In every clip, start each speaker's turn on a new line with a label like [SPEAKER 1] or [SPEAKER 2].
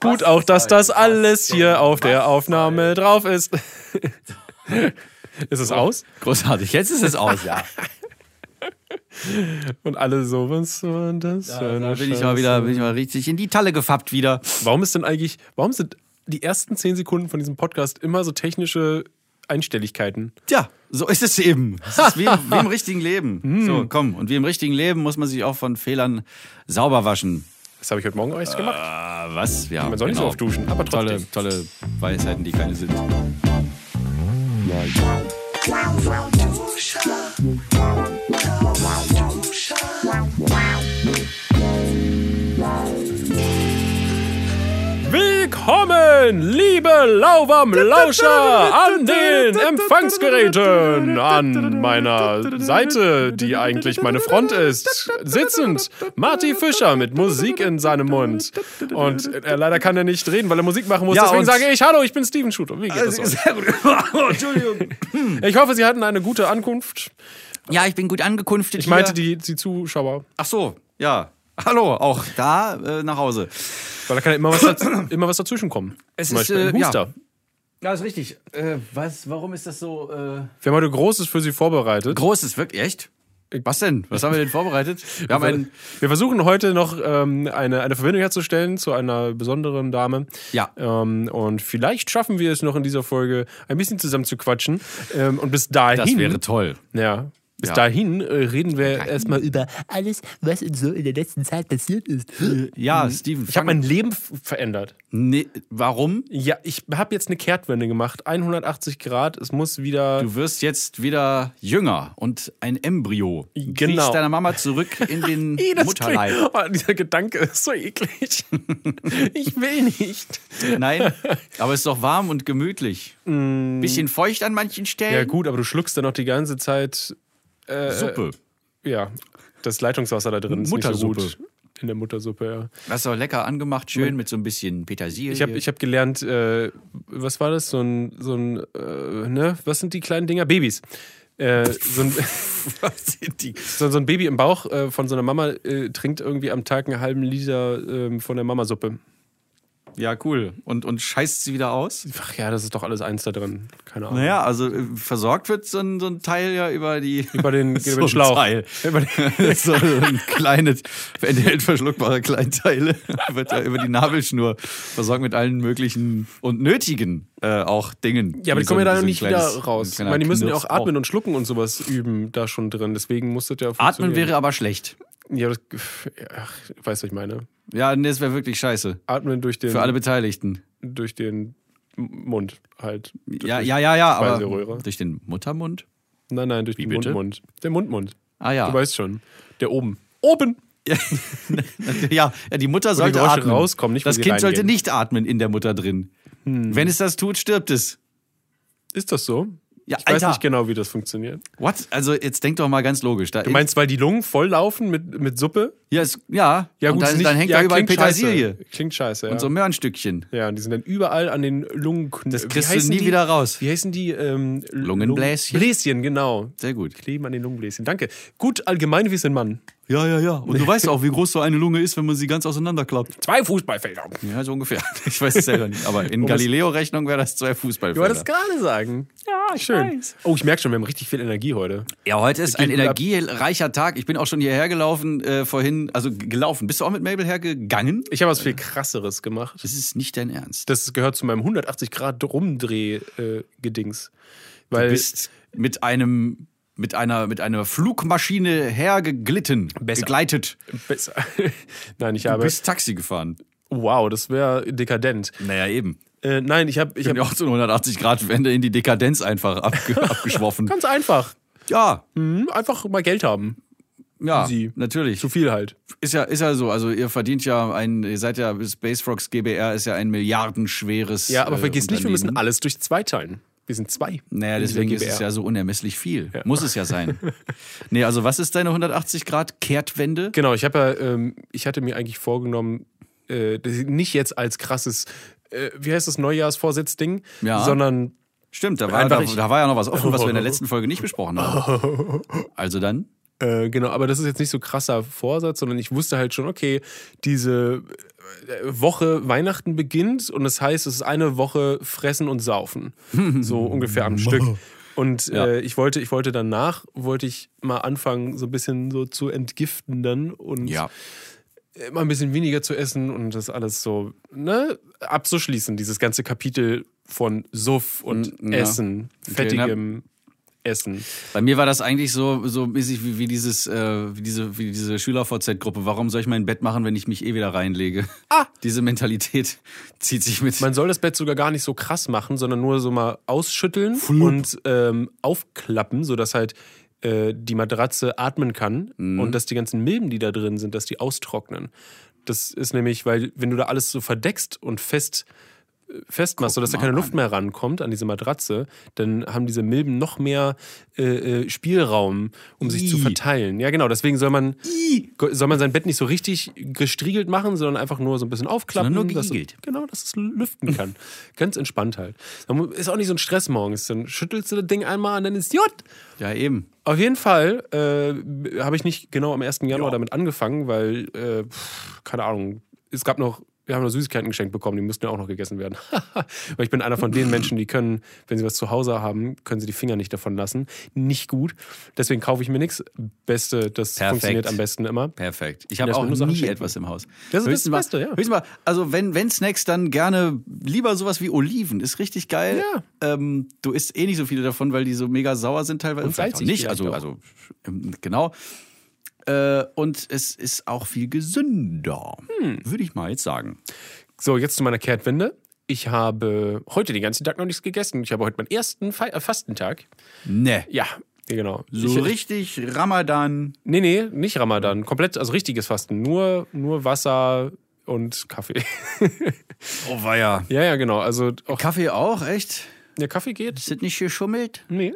[SPEAKER 1] Gut auch, dass das alles
[SPEAKER 2] Äh,
[SPEAKER 1] hier auf der Aufnahme drauf ist. ist es aus?
[SPEAKER 2] Großartig. Jetzt ist es aus, ja.
[SPEAKER 1] Und alle so, was war das? für
[SPEAKER 2] Da,
[SPEAKER 1] eine
[SPEAKER 2] bin ich mal
[SPEAKER 1] Scheiße?
[SPEAKER 2] wieder, bin ich mal richtig in die Talle gefappt wieder.
[SPEAKER 1] Warum ist denn eigentlich, warum sind die ersten zehn Sekunden von diesem Podcast immer so technische Einstelligkeiten?
[SPEAKER 2] Tja, so ist es eben. Es ist wie, im- wie im richtigen Leben. So, komm. Und wie im richtigen Leben muss man sich auch von Fehlern sauber waschen.
[SPEAKER 1] Das habe ich heute Morgen euch gemacht.
[SPEAKER 2] Ah, was? Ja,
[SPEAKER 1] Man soll nicht so oft duschen, aber trotzdem.
[SPEAKER 2] Tolle, tolle Weisheiten, die keine sind.
[SPEAKER 1] Willkommen, liebe lauwarm Lauscher an den Empfangsgeräten. An meiner Seite, die eigentlich meine Front ist, sitzend Marty Fischer mit Musik in seinem Mund. Und äh, leider kann er nicht reden, weil er Musik machen muss.
[SPEAKER 2] Ja,
[SPEAKER 1] Deswegen
[SPEAKER 2] und- Also,
[SPEAKER 1] sage ich, hallo, ich bin Steven Schuter. Wie geht es euch?
[SPEAKER 2] Sehr
[SPEAKER 1] Oh,
[SPEAKER 2] gut. Entschuldigung.
[SPEAKER 1] Ich hoffe, Sie hatten eine gute Ankunft.
[SPEAKER 2] Ja, ich bin gut angekunftet.
[SPEAKER 1] Ich meinte die, die Zuschauer.
[SPEAKER 2] Ach so, ja. Hallo, auch da äh, nach Hause.
[SPEAKER 1] Weil da kann ja immer was, daz immer was dazwischen kommen.
[SPEAKER 2] Es
[SPEAKER 1] Zum
[SPEAKER 2] ist,
[SPEAKER 1] Beispiel ein
[SPEAKER 2] äh, ja.
[SPEAKER 1] Huster.
[SPEAKER 2] Ja, ist richtig. Äh, was, warum ist das so? äh
[SPEAKER 1] Wir haben heute Großes für Sie vorbereitet.
[SPEAKER 2] Großes, wirklich? Echt? Was denn? Was haben wir denn vorbereitet?
[SPEAKER 1] Also,
[SPEAKER 2] Wir haben einen.
[SPEAKER 1] Wir versuchen heute noch ähm, eine, eine Verbindung herzustellen zu einer besonderen Dame.
[SPEAKER 2] Ja.
[SPEAKER 1] Ähm, und vielleicht schaffen wir es noch in dieser Folge ein bisschen zusammen zu quatschen. Ähm, und bis dahin.
[SPEAKER 2] Das wäre toll.
[SPEAKER 1] Ja. Bis
[SPEAKER 2] Ja.
[SPEAKER 1] dahin äh, reden wir erstmal über.
[SPEAKER 3] alles, was uns so in der letzten Zeit passiert ist.
[SPEAKER 2] Ja, Steven.
[SPEAKER 1] Ich habe
[SPEAKER 2] fang-
[SPEAKER 1] mein Leben f- verändert.
[SPEAKER 2] nee, warum?
[SPEAKER 1] Ja, ich habe jetzt eine Kehrtwende gemacht. 180 Grad. Es muss wieder.
[SPEAKER 2] Du wirst jetzt wieder jünger und ein Embryo. Du
[SPEAKER 1] Genau.
[SPEAKER 2] Kriegst deiner Mama zurück in den
[SPEAKER 1] Ih, das
[SPEAKER 2] Mutterleib.
[SPEAKER 1] klingt- Oh, dieser Gedanke ist so eklig. ich will nicht.
[SPEAKER 2] Nein, aber es ist doch warm und gemütlich. Bisschen feucht an manchen Stellen.
[SPEAKER 1] Mm.
[SPEAKER 2] Äh,
[SPEAKER 1] Ja, gut, aber du schluckst dann noch die ganze Zeit,
[SPEAKER 2] Suppe.
[SPEAKER 1] ja, das Leitungswasser da drin. Ist
[SPEAKER 2] Muttersuppe.
[SPEAKER 1] Nicht so gut. In der Muttersuppe, ja.
[SPEAKER 2] Das ist doch lecker angemacht, schön mit so ein bisschen Petersilie.
[SPEAKER 1] Ich habe ich hab gelernt, äh, was war das? So ein, so ein äh, ne? Was sind die kleinen Dinger? Babys. Äh, so, ein,
[SPEAKER 2] Was sind die?
[SPEAKER 1] so, so ein Baby im Bauch äh, von so einer Mama äh, trinkt irgendwie am Tag einen halben Liter ähm, von der Mamasuppe.
[SPEAKER 2] Ja, cool. Und, und scheißt sie wieder aus?
[SPEAKER 1] Ach ja, das ist doch alles eins da drin. Keine Ahnung.
[SPEAKER 2] Naja, also äh, versorgt wird so ein, so ein Teil ja über die.
[SPEAKER 1] Über den,
[SPEAKER 2] so
[SPEAKER 1] über den
[SPEAKER 2] ein
[SPEAKER 1] Schlauch.
[SPEAKER 2] Teil.
[SPEAKER 1] Über den,
[SPEAKER 2] so ein kleines, enthält verschluckbare Kleinteile, wird ja über die Nabelschnur versorgt mit allen möglichen und nötigen äh, auch Dingen.
[SPEAKER 1] Ja, aber die
[SPEAKER 2] Wie
[SPEAKER 1] kommen
[SPEAKER 2] so ein-
[SPEAKER 1] ja da
[SPEAKER 2] so
[SPEAKER 1] noch
[SPEAKER 2] ein
[SPEAKER 1] nicht
[SPEAKER 2] kleines-
[SPEAKER 1] wieder
[SPEAKER 2] ein
[SPEAKER 1] raus. Ich
[SPEAKER 2] kleiner
[SPEAKER 1] meine, die müssen ja auch
[SPEAKER 2] Knirps Oh,
[SPEAKER 1] atmen um und schlucken und sowas üben da schon drin. Deswegen muss das ja
[SPEAKER 2] Atmen
[SPEAKER 1] funktionieren.
[SPEAKER 2] wäre aber schlecht.
[SPEAKER 1] Ja, das, ach, weißt du, was ich meine.
[SPEAKER 2] Ja, nee, das wäre wirklich scheiße.
[SPEAKER 1] Atmen durch den,
[SPEAKER 2] Für alle Beteiligten.
[SPEAKER 1] durch den M- Mund halt.
[SPEAKER 2] Ja, ja, ja, ja, aber
[SPEAKER 1] Speiseröhre.
[SPEAKER 2] durch den Muttermund?
[SPEAKER 1] Nein, nein, durch den
[SPEAKER 2] bitte?
[SPEAKER 1] Mundmund. Der Mundmund.
[SPEAKER 2] Ah ja.
[SPEAKER 1] Du weißt schon. Der oben. Oben!
[SPEAKER 2] ja, ja, die Mutter sollte
[SPEAKER 1] Geräusche
[SPEAKER 2] atmen.
[SPEAKER 1] rauskommen, nicht, wo
[SPEAKER 2] das
[SPEAKER 1] sie
[SPEAKER 2] Kind sollte
[SPEAKER 1] reingehen. Hm.
[SPEAKER 2] nicht atmen in der Mutter drin. Wenn es das tut, stirbt es.
[SPEAKER 1] Ist das so?
[SPEAKER 2] Ja,
[SPEAKER 1] ich weiß
[SPEAKER 2] Alter.
[SPEAKER 1] nicht genau, wie das funktioniert.
[SPEAKER 2] What? Also jetzt denk doch mal ganz logisch. Da
[SPEAKER 1] Du meinst, weil die Lungen voll laufen mit, mit Suppe?
[SPEAKER 2] ja, es, ja,
[SPEAKER 1] Ja,
[SPEAKER 2] und
[SPEAKER 1] gut,
[SPEAKER 2] dann,
[SPEAKER 1] ist nicht,
[SPEAKER 2] dann hängt
[SPEAKER 1] ja,
[SPEAKER 2] da überall
[SPEAKER 1] klingt
[SPEAKER 2] Petersilie
[SPEAKER 1] Scheiße. Klingt scheiße, ja.
[SPEAKER 2] und so Möhrenstückchen.
[SPEAKER 1] ja, und die sind dann überall an den Lungenknoten. Das
[SPEAKER 2] kriegst du nie wieder raus.
[SPEAKER 1] Wie heißen die? Ähm, L-
[SPEAKER 2] Lungenbläschen?
[SPEAKER 1] Lung- Bläschen, genau.
[SPEAKER 2] Sehr gut.
[SPEAKER 1] Kleben an den Lungenbläschen. Danke. Gut allgemein wie es ein Mann.
[SPEAKER 2] Ja, ja, ja. Und du weißt auch, wie groß so eine Lunge ist, wenn man sie ganz auseinanderklappt.
[SPEAKER 1] Zwei Fußballfelder.
[SPEAKER 2] Ja, so ungefähr. Ich weiß es selber nicht. Aber in
[SPEAKER 1] es-
[SPEAKER 2] Galileo-Rechnung wäre das zwei
[SPEAKER 1] Du wolltest
[SPEAKER 2] Fußballfelder.
[SPEAKER 1] es gerade sagen. Ja, ich Schön. Oh, ich merke schon, wir haben richtig viel Energie heute.
[SPEAKER 2] Ja, heute ist ein
[SPEAKER 1] Geht gut ab.
[SPEAKER 2] energiereicher Tag. Ich bin auch schon hierher gelaufen äh, vorhin. Also g- gelaufen. Bist du auch mit Mabel hergegangen?
[SPEAKER 1] Ich habe was viel krasseres gemacht.
[SPEAKER 2] Das ist nicht dein Ernst.
[SPEAKER 1] Das gehört zu meinem 180 Grad Rumdreh-Gedings.
[SPEAKER 2] Du
[SPEAKER 1] Weil
[SPEAKER 2] bist mit einem mit einer mit einer Flugmaschine hergeglitten,
[SPEAKER 1] Besser.
[SPEAKER 2] gegleitet.
[SPEAKER 1] besser. nein, ich
[SPEAKER 2] Du
[SPEAKER 1] habe.
[SPEAKER 2] bist Taxi gefahren.
[SPEAKER 1] Wow, das wäre dekadent.
[SPEAKER 2] Naja, eben.
[SPEAKER 1] Äh, nein, ich habe. Ich
[SPEAKER 2] Ich bin
[SPEAKER 1] hab,
[SPEAKER 2] ja auch zu 180 Grad Wende in die Dekadenz einfach abge abgeschwoffen.
[SPEAKER 1] ganz einfach.
[SPEAKER 2] Ja,
[SPEAKER 1] Hm, einfach mal Geld haben.
[SPEAKER 2] ja,
[SPEAKER 1] Sie.
[SPEAKER 2] natürlich.
[SPEAKER 1] Zu viel halt.
[SPEAKER 2] Ist ja, ist ja so. Also ihr verdient ja ein, ihr seid ja Space Frogs GBR ist ja ein milliardenschweres.
[SPEAKER 1] Ja, aber
[SPEAKER 2] äh,
[SPEAKER 1] vergiss nicht, wir müssen
[SPEAKER 2] Unternehmen.
[SPEAKER 1] alles durch zwei teilen. Wir sind zwei.
[SPEAKER 2] Naja,
[SPEAKER 1] in dieser
[SPEAKER 2] deswegen ist
[SPEAKER 1] GbR.
[SPEAKER 2] es ja so unermesslich viel. Muss es ja sein. nee, also was ist deine 180 Grad Kehrtwende?
[SPEAKER 1] Genau, ich habe ja, ähm, ich hatte mir eigentlich vorgenommen, äh, das nicht jetzt als krasses, äh, wie heißt das, Neujahrsvorsitzding,
[SPEAKER 2] Ja.
[SPEAKER 1] sondern
[SPEAKER 2] Stimmt, da war,
[SPEAKER 1] Einfach
[SPEAKER 2] da,
[SPEAKER 1] ich-
[SPEAKER 2] da war ja noch was offen, was wir in der letzten Folge nicht besprochen haben. Also dann,
[SPEAKER 1] äh, genau, aber das ist jetzt nicht so krasser Vorsatz, sondern ich wusste halt schon, okay, diese Woche Weihnachten beginnt und das heißt, es ist eine Woche fressen und saufen. So ungefähr am Stück. Und äh, ich wollte, ich wollte danach, wollte ich mal anfangen, so ein bisschen so zu entgiften dann und
[SPEAKER 2] Ja.
[SPEAKER 1] äh, mal ein bisschen weniger zu essen und das alles so ne, abzuschließen, dieses ganze Kapitel von Suff und
[SPEAKER 2] Mm, ja.
[SPEAKER 1] Essen,
[SPEAKER 2] Okay,
[SPEAKER 1] fettigem Essen.
[SPEAKER 2] Bei mir war das eigentlich so, so mäßig wie, wie, dieses, äh, wie diese, wie diese Schüler-VZ-Gruppe. Warum soll ich mein Bett machen, wenn ich mich eh wieder reinlege? Ah! Diese Mentalität zieht sich mit.
[SPEAKER 1] Man soll das Bett sogar gar nicht so krass machen, sondern nur so mal ausschütteln und ähm, aufklappen, sodass halt äh, die Matratze atmen kann
[SPEAKER 2] Mhm.
[SPEAKER 1] und dass die ganzen Milben, die da drin sind, dass die austrocknen. Das ist nämlich, weil wenn du da alles so verdeckst und fest äh, festmachst, sodass da
[SPEAKER 2] mal
[SPEAKER 1] keine
[SPEAKER 2] an.
[SPEAKER 1] Luft mehr rankommt an diese Matratze, dann haben diese Milben noch mehr äh, äh, Spielraum, um sich zu
[SPEAKER 2] Ih.
[SPEAKER 1] verteilen. Ja, genau, deswegen soll man, soll man sein Bett nicht so richtig gestriegelt machen, sondern einfach nur so ein bisschen aufklappen.
[SPEAKER 2] Sondern nur
[SPEAKER 1] dass-
[SPEAKER 2] geigelt.
[SPEAKER 1] Genau, dass es lüften kann. Ganz entspannt halt. Da mu- Ist auch nicht so ein Stress morgens. Dann schüttelst du das Ding einmal und dann ist Jut.
[SPEAKER 2] Ja, eben.
[SPEAKER 1] Auf jeden Fall äh, habe ich nicht genau am 1. Januar damit angefangen, weil, äh, pff, keine Ahnung, es gab noch, wir haben noch Süßigkeiten geschenkt bekommen, die mussten ja auch noch gegessen werden. weil ich bin einer von den Menschen, die können, wenn sie was zu Hause haben, können sie die Finger nicht davon lassen. Nicht gut. Deswegen kaufe ich mir nichts. Beste, das
[SPEAKER 2] Perfekt.
[SPEAKER 1] funktioniert am besten immer.
[SPEAKER 2] Perfekt. Ich habe
[SPEAKER 1] Dass
[SPEAKER 2] auch
[SPEAKER 1] man nur Sachen
[SPEAKER 2] nie
[SPEAKER 1] schenken.
[SPEAKER 2] etwas im Haus.
[SPEAKER 1] Das ist das
[SPEAKER 2] Höchstens
[SPEAKER 1] Beste,
[SPEAKER 2] mal,
[SPEAKER 1] ja.
[SPEAKER 2] Höchstens mal, also wenn, wenn Snacks, dann gerne lieber sowas wie Oliven. Ist richtig geil. Ja. Ähm, du isst eh nicht so viele davon, weil die so mega sauer sind teilweise.
[SPEAKER 1] Und
[SPEAKER 2] Vielleicht auch
[SPEAKER 1] salzig
[SPEAKER 2] nicht.
[SPEAKER 1] vielleicht
[SPEAKER 2] Also,
[SPEAKER 1] auch.
[SPEAKER 2] also ähm, genau. Äh, und es ist auch viel gesünder,
[SPEAKER 1] Hm.
[SPEAKER 2] würde ich mal jetzt sagen.
[SPEAKER 1] So, jetzt zu meiner Kehrtwende. Ich habe heute den ganzen Tag noch nichts gegessen. Ich habe heute meinen ersten Fe äh, Fastentag.
[SPEAKER 2] Ne.
[SPEAKER 1] Ja, genau.
[SPEAKER 2] So
[SPEAKER 1] ich,
[SPEAKER 2] richtig Ramadan.
[SPEAKER 1] nee, nee, nicht Ramadan. Komplett, also richtiges Fasten. Nur, nur Wasser und Kaffee.
[SPEAKER 2] Oh weia.
[SPEAKER 1] ja, ja, genau. Also auch
[SPEAKER 2] Kaffee auch, echt?
[SPEAKER 1] der Kaffee geht.
[SPEAKER 2] Ist das nicht geschummelt?
[SPEAKER 1] Nee.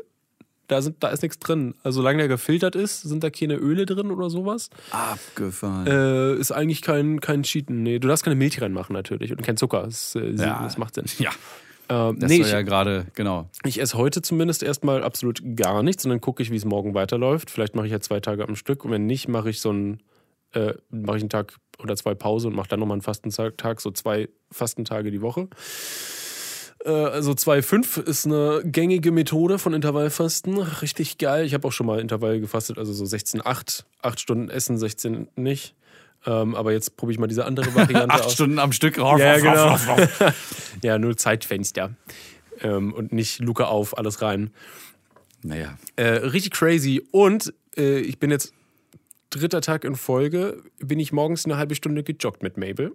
[SPEAKER 1] Da, sind, da ist nichts drin. Also solange der gefiltert ist, sind da keine Öle drin oder sowas.
[SPEAKER 2] Abgefahren.
[SPEAKER 1] Äh, ist eigentlich kein, kein Cheaten. Nee, du darfst keine Milch reinmachen natürlich und kein Zucker. Das, äh,
[SPEAKER 2] Ja.
[SPEAKER 1] das macht Sinn.
[SPEAKER 2] ja,
[SPEAKER 1] Ähm,
[SPEAKER 2] das
[SPEAKER 1] nee,
[SPEAKER 2] soll
[SPEAKER 1] ich-
[SPEAKER 2] ja gerade, genau.
[SPEAKER 1] Ich esse heute zumindest erstmal absolut gar nichts und dann gucke ich, wie es morgen weiterläuft. Vielleicht mache ich ja zwei Tage am Stück und wenn nicht, mache ich so einen, äh, mache ich einen Tag oder zwei Pause und mache dann nochmal einen Fastentag, Tag, so zwei Fastentage die Woche. Äh, Also 2,5 ist eine gängige Methode von Intervallfasten. Richtig geil. Ich habe auch schon mal Intervall gefastet, also so 16,8. 8 Stunden essen, 16 nicht. Ähm, aber jetzt probiere ich mal diese andere Variante
[SPEAKER 2] Acht
[SPEAKER 1] aus.
[SPEAKER 2] Stunden am Stück rauf.
[SPEAKER 1] Ja,
[SPEAKER 2] rauf,
[SPEAKER 1] genau.
[SPEAKER 2] rauf, rauf, rauf.
[SPEAKER 1] Ja, nur Zeitfenster. Ähm, und nicht Luca auf, alles rein.
[SPEAKER 2] Naja.
[SPEAKER 1] Äh, richtig crazy. Und äh, ich bin jetzt dritter Tag in Folge, bin ich morgens eine halbe Stunde gejoggt mit Mabel.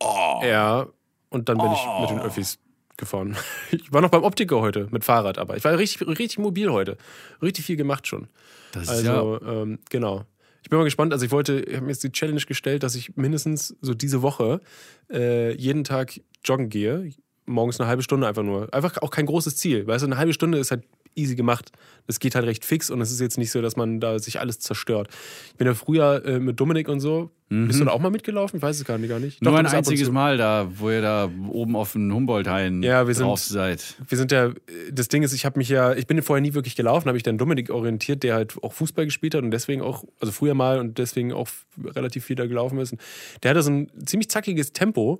[SPEAKER 1] Oh. Ja, und dann bin ich mit den Öffis gefahren. Ich war noch beim Optiker heute mit Fahrrad, aber ich war richtig, richtig mobil heute. Richtig viel gemacht schon.
[SPEAKER 2] Das ist ja
[SPEAKER 1] Also, ähm, genau. Ich bin mal gespannt. Also, ich wollte, ich habe mir jetzt die Challenge gestellt, dass ich mindestens so diese Woche äh, jeden Tag joggen gehe. Morgens eine halbe Stunde einfach nur. Einfach auch kein großes Ziel. Weißt du, eine halbe Stunde ist halt easy gemacht. Das geht halt recht fix und es ist jetzt nicht so, dass man da sich alles zerstört. Ich bin ja früher äh, mit Dominik und so. Bist du da auch mal mitgelaufen? Ich weiß es gar nicht. Gar nicht. Ich
[SPEAKER 2] Mhm. Nur
[SPEAKER 1] dachte,
[SPEAKER 2] ein
[SPEAKER 1] du bist ab und
[SPEAKER 2] einziges
[SPEAKER 1] zu-
[SPEAKER 2] Mal da, wo ihr da oben auf dem Humboldt-Hain
[SPEAKER 1] Ja, wir sind-
[SPEAKER 2] drauf seid.
[SPEAKER 1] wir sind ja, das Ding ist, ich habe mich ja, ich bin vorher nie wirklich gelaufen, habe ich dann Dominik orientiert, der halt auch Fußball gespielt hat und deswegen auch, also früher mal und deswegen auch relativ viel da gelaufen ist. Und Der hatte so ein ziemlich zackiges Tempo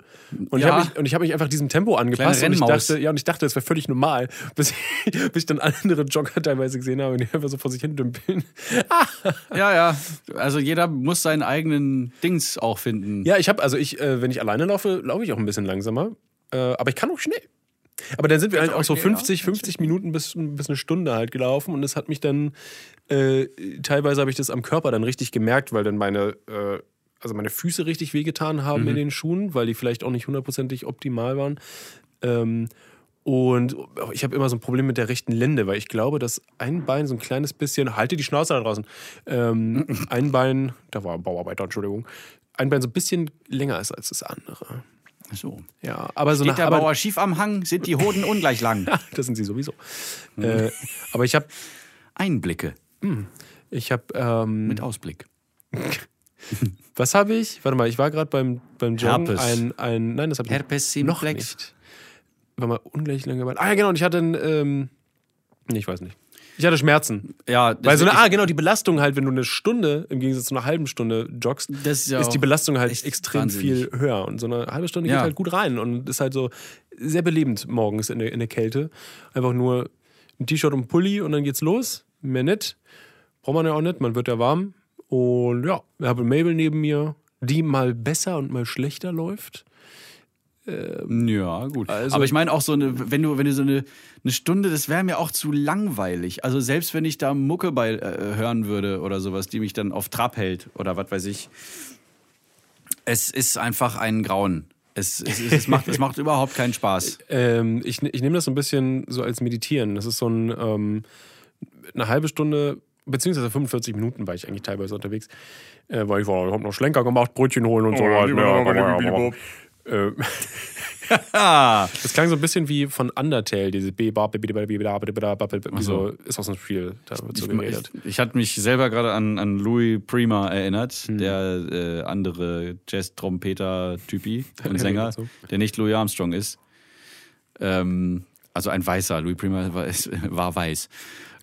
[SPEAKER 1] und ich
[SPEAKER 2] Ja.
[SPEAKER 1] habe mich, und ich hab mich einfach diesem Tempo angepasst und
[SPEAKER 2] Kleine
[SPEAKER 1] ich
[SPEAKER 2] Rennmaus.
[SPEAKER 1] dachte, ja, und ich dachte, das wäre völlig normal, bis ich, bis ich dann andere Jogger teilweise gesehen habe, die einfach so vor sich hin dümpeln.
[SPEAKER 2] Ja, ja. Also jeder muss seinen eigenen Dings auch finden.
[SPEAKER 1] Ja, ich habe, also ich, äh, wenn ich alleine laufe, laufe ich auch ein bisschen langsamer, äh, aber ich kann auch schnell. Aber dann sind wir halt auch so 50, 50 Minuten bis, bis eine Stunde halt gelaufen und das hat mich dann, äh, teilweise habe ich das am Körper dann richtig gemerkt, weil dann meine, äh, also meine Füße richtig wehgetan haben in den Schuhen, weil die vielleicht auch nicht hundertprozentig optimal waren. Ähm, und ich habe immer so ein Problem mit der rechten Lende, weil ich glaube, dass ein Bein so ein kleines bisschen, halte die Schnauze da draußen, ähm, ein Bein, da war ein Bauarbeiter, Entschuldigung, ein Bein so ein bisschen länger ist als das andere.
[SPEAKER 2] Ach So.
[SPEAKER 1] Ja, aber so
[SPEAKER 2] Geht
[SPEAKER 1] eine
[SPEAKER 2] der
[SPEAKER 1] aber-
[SPEAKER 2] Bauer schief am Hang, sind die Hoden ungleich lang.
[SPEAKER 1] Das sind sie sowieso.
[SPEAKER 2] Hm.
[SPEAKER 1] Äh, aber ich habe,
[SPEAKER 2] Einblicke
[SPEAKER 1] ich habe, ähm,
[SPEAKER 2] mit Ausblick.
[SPEAKER 1] was habe ich? Warte mal, ich war gerade beim, beim Joggen.
[SPEAKER 2] Herpes.
[SPEAKER 1] Ein, ein, nein, das habe ich
[SPEAKER 2] Herpes
[SPEAKER 1] noch
[SPEAKER 2] simplex.
[SPEAKER 1] nicht. War mal ungleich lange. Ah ja, genau, und ich hatte ein, ähm, nee, ich weiß nicht. Ich hatte Schmerzen.
[SPEAKER 2] Ja,
[SPEAKER 1] Weil so eine,
[SPEAKER 2] deswegen-
[SPEAKER 1] ah, genau, die Belastung halt, wenn du eine Stunde im Gegensatz zu einer halben Stunde joggst,
[SPEAKER 2] Das ist ja
[SPEAKER 1] ist die
[SPEAKER 2] auch
[SPEAKER 1] Belastung halt
[SPEAKER 2] echt
[SPEAKER 1] extrem
[SPEAKER 2] wahnsinnig.
[SPEAKER 1] viel höher. Und so eine halbe Stunde
[SPEAKER 2] Ja.
[SPEAKER 1] geht halt gut rein und ist halt so sehr belebend morgens in der, in der Kälte. Einfach nur ein T-Shirt und ein Pulli und dann geht's los. Mehr nicht. Braucht man ja auch nicht, man wird ja warm. Und ja, ich habe Mabel neben mir, die mal besser und mal schlechter läuft.
[SPEAKER 2] Ja, gut. Aber ich meine auch so eine, wenn du, wenn du so eine, eine Stunde, das wäre mir auch zu langweilig. Also selbst wenn ich da Mucke bei äh, hören würde oder sowas, die mich dann auf Trab hält oder was weiß ich. Es ist einfach ein Grauen. Es, es, es, es, macht, es macht überhaupt keinen Spaß.
[SPEAKER 1] Ähm, ich ne- ich nehme das so ein bisschen so als Meditieren. Das ist so ein, ähm, eine halbe Stunde, beziehungsweise 45 Minuten war ich eigentlich teilweise unterwegs, äh, weil ich war, ich hab noch Schlenker gemacht, Brötchen holen
[SPEAKER 2] Oh,
[SPEAKER 1] und so weiter. Ja, ja, ja, ja. Äh,
[SPEAKER 2] Ah,
[SPEAKER 1] Das klang so ein bisschen wie von Undertale, diese b ba b so
[SPEAKER 2] so.
[SPEAKER 1] ist aus dem Spiel, da wird so
[SPEAKER 2] ich,
[SPEAKER 1] geredet.
[SPEAKER 2] ich, ich hatte mich selber gerade an, an Louis Prima erinnert, der äh, andere Jazz-Trompeter-Typi und Sänger,
[SPEAKER 1] so.
[SPEAKER 2] der nicht Louis Armstrong ist. Ähm, also ein weißer, Louis Prima war, ist, war weiß.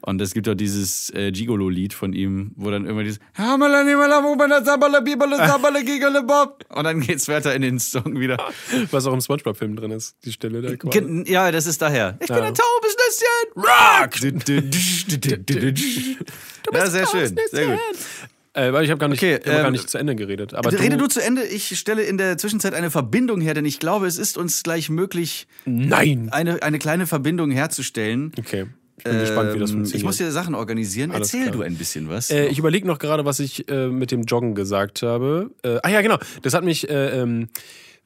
[SPEAKER 2] Und es gibt auch dieses äh, Gigolo-Lied von ihm, wo dann immer dieses Hamala, nimala, wubala, zabala, bibala, zabala, gigala, bob. Und dann geht's weiter in den Song wieder.
[SPEAKER 1] Was auch im Spongebob-Film drin ist, die Stelle da quasi.
[SPEAKER 2] Ge- Ja, das ist daher. Ich bin
[SPEAKER 1] Ja.
[SPEAKER 2] ein taubes Nüsschen. Rock! ja, sehr schön. Sehr gut.
[SPEAKER 1] Äh, weil ich habe gar, nicht-
[SPEAKER 2] Okay,
[SPEAKER 1] ich hab gar
[SPEAKER 2] ähm,
[SPEAKER 1] nicht zu Ende geredet. Aber
[SPEAKER 2] Rede du zu Ende. Ich stelle in der Zwischenzeit eine Verbindung her, denn ich glaube, es ist uns gleich möglich,
[SPEAKER 1] Nein!
[SPEAKER 2] eine, eine kleine Verbindung herzustellen.
[SPEAKER 1] Okay, Hm. ich bin gespannt, wie das
[SPEAKER 2] Ähm,
[SPEAKER 1] funktioniert.
[SPEAKER 2] Ich muss dir Sachen organisieren.
[SPEAKER 1] Alles
[SPEAKER 2] Erzähl
[SPEAKER 1] klar.
[SPEAKER 2] du ein bisschen was.
[SPEAKER 1] Äh, ich überlege noch gerade, was ich äh, mit dem Joggen gesagt habe. Äh, ah ja, genau. Das hat mich, äh, ähm,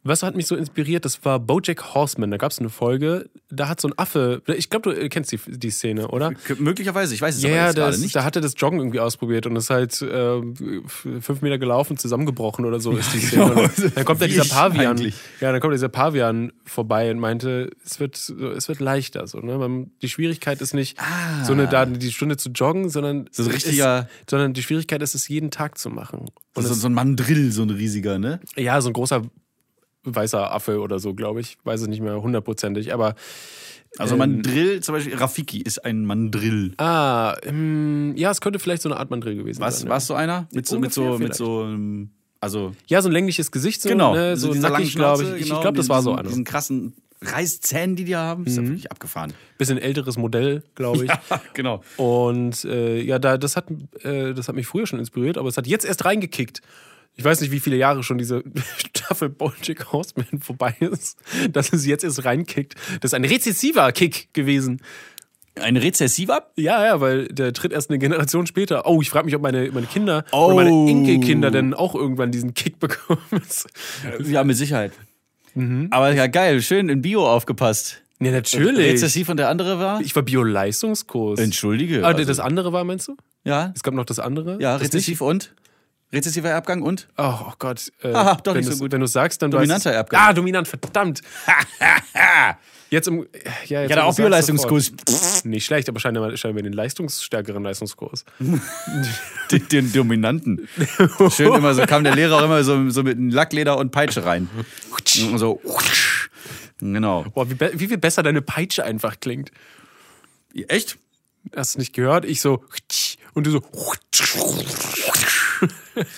[SPEAKER 1] was hat mich so inspiriert? Das war Bojack Horseman. Da gab es eine Folge, da hat so ein Affe, ich glaube, du äh, kennst die, die Szene, oder?
[SPEAKER 2] K- Möglicherweise, ich weiß es
[SPEAKER 1] Ja,
[SPEAKER 2] aber
[SPEAKER 1] ja,
[SPEAKER 2] jetzt gerade
[SPEAKER 1] das,
[SPEAKER 2] nicht.
[SPEAKER 1] da hatte das Joggen irgendwie ausprobiert und ist halt äh, f- fünf Meter gelaufen, zusammengebrochen oder so ist die Szene.
[SPEAKER 2] genau.
[SPEAKER 1] Oder- Dann kommt da
[SPEAKER 2] Wie
[SPEAKER 1] dieser
[SPEAKER 2] ich
[SPEAKER 1] Pavian.
[SPEAKER 2] eigentlich.
[SPEAKER 1] Ja, dann kommt dieser Pavian vorbei und meinte, es wird, so- es wird leichter. So, ne? Man, die Schwierigkeit ist nicht, so eine da die Stunde zu joggen, sondern
[SPEAKER 2] Ah. So ein
[SPEAKER 1] es
[SPEAKER 2] richtiger-
[SPEAKER 1] ist, sondern die Schwierigkeit ist es, jeden Tag zu machen. Und
[SPEAKER 2] so, so ein Mandrill, so ein riesiger, ne?
[SPEAKER 1] es- ja, so ein großer weißer Affe oder so, glaube ich. Weiß es nicht mehr hundertprozentig, aber
[SPEAKER 2] Also Mandrill, zum Beispiel Rafiki ist ein Mandrill.
[SPEAKER 1] Ähm, ah, ähm, ja, es könnte vielleicht so eine Art Mandrill gewesen
[SPEAKER 2] Was,
[SPEAKER 1] sein. ja.
[SPEAKER 2] warst du einer? Mit so, mit so,
[SPEAKER 1] Ungefähr
[SPEAKER 2] mit so, ähm, also
[SPEAKER 1] Ja, so ein längliches Gesicht, so,
[SPEAKER 2] Genau.
[SPEAKER 1] ne,
[SPEAKER 2] Also
[SPEAKER 1] so
[SPEAKER 2] dieser langen
[SPEAKER 1] nackig, glaube ich.
[SPEAKER 2] Schnauze,
[SPEAKER 1] Ich,
[SPEAKER 2] genau,
[SPEAKER 1] ich glaube, das war so
[SPEAKER 2] diesen-
[SPEAKER 1] einer. Mhm.
[SPEAKER 2] Diesen krassen Reißzähnen, die die haben. Ist ja wirklich abgefahren.
[SPEAKER 1] Bisschen älteres Modell, glaube ich.
[SPEAKER 2] genau.
[SPEAKER 1] Und äh, ja, da, das, hat, äh, das hat mich früher schon inspiriert, aber es hat jetzt erst reingekickt. Ich weiß nicht, wie viele Jahre schon diese Staffel Bojack Horseman vorbei ist, dass es jetzt erst reinkickt. Das ist ein rezessiver Kick gewesen.
[SPEAKER 2] Ein rezessiver?
[SPEAKER 1] Ja, ja, weil der tritt erst eine Generation später. Oh, ich frage mich, ob meine, meine Kinder oder
[SPEAKER 2] Oh.
[SPEAKER 1] meine Enkelkinder denn auch irgendwann diesen Kick bekommen.
[SPEAKER 2] Ja, mit Sicherheit. Aber ja, geil, schön in Bio aufgepasst.
[SPEAKER 1] ja, natürlich.
[SPEAKER 2] Rezessiv und der andere war?
[SPEAKER 1] Ich war Bio-Leistungskurs.
[SPEAKER 2] Entschuldige.
[SPEAKER 1] Ah,
[SPEAKER 2] also-
[SPEAKER 1] das andere war, meinst du?
[SPEAKER 2] ja,
[SPEAKER 1] Es gab noch das andere?
[SPEAKER 2] ja
[SPEAKER 1] das nicht-
[SPEAKER 2] rezessiv und? Rezessiver Erbgang und?
[SPEAKER 1] Oh, oh Gott. Äh,
[SPEAKER 2] Aha, doch
[SPEAKER 1] wenn
[SPEAKER 2] nicht so
[SPEAKER 1] du's-
[SPEAKER 2] gut.
[SPEAKER 1] Wenn du sagst, dann weiß
[SPEAKER 2] Dominanter
[SPEAKER 1] ich-
[SPEAKER 2] Erbgang.
[SPEAKER 1] Ah, dominant, verdammt. jetzt im. Ja, jetzt
[SPEAKER 2] Ich hatte
[SPEAKER 1] im
[SPEAKER 2] auch
[SPEAKER 1] Satz
[SPEAKER 2] Bio-Leistungskurs.
[SPEAKER 1] sofort. Nicht schlecht, aber scheinbar, scheinbar den leistungsstärkeren Leistungskurs.
[SPEAKER 2] Den, den Dominanten. Schön immer so, kam der Lehrer auch immer so, so mit einem Lackleder und Peitsche rein. Und so. Genau.
[SPEAKER 1] Boah, wie, be- wie viel besser deine Peitsche einfach klingt.
[SPEAKER 2] Echt?
[SPEAKER 1] Hast du nicht gehört? Ich so. Und du so.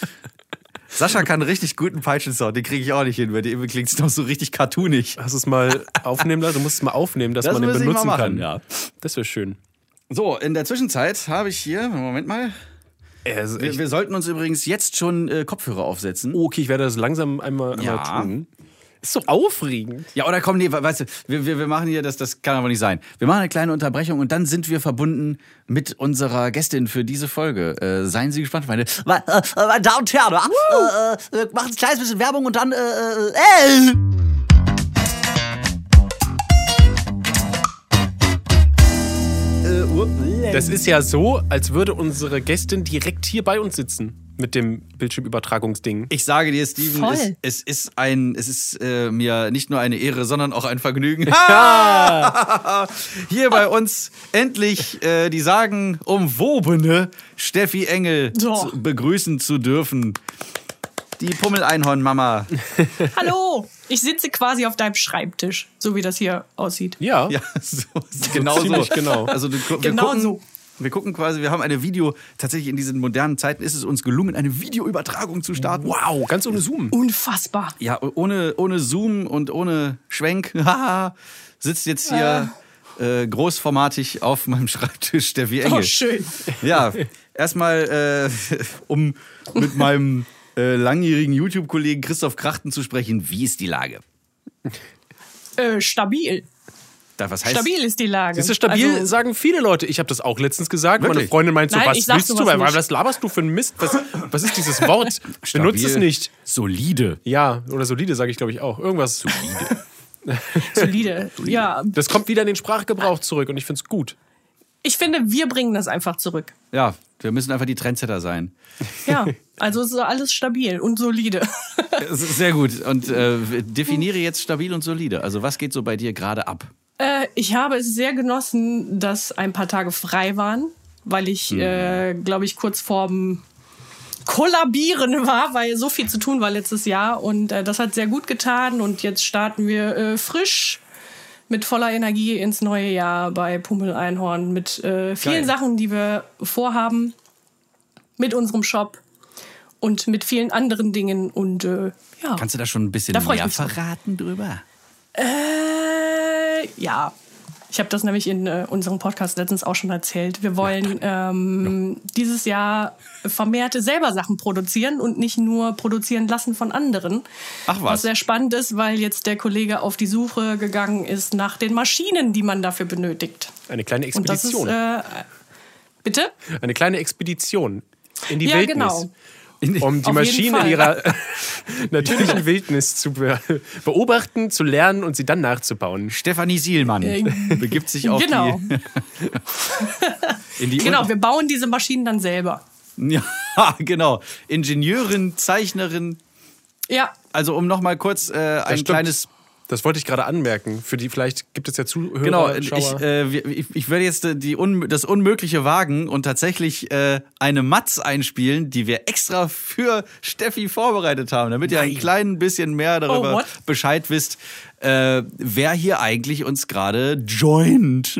[SPEAKER 2] Sascha kann richtig guten Peitschensound, den kriege ich auch nicht hin, weil die irgendwie klingt noch so richtig cartoonig.
[SPEAKER 1] Hast du es mal aufnehmen lassen? Du musst es mal aufnehmen, dass man den
[SPEAKER 2] muss ich mal
[SPEAKER 1] benutzen kann.
[SPEAKER 2] Ja.
[SPEAKER 1] Das wäre schön.
[SPEAKER 2] So, in der Zwischenzeit habe ich hier, Moment mal,
[SPEAKER 1] Äh, das ist
[SPEAKER 2] wir,
[SPEAKER 1] echt-
[SPEAKER 2] wir sollten uns übrigens jetzt schon äh, Kopfhörer aufsetzen.
[SPEAKER 1] Oh, okay, ich werde das langsam einmal, einmal
[SPEAKER 2] Ja.
[SPEAKER 1] tun. Ist so aufregend.
[SPEAKER 2] Ja, oder komm, nee, we- weißt du, wir, wir, wir machen hier, das, das kann aber nicht sein. Wir machen eine kleine Unterbrechung und dann sind wir verbunden mit unserer Gästin für diese Folge. Äh, seien Sie gespannt, meine
[SPEAKER 3] Meine äh, meine Damen und Herren, ah, äh, äh, wir machen ein kleines bisschen Werbung und dann. Äh, äh, äh.
[SPEAKER 1] Das ist ja so, als würde unsere Gästin direkt hier bei uns sitzen mit dem Bildschirmübertragungsding.
[SPEAKER 2] Ich sage dir, Steven,
[SPEAKER 3] Voll.
[SPEAKER 2] es, es ist ein, es ist äh, mir nicht nur eine Ehre, sondern auch ein Vergnügen. Hier bei uns endlich äh, die sagenumwobene Steffi Engel
[SPEAKER 3] Doch.
[SPEAKER 2] zu, begrüßen zu dürfen. Die Pummel-Einhorn-Mama.
[SPEAKER 4] Hallo, ich sitze quasi auf deinem Schreibtisch, so wie das hier aussieht.
[SPEAKER 1] Ja.
[SPEAKER 2] Ja, so, genau so.
[SPEAKER 1] ziemlich genau.
[SPEAKER 2] Also, du, gu- wir
[SPEAKER 4] Genau
[SPEAKER 2] gucken,
[SPEAKER 4] so.
[SPEAKER 5] Wir gucken quasi, wir haben eine Video, tatsächlich in diesen modernen Zeiten ist es uns gelungen, eine Videoübertragung zu starten.
[SPEAKER 1] Wow, ganz ohne
[SPEAKER 4] Uh,
[SPEAKER 1] Zoom.
[SPEAKER 4] Unfassbar.
[SPEAKER 5] Ja, ohne, ohne Zoom und ohne Schwenk haha, sitzt jetzt hier
[SPEAKER 1] Ah.
[SPEAKER 5] äh, großformatig auf meinem Schreibtisch Steffi Engel.
[SPEAKER 4] Oh, schön.
[SPEAKER 5] Ja, erstmal, äh, um mit meinem äh, langjährigen YouTube-Kollegen Christoph Krachten zu sprechen, wie ist die Lage?
[SPEAKER 4] Äh, stabil.
[SPEAKER 5] Da, was heißt
[SPEAKER 4] Stabil ist die Lage.
[SPEAKER 1] Ist das stabil,
[SPEAKER 4] Also,
[SPEAKER 1] sagen viele Leute. Ich habe das auch letztens gesagt. Meine
[SPEAKER 5] Wirklich?
[SPEAKER 1] Freundin meint so,
[SPEAKER 4] Nein,
[SPEAKER 1] was
[SPEAKER 4] ich sag
[SPEAKER 1] willst du?
[SPEAKER 4] sowas
[SPEAKER 1] Was,
[SPEAKER 4] nicht.
[SPEAKER 1] was laberst du für ein Mist? Was, was ist dieses Wort? Benutzt es nicht.
[SPEAKER 5] Solide.
[SPEAKER 1] Ja, oder solide sage ich, glaube ich, auch. Irgendwas.
[SPEAKER 4] solide. Ja,
[SPEAKER 1] Das kommt wieder in den Sprachgebrauch zurück und ich finde es gut.
[SPEAKER 4] ich finde, wir bringen das einfach zurück.
[SPEAKER 5] Ja, wir müssen einfach die Trendsetter sein.
[SPEAKER 4] Ja, also ist alles stabil und solide.
[SPEAKER 5] Das ist Sehr gut. Und äh, definiere jetzt stabil und solide. Also was geht so bei dir gerade ab?
[SPEAKER 4] Äh, ich habe es sehr genossen, dass ein paar Tage frei waren, weil ich, äh, glaube ich, kurz vorm Kollabieren war, weil so viel zu tun war letztes Jahr. Und äh, das hat sehr gut getan. Und jetzt starten wir äh, frisch mit voller Energie ins neue Jahr bei Pummel Einhorn mit äh, vielen
[SPEAKER 5] Geil.
[SPEAKER 4] Sachen, die wir vorhaben, mit unserem Shop und mit vielen anderen Dingen. Und äh, ja.
[SPEAKER 5] Kannst du da schon ein bisschen
[SPEAKER 4] Da freu ich
[SPEAKER 5] mehr
[SPEAKER 4] mich drauf.
[SPEAKER 5] verraten drüber?
[SPEAKER 4] Äh, ja. Ich habe das nämlich in äh, unserem Podcast letztens auch schon erzählt. Wir wollen ähm, dieses Jahr vermehrte selber Sachen produzieren und nicht nur produzieren lassen von anderen.
[SPEAKER 5] Ach was.
[SPEAKER 4] Was sehr spannend ist, weil jetzt der Kollege auf die Suche gegangen ist nach den Maschinen, die man dafür benötigt.
[SPEAKER 1] Eine kleine
[SPEAKER 4] Und das ist
[SPEAKER 1] Expedition.
[SPEAKER 4] äh, bitte.
[SPEAKER 1] eine kleine Expedition in die
[SPEAKER 4] Ja,
[SPEAKER 1] Wildnis.
[SPEAKER 4] genau.
[SPEAKER 1] Um die
[SPEAKER 4] Auf jeden
[SPEAKER 1] Maschinen in
[SPEAKER 4] Fall.
[SPEAKER 1] ihrer natürlichen Wildnis zu be beobachten, zu lernen und sie dann nachzubauen.
[SPEAKER 5] Stefanie Sielmann begibt sich auf
[SPEAKER 4] Äh, genau,
[SPEAKER 5] die... In die
[SPEAKER 4] genau. Wir bauen diese Maschinen dann selber.
[SPEAKER 5] Ja, genau. Ingenieurin, Zeichnerin.
[SPEAKER 4] Ja,
[SPEAKER 5] Also um nochmal kurz äh, ein
[SPEAKER 1] stimmt.
[SPEAKER 5] kleines...
[SPEAKER 1] Das wollte ich gerade anmerken. Für die, vielleicht gibt es ja Zuhörer.
[SPEAKER 5] Genau, ich,
[SPEAKER 1] Schauer.
[SPEAKER 5] äh, wir- ich, ich werde jetzt äh, die Un das Unmögliche wagen und tatsächlich äh, eine Matz einspielen, die wir extra für Steffi vorbereitet haben, damit ihr ein klein bisschen mehr
[SPEAKER 4] Oh,
[SPEAKER 5] darüber
[SPEAKER 4] what?
[SPEAKER 5] Bescheid wisst, äh, wer hier eigentlich uns gerade joint.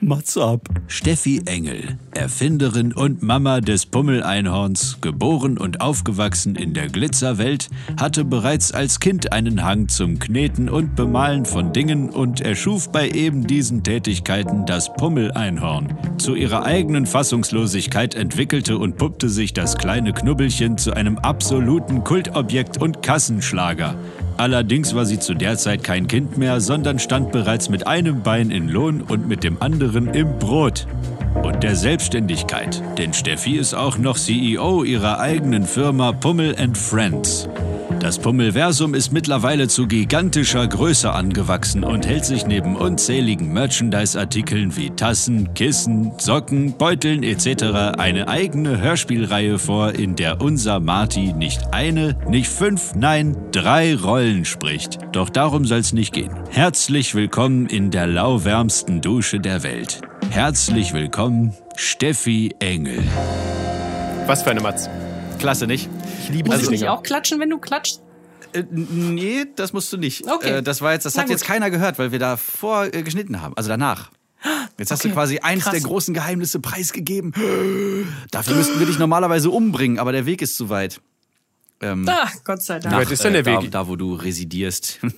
[SPEAKER 5] Matz ab.
[SPEAKER 2] Steffi Engel, Erfinderin und Mama des Pummeleinhorns, geboren und aufgewachsen in der Glitzerwelt, hatte bereits als Kind einen Hang zum Kneten und Bemalen von Dingen und erschuf bei eben diesen Tätigkeiten das Pummeleinhorn. Zu ihrer eigenen Fassungslosigkeit entwickelte und puppte sich das kleine Knubbelchen zu einem absoluten Kultobjekt und Kassenschlager. Allerdings war sie zu der Zeit kein Kind mehr, sondern stand bereits mit einem Bein in Lohn und mit dem anderen im Brot. Und der Selbstständigkeit. Denn Steffi ist auch noch CEO ihrer eigenen Firma Pummel and Friends. Das Pummelversum ist mittlerweile zu gigantischer Größe angewachsen und hält sich neben unzähligen Merchandise-Artikeln wie Tassen, Kissen, Socken, Beuteln etc. eine eigene Hörspielreihe vor, in der unser Marty nicht eine, nicht fünf, nein, drei Rollen spricht. Doch darum soll's nicht gehen. Herzlich willkommen in der lauwärmsten Dusche der Welt. Herzlich willkommen, Steffi Engel.
[SPEAKER 5] äh,
[SPEAKER 1] Was für eine Matz.
[SPEAKER 5] Klasse, nicht? Ich liebe
[SPEAKER 4] musst
[SPEAKER 1] Also-
[SPEAKER 4] du nicht auch klatschen, wenn du klatschst?
[SPEAKER 5] Äh, nee, das musst du nicht.
[SPEAKER 4] Okay.
[SPEAKER 5] Äh, das war jetzt, das
[SPEAKER 4] Na
[SPEAKER 5] hat
[SPEAKER 4] gut.
[SPEAKER 5] jetzt keiner gehört, weil wir davor äh, geschnitten haben. Also danach. Jetzt hast du
[SPEAKER 4] Okay.
[SPEAKER 5] quasi eins
[SPEAKER 4] Krass.
[SPEAKER 5] der großen Geheimnisse preisgegeben. Dafür müssten wir dich normalerweise umbringen, aber der Weg ist zu weit. Ähm, Äh,
[SPEAKER 4] Ah, Gott sei Dank.
[SPEAKER 1] weit ist denn der
[SPEAKER 5] da,
[SPEAKER 1] Weg?
[SPEAKER 5] Da, wo du residierst.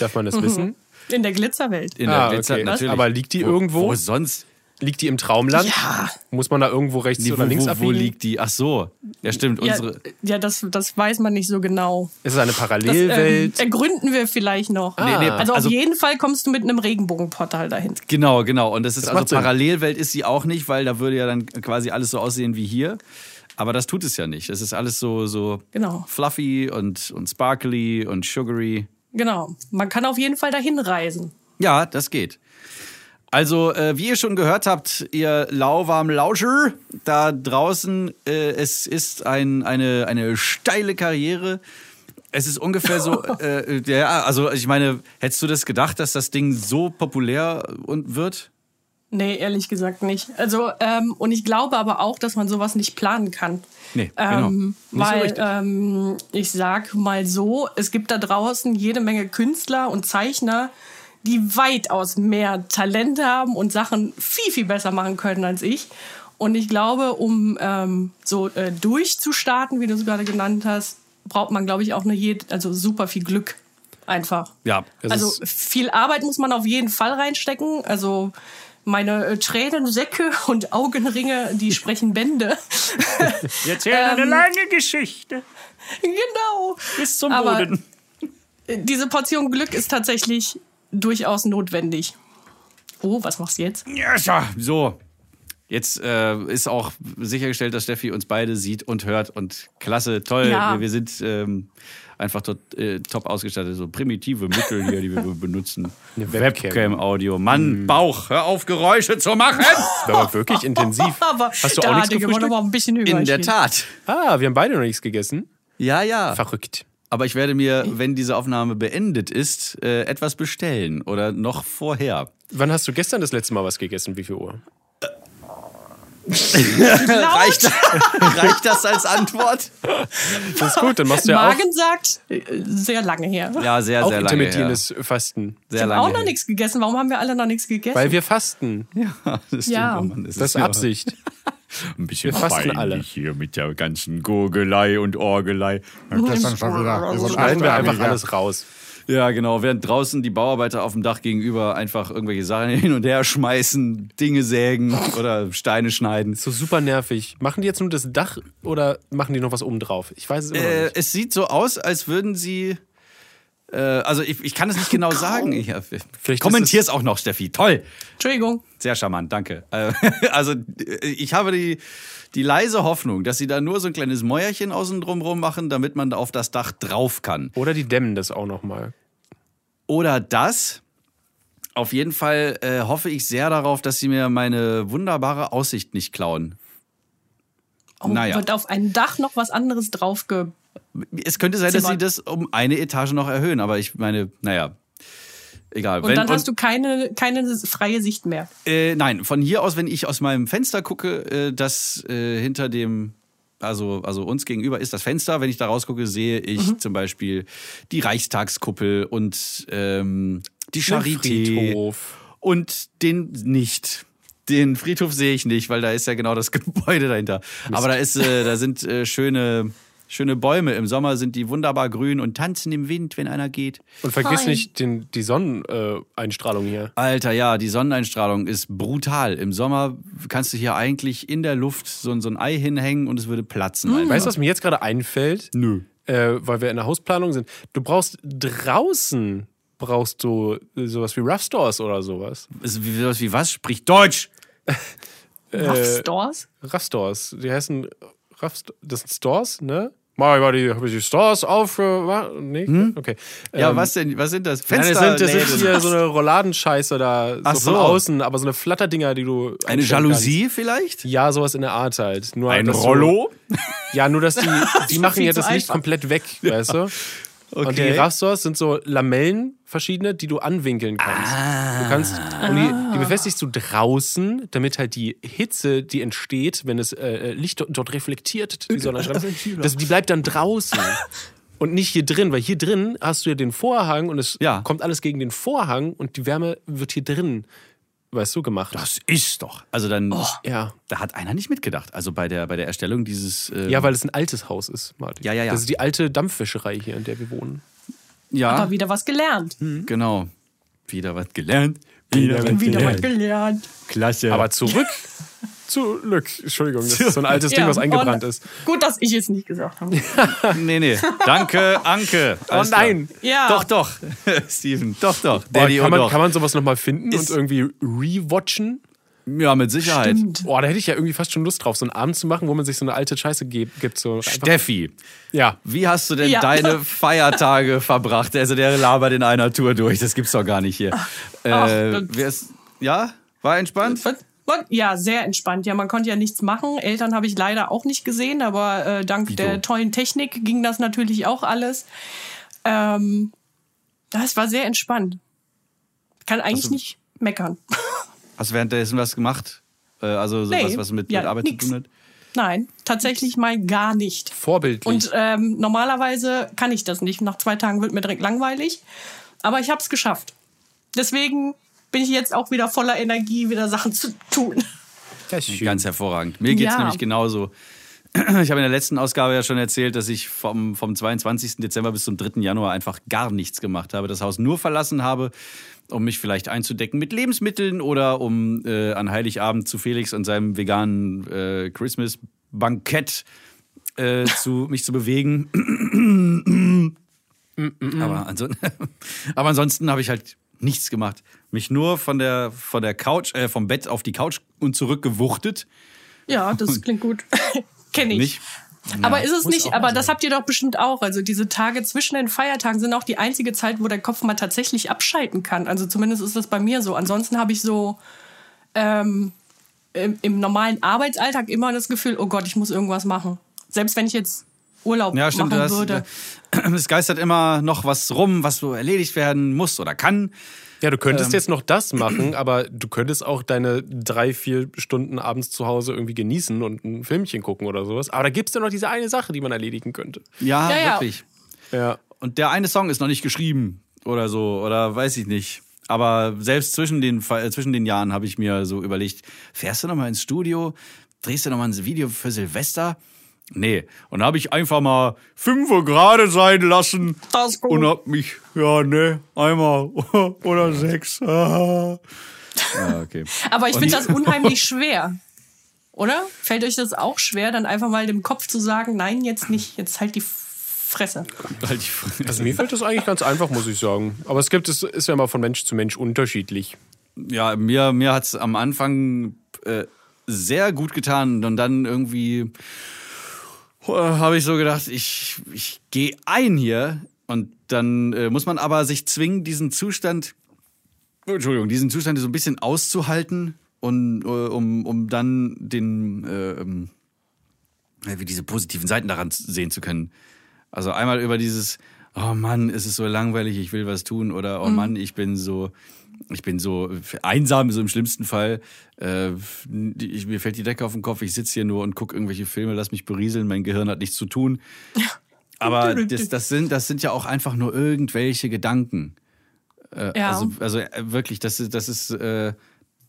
[SPEAKER 1] Darf man das wissen?
[SPEAKER 4] In der Glitzerwelt.
[SPEAKER 5] In
[SPEAKER 1] Ah,
[SPEAKER 5] Glitzer-
[SPEAKER 1] okay.
[SPEAKER 5] natürlich.
[SPEAKER 1] Aber liegt die
[SPEAKER 5] wo,
[SPEAKER 1] irgendwo?
[SPEAKER 5] Wo sonst?
[SPEAKER 1] Liegt die im Traumland?
[SPEAKER 4] Ja.
[SPEAKER 1] Muss man da irgendwo rechts
[SPEAKER 5] Nee, wo,
[SPEAKER 1] oder links
[SPEAKER 5] wo, wo
[SPEAKER 1] abbiegen?
[SPEAKER 5] liegt die? Ach so. Ja, stimmt.
[SPEAKER 4] Ja,
[SPEAKER 5] Unsere,
[SPEAKER 4] ja das, das weiß man nicht so genau.
[SPEAKER 1] Ist es eine
[SPEAKER 4] Das ähm,
[SPEAKER 1] Parallelwelt?
[SPEAKER 4] ergründen wir vielleicht noch.
[SPEAKER 5] nee,
[SPEAKER 4] also,
[SPEAKER 5] also-
[SPEAKER 4] auf jeden Fall kommst du mit einem Regenbogenportal dahin.
[SPEAKER 5] Genau, genau. Und das ist
[SPEAKER 1] macht
[SPEAKER 5] also
[SPEAKER 1] Sinn.
[SPEAKER 5] Parallelwelt ist sie auch nicht, weil da würde ja dann quasi alles so aussehen wie hier. Aber das tut es ja nicht. Es ist alles so, so
[SPEAKER 4] Genau.
[SPEAKER 5] fluffy und, und sparkly und sugary.
[SPEAKER 4] Genau. Man kann auf jeden Fall dahin reisen.
[SPEAKER 5] Ja, das geht. Also, äh, wie ihr schon gehört habt, ihr lauwarm Lauscher, da draußen, äh, es ist ein, eine, eine steile Karriere. Es ist ungefähr so, äh, ja, also ich meine, hättest du das gedacht, dass das Ding so populär und wird?
[SPEAKER 4] Nee, ehrlich gesagt nicht. Also, ähm, und ich glaube aber auch, dass man sowas nicht planen kann.
[SPEAKER 5] Nee,
[SPEAKER 4] ähm,
[SPEAKER 5] genau. Nicht so
[SPEAKER 4] Weil,
[SPEAKER 5] richtig.
[SPEAKER 4] ähm, ich sag mal so, es gibt da draußen jede Menge Künstler und Zeichner, die weitaus mehr Talent haben und Sachen viel, viel besser machen können als ich. Und ich glaube, um ähm, so äh, durchzustarten, wie du es gerade genannt hast, braucht man, glaube ich, auch eine jed also super viel Glück einfach.
[SPEAKER 1] Ja, es
[SPEAKER 4] Also
[SPEAKER 1] ist-
[SPEAKER 4] viel Arbeit muss man auf jeden Fall reinstecken. Also meine äh, Tränensäcke und Augenringe, die sprechen Bände. Ähm,
[SPEAKER 6] Erzähl eine lange Geschichte
[SPEAKER 4] genau.
[SPEAKER 6] bis zum
[SPEAKER 4] Aber-
[SPEAKER 6] Boden.
[SPEAKER 4] Diese Portion Glück ist tatsächlich durchaus notwendig. Oh, was machst du jetzt?
[SPEAKER 5] Ja, so, so. Jetzt äh, ist auch sichergestellt, dass Steffi uns beide sieht und hört. Und klasse, toll.
[SPEAKER 4] Ja.
[SPEAKER 5] Wir, wir sind ähm, einfach dort, äh, top ausgestattet. So primitive Mittel hier, die wir benutzen.
[SPEAKER 1] Eine
[SPEAKER 5] Webcam-Audio. Mann, Bauch, hör auf, Geräusche zu machen!
[SPEAKER 1] Das war wirklich intensiv.
[SPEAKER 4] Aber
[SPEAKER 1] Hast du
[SPEAKER 4] da
[SPEAKER 1] auch nichts
[SPEAKER 4] hatte ich
[SPEAKER 1] gefrühstückt?
[SPEAKER 4] aber auch ein bisschen über.
[SPEAKER 5] In der Tat.
[SPEAKER 1] Ah, wir haben beide noch nichts gegessen.
[SPEAKER 5] Ja, ja.
[SPEAKER 1] Verrückt.
[SPEAKER 5] Aber ich werde mir, wenn diese Aufnahme beendet ist, äh, etwas bestellen. Oder noch vorher.
[SPEAKER 1] Wann hast du gestern das letzte Mal was gegessen? Wie viel Uhr?
[SPEAKER 5] Reicht, reicht das als Antwort?
[SPEAKER 1] Das ist gut, dann machst du ja auch,
[SPEAKER 4] Magen sagt, äh, sehr lange her.
[SPEAKER 5] Ja, sehr,
[SPEAKER 1] auch
[SPEAKER 5] sehr lange. her.
[SPEAKER 1] intermittierendes Fasten.
[SPEAKER 5] Sehr
[SPEAKER 4] Auch
[SPEAKER 5] lange.
[SPEAKER 4] noch nichts gegessen. Warum haben wir alle noch nichts gegessen?
[SPEAKER 1] Weil wir fasten.
[SPEAKER 5] Ja, das stimmt.
[SPEAKER 4] Ja.
[SPEAKER 5] Oh Mann, das,
[SPEAKER 1] Das ist
[SPEAKER 5] ja
[SPEAKER 1] Absicht.
[SPEAKER 5] Ein bisschen
[SPEAKER 1] Wir fasten
[SPEAKER 5] peinlich
[SPEAKER 1] alle.
[SPEAKER 5] hier mit der ganzen Gurgelei und Orgelei.
[SPEAKER 1] Schneiden wir einfach alles raus.
[SPEAKER 5] Ja, genau. Während draußen die Bauarbeiter auf dem Dach gegenüber einfach irgendwelche Sachen hin und her schmeißen, Dinge sägen oder Steine schneiden.
[SPEAKER 1] So super nervig. Machen die jetzt nur das Dach oder machen die noch was oben drauf? Ich weiß es immer
[SPEAKER 5] Äh,
[SPEAKER 1] noch nicht.
[SPEAKER 5] es sieht so aus, als würden sie. Äh, also, ich, ich kann es nicht genau sagen. Ich,
[SPEAKER 1] Vielleicht
[SPEAKER 5] kommentier's auch noch, Steffi. Toll.
[SPEAKER 4] Entschuldigung.
[SPEAKER 5] Sehr charmant, danke. Äh, Also äh, ich habe die, die leise Hoffnung, dass sie da nur so ein kleines Mäuerchen außen drumrum machen, damit man da auf das Dach drauf kann.
[SPEAKER 1] Oder die dämmen das auch noch mal.
[SPEAKER 5] Oder das. Auf jeden Fall äh, hoffe ich sehr darauf, dass sie mir meine wunderbare Aussicht nicht klauen.
[SPEAKER 4] Oh,
[SPEAKER 5] Naja.
[SPEAKER 4] Wird auf ein Dach noch was anderes draufge.
[SPEAKER 5] Es könnte sein, dass
[SPEAKER 4] Zimmer.
[SPEAKER 5] sie das um eine Etage noch erhöhen, aber ich meine, naja. Egal.
[SPEAKER 4] Und dann hast du keine, keine freie Sicht mehr.
[SPEAKER 5] Äh, nein, von hier aus, wenn ich aus meinem Fenster gucke, äh, das äh, hinter dem, also, also uns gegenüber ist das Fenster. Wenn ich da rausgucke, sehe ich zum Beispiel die Reichstagskuppel und ähm, die Charité
[SPEAKER 1] Friedhof.
[SPEAKER 5] und den nicht. Den Friedhof sehe ich nicht, weil da ist ja genau das Gebäude dahinter. Aber da ist, äh, da sind äh, schöne, schöne Bäume. Im Sommer sind die wunderbar grün und tanzen im Wind, wenn einer geht.
[SPEAKER 1] Und vergiss nicht den, die Sonneneinstrahlung hier.
[SPEAKER 5] Alter, ja, die Sonneneinstrahlung ist brutal. Im Sommer kannst du hier eigentlich in der Luft so, ein- so ein Ei hinhängen und es würde platzen. einfach.
[SPEAKER 1] Hm. Weißt du, was mir jetzt gerade einfällt? Nö. Äh, weil wir in der Hausplanung sind. Du brauchst draußen brauchst du äh, sowas wie Rough Stores oder sowas.
[SPEAKER 5] Es- Wie, sowas wie was? Sprich Deutsch!
[SPEAKER 4] Rough
[SPEAKER 1] Äh,
[SPEAKER 4] Stores?
[SPEAKER 1] Rough Stores. Die heißen Rough Sto- Das sind Stores, ne? Mal über die, hab ich die Stores aufgemacht. Nee, okay.
[SPEAKER 5] Hm? Ja,
[SPEAKER 1] Ähm,
[SPEAKER 5] was denn? Was sind das?
[SPEAKER 1] Nein, das sind, das sind
[SPEAKER 5] Fensterläden?
[SPEAKER 1] hier so eine Rolladenscheiße da, so,
[SPEAKER 5] Ach
[SPEAKER 1] von
[SPEAKER 5] so.
[SPEAKER 1] außen, aber so eine Flatterdinger, die du.
[SPEAKER 5] Eine
[SPEAKER 1] einstellen
[SPEAKER 5] Jalousie vielleicht?
[SPEAKER 1] Kannst. Ja, sowas in der Art halt. Nur
[SPEAKER 5] Ein
[SPEAKER 1] dass du-
[SPEAKER 5] Rollo?
[SPEAKER 1] Ja, nur dass die, die machen
[SPEAKER 4] viel
[SPEAKER 1] jetzt
[SPEAKER 4] zu
[SPEAKER 1] das Licht
[SPEAKER 4] einfach.
[SPEAKER 1] komplett weg, weißt du? Und die
[SPEAKER 5] Okay.
[SPEAKER 1] Rastors sind so Lamellen verschiedene, die du anwinkeln kannst. Du kannst
[SPEAKER 5] Ah.
[SPEAKER 1] und die, die befestigst du draußen, damit halt die Hitze, die entsteht, wenn das äh, Licht dort, dort reflektiert, die Sonnenstrahlung, das, die bleibt dann draußen. Und nicht hier drin, weil hier drin hast du ja den Vorhang und es
[SPEAKER 5] Ja.
[SPEAKER 1] kommt alles gegen den Vorhang und die Wärme wird hier drin, weißt du, gemacht.
[SPEAKER 5] Das ist doch. Also dann,
[SPEAKER 1] Oh. ja.
[SPEAKER 5] da hat einer nicht mitgedacht. Also bei der, bei der Erstellung dieses. Äh,
[SPEAKER 1] Ja, weil es ein altes Haus ist, Martin.
[SPEAKER 5] Ja, ja, ja.
[SPEAKER 1] Das ist die alte Dampfwäscherei hier, in der wir wohnen. ah.
[SPEAKER 5] ja
[SPEAKER 4] Aber wieder was gelernt.
[SPEAKER 1] Hm.
[SPEAKER 5] genau. Wieder was gelernt. Wieder, was
[SPEAKER 4] Wieder was
[SPEAKER 5] gelernt.
[SPEAKER 4] gelernt.
[SPEAKER 5] Klasse.
[SPEAKER 1] Aber zurück zu Lück. Entschuldigung, das ist so ein altes
[SPEAKER 4] Ja,
[SPEAKER 1] Ding, was eingebrannt
[SPEAKER 4] und-
[SPEAKER 1] ist.
[SPEAKER 4] Gut, dass ich es nicht gesagt habe.
[SPEAKER 5] Nee, nee. Danke, Anke.
[SPEAKER 1] Oh
[SPEAKER 5] Alles
[SPEAKER 1] nein!
[SPEAKER 5] Klar.
[SPEAKER 4] Ja.
[SPEAKER 5] Doch, doch. Steven, doch, doch.
[SPEAKER 1] Boah,
[SPEAKER 5] Daddy
[SPEAKER 1] kann,
[SPEAKER 5] und
[SPEAKER 1] man,
[SPEAKER 5] doch.
[SPEAKER 1] kann man sowas nochmal finden
[SPEAKER 5] Ist-
[SPEAKER 1] und irgendwie rewatchen?
[SPEAKER 5] ja, mit Sicherheit.
[SPEAKER 1] Boah, da hätte ich ja irgendwie fast schon Lust drauf, so einen Abend zu machen, wo man sich so eine alte Scheiße ge- gibt. So einfach,
[SPEAKER 5] Steffi,
[SPEAKER 1] ja.
[SPEAKER 5] wie hast du denn
[SPEAKER 4] Ja.
[SPEAKER 5] deine Feiertage verbracht? Also der labert in einer Tour durch. Das gibt's doch gar nicht hier.
[SPEAKER 4] Ach,
[SPEAKER 5] Äh,
[SPEAKER 4] dann-
[SPEAKER 5] wer ist, ja? War entspannt?
[SPEAKER 4] Was? Was? Ja, sehr entspannt. Ja, man konnte ja nichts machen. Eltern habe ich leider auch nicht gesehen, aber äh, dank der tollen Technik ging das natürlich auch alles. Ähm, das war sehr entspannt. Kann eigentlich nicht meckern.
[SPEAKER 5] Hast du währenddessen was gemacht? Äh, also so
[SPEAKER 4] Nee.
[SPEAKER 5] was, was mit,
[SPEAKER 4] Ja,
[SPEAKER 5] mit Arbeit
[SPEAKER 4] nix.
[SPEAKER 5] zu tun hat?
[SPEAKER 4] Nein, tatsächlich mal gar nicht.
[SPEAKER 1] Vorbildlich.
[SPEAKER 4] Und ähm, normalerweise kann ich das nicht. Nach zwei Tagen wird mir direkt langweilig. Aber ich habe es geschafft. Deswegen bin ich jetzt auch wieder voller Energie, wieder Sachen zu tun.
[SPEAKER 7] Das ist schön.
[SPEAKER 5] Ganz hervorragend. Mir geht es
[SPEAKER 4] Ja.
[SPEAKER 5] nämlich genauso. Ich habe in der letzten Ausgabe ja schon erzählt, dass ich vom, vom 22. Dezember bis zum 3. Januar einfach gar nichts gemacht habe. Das Haus nur verlassen habe, um mich vielleicht einzudecken mit Lebensmitteln oder um äh, an Heiligabend zu Felix und seinem veganen äh, Christmas-Bankett äh, zu, mich zu bewegen. Aber, anson aber ansonsten habe ich halt nichts gemacht. Mich nur von der, von der Couch, äh, vom Bett auf die Couch und zurück gewuchtet.
[SPEAKER 4] Ja, das klingt gut. Kenne ich.
[SPEAKER 5] Nicht?
[SPEAKER 4] Aber ist es
[SPEAKER 7] muss
[SPEAKER 4] nicht,
[SPEAKER 7] auch
[SPEAKER 4] aber
[SPEAKER 7] mal
[SPEAKER 4] das
[SPEAKER 7] sein.
[SPEAKER 4] habt ihr doch bestimmt auch. Also diese Tage zwischen den Feiertagen sind auch die einzige Zeit, wo der Kopf mal tatsächlich abschalten kann. Also zumindest ist das bei mir so. Ansonsten habe ich so ähm, im, im normalen Arbeitsalltag immer das Gefühl, oh Gott, ich muss irgendwas machen. Selbst wenn ich jetzt Urlaub
[SPEAKER 5] Ja, stimmt.
[SPEAKER 4] machen
[SPEAKER 5] Du hast, äh,
[SPEAKER 4] würde.
[SPEAKER 5] Es geistert immer noch was rum, was so erledigt werden muss oder kann.
[SPEAKER 1] Ja, du könntest jetzt noch das machen, aber du könntest auch deine drei, vier Stunden abends zu Hause irgendwie genießen und ein Filmchen gucken oder sowas. Aber da gibt es ja noch diese eine Sache, die man erledigen könnte.
[SPEAKER 5] Ja,
[SPEAKER 4] Ja, ja.
[SPEAKER 5] wirklich.
[SPEAKER 1] Ja.
[SPEAKER 5] Und der eine Song ist noch nicht geschrieben oder so oder weiß ich nicht. Aber selbst zwischen den, Fa- äh, zwischen den Jahren habe ich mir so überlegt, fährst du nochmal ins Studio? Drehst du nochmal ein Video für Silvester? Nee. Und da habe ich einfach mal 5 Uhr gerade sein lassen.
[SPEAKER 4] Das ist gut.
[SPEAKER 5] Und hab mich, ja, ne, einmal oder sechs. ah. ja, okay.
[SPEAKER 4] Aber ich
[SPEAKER 5] Und-
[SPEAKER 4] finde das unheimlich schwer. Oder? Fällt euch das auch schwer, dann einfach mal dem Kopf zu sagen, nein, jetzt nicht, jetzt halt die Fresse.
[SPEAKER 5] Halt die Fresse.
[SPEAKER 1] Also mir fällt das eigentlich ganz einfach, muss ich sagen. Aber es gibt, es ist ja immer von Mensch zu Mensch unterschiedlich.
[SPEAKER 5] ja, mir, mir hat's am Anfang äh, sehr gut getan und dann irgendwie äh, habe ich so gedacht, ich, ich gehe ein hier und dann äh, muss man aber sich zwingen, diesen Zustand, Entschuldigung, diesen Zustand so ein bisschen auszuhalten und äh, um, um dann den, äh, ähm, äh, wie diese positiven Seiten daran z- sehen zu können. Also einmal über dieses, oh Mann, es ist so langweilig, ich will was tun oder oh Mann, ich bin so, ich bin so einsam, so im schlimmsten Fall. Äh, die- ich, mir fällt die Decke auf den Kopf, ich sitze hier nur und gucke irgendwelche Filme, lass mich berieseln, mein Gehirn hat nichts zu tun. Aber das, das, sind, das sind ja auch einfach nur irgendwelche Gedanken.
[SPEAKER 4] Ja.
[SPEAKER 5] Also, also äh, wirklich, das ist, das ist, äh,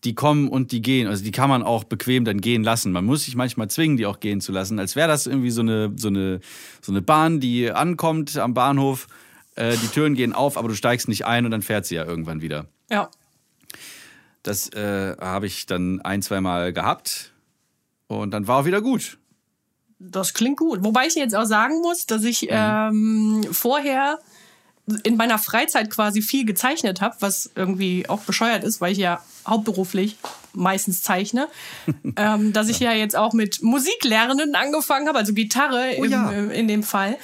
[SPEAKER 5] die kommen und die gehen. Also die kann man auch bequem dann gehen lassen. Man muss sich manchmal zwingen, die auch gehen zu lassen. Als wäre das irgendwie so eine, so, eine, so eine Bahn, die ankommt am Bahnhof. Äh, die Türen gehen auf, aber du steigst nicht ein und dann fährt sie ja irgendwann wieder.
[SPEAKER 4] ja.
[SPEAKER 5] Das äh, habe ich dann ein, zweimal gehabt und dann war auch wieder gut.
[SPEAKER 4] Das klingt gut. Wobei ich jetzt auch sagen muss, dass
[SPEAKER 5] Mhm.
[SPEAKER 4] ich ähm, vorher in meiner Freizeit quasi viel gezeichnet habe, was irgendwie auch bescheuert ist, weil ich ja hauptberuflich meistens zeichne, ähm, dass ich ja jetzt auch mit Musiklernenden angefangen habe, also Gitarre im,
[SPEAKER 5] Oh ja.
[SPEAKER 4] äh, in dem Fall,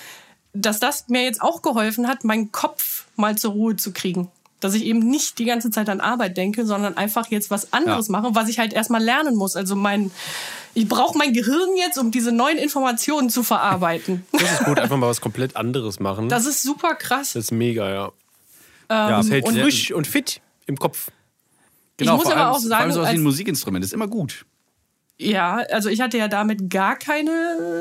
[SPEAKER 4] dass das mir jetzt auch geholfen hat, meinen Kopf mal zur Ruhe zu kriegen. Dass ich eben nicht die ganze Zeit an Arbeit denke, sondern einfach jetzt was anderes
[SPEAKER 5] Ja.
[SPEAKER 4] mache, was ich halt erstmal lernen muss. Also mein, ich brauche mein Gehirn jetzt, um diese neuen Informationen zu verarbeiten.
[SPEAKER 1] Das ist gut, einfach mal was komplett anderes machen. Das,
[SPEAKER 4] Das ist super krass.
[SPEAKER 1] ist mega, ja.
[SPEAKER 4] Ähm,
[SPEAKER 5] ja,
[SPEAKER 1] Das hält
[SPEAKER 5] und-
[SPEAKER 1] frisch und fit im Kopf.
[SPEAKER 4] ich muss
[SPEAKER 5] Genau, vor
[SPEAKER 4] aber
[SPEAKER 5] allem,
[SPEAKER 4] auch
[SPEAKER 5] vor
[SPEAKER 4] sagen,
[SPEAKER 5] allem so aus wie
[SPEAKER 4] als-
[SPEAKER 5] ein Musikinstrument ist immer gut.
[SPEAKER 4] Ja, also ich hatte ja damit gar keine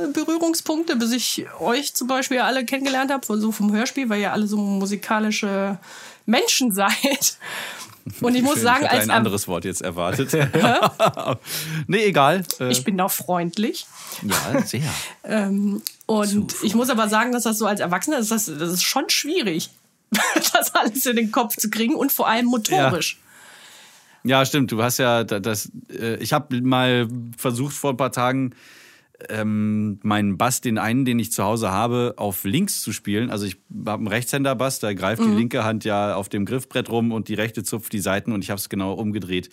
[SPEAKER 4] äh, Berührungspunkte, bis ich euch zum Beispiel alle kennengelernt habe, von so vom Hörspiel, weil ihr alle so musikalische Menschen seid. Und ich muss
[SPEAKER 5] Schön,
[SPEAKER 4] sagen,
[SPEAKER 5] ich hätte
[SPEAKER 4] als
[SPEAKER 5] ein
[SPEAKER 4] Erw-
[SPEAKER 5] anderes Wort jetzt erwartet. nee, egal. Äh,
[SPEAKER 4] ich bin auch freundlich.
[SPEAKER 5] ja, sehr.
[SPEAKER 4] Ähm, und ich muss aber sagen, dass das so als Erwachsener ist, das, das ist schon schwierig, das alles in den Kopf zu kriegen und vor allem motorisch.
[SPEAKER 5] Ja, stimmt. Du hast ja da- das. äh, Ich habe mal versucht vor ein paar Tagen ähm, meinen Bass, den einen, den ich zu Hause habe, auf links zu spielen. Also ich habe einen Rechtshänder-Bass, da greift die linke Hand ja auf dem Griffbrett rum und die rechte zupft die Saiten und ich habe es genau umgedreht.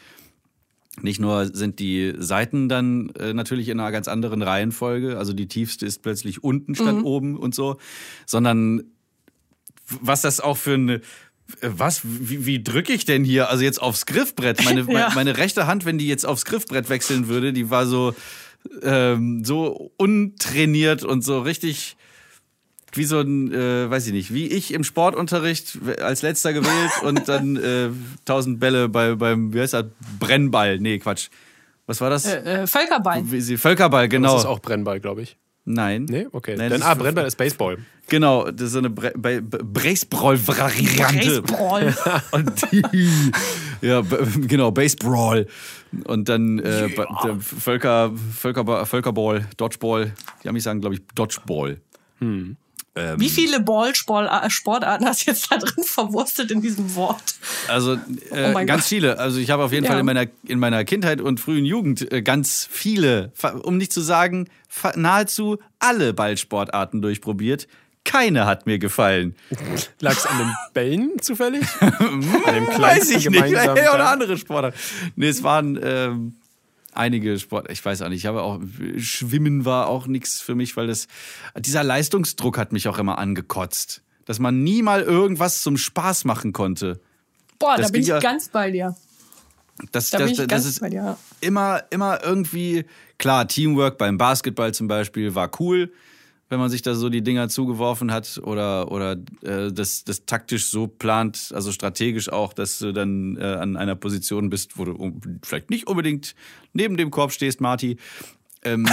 [SPEAKER 5] Nicht nur sind die Saiten dann äh, natürlich in einer ganz anderen Reihenfolge, also die tiefste ist plötzlich unten statt oben und so, sondern was das auch für eine. Was? Wie, wie drücke ich denn hier? Also jetzt aufs Griffbrett. Meine,
[SPEAKER 4] Ja.
[SPEAKER 5] me- meine rechte Hand, wenn die jetzt aufs Griffbrett wechseln würde, die war so, ähm, so untrainiert und so richtig wie so ein, äh, weiß ich nicht, wie ich im Sportunterricht als letzter gewählt und dann äh, 1000 Bälle bei, beim, wie heißt das, Brennball. Nee, Quatsch. Was war das?
[SPEAKER 4] Äh, äh, Völkerball.
[SPEAKER 5] Wie sie, Völkerball, genau.
[SPEAKER 1] Das ist auch Brennball, glaube ich.
[SPEAKER 5] Nein.
[SPEAKER 1] Nee, okay.
[SPEAKER 5] Nein,
[SPEAKER 1] Dann,
[SPEAKER 5] das
[SPEAKER 1] ah,
[SPEAKER 5] ist-
[SPEAKER 1] Brennball ist Baseball.
[SPEAKER 5] Genau, das ist so eine Bre Be Be Braceball-Variante.
[SPEAKER 4] Baseball.
[SPEAKER 5] Und die, ja, b- genau, Basebrawl. Und dann äh, ba- der Völker, Völker, Völkerball, Dodgeball. Die Amis sagen, glaube ich, Dodgeball. Ähm.
[SPEAKER 4] Wie viele Ball-Sportarten hast du jetzt da drin verwurstet in diesem Wort?
[SPEAKER 5] Also äh,
[SPEAKER 4] Oh mein
[SPEAKER 5] ganz
[SPEAKER 4] Gott.
[SPEAKER 5] viele. Also ich habe auf jeden
[SPEAKER 4] Ja.
[SPEAKER 5] Fall in meiner, in meiner Kindheit und frühen Jugend äh, ganz viele, fa- um nicht zu sagen, fa- nahezu alle Ballsportarten durchprobiert. Keine hat mir gefallen.
[SPEAKER 1] Lag es an den Bällen zufällig? an dem
[SPEAKER 5] Weiß ich nicht. Ja,
[SPEAKER 1] gemeinsamen
[SPEAKER 5] oder
[SPEAKER 1] Teil?
[SPEAKER 5] andere Sportarten. Nee, es waren ähm, einige Sport. Ich weiß auch nicht. Ich habe auch Schwimmen war auch nichts für mich, weil das dieser Leistungsdruck hat mich auch immer angekotzt, dass man nie mal irgendwas zum Spaß machen konnte.
[SPEAKER 4] Boah,
[SPEAKER 5] Das
[SPEAKER 4] da bin
[SPEAKER 5] ging
[SPEAKER 4] ich
[SPEAKER 5] ja-
[SPEAKER 4] ganz bei dir.
[SPEAKER 5] Das,
[SPEAKER 4] Da
[SPEAKER 5] das,
[SPEAKER 4] bin ich
[SPEAKER 5] das
[SPEAKER 4] ganz
[SPEAKER 5] ist
[SPEAKER 4] bei dir.
[SPEAKER 5] immer, immer irgendwie, klar, Teamwork beim Basketball zum Beispiel war cool, wenn man sich da so die Dinger zugeworfen hat oder, oder äh, das, das taktisch so plant, also strategisch auch, dass du dann äh, an einer Position bist, wo du um, vielleicht nicht unbedingt neben dem Korb stehst, Marty. Ähm,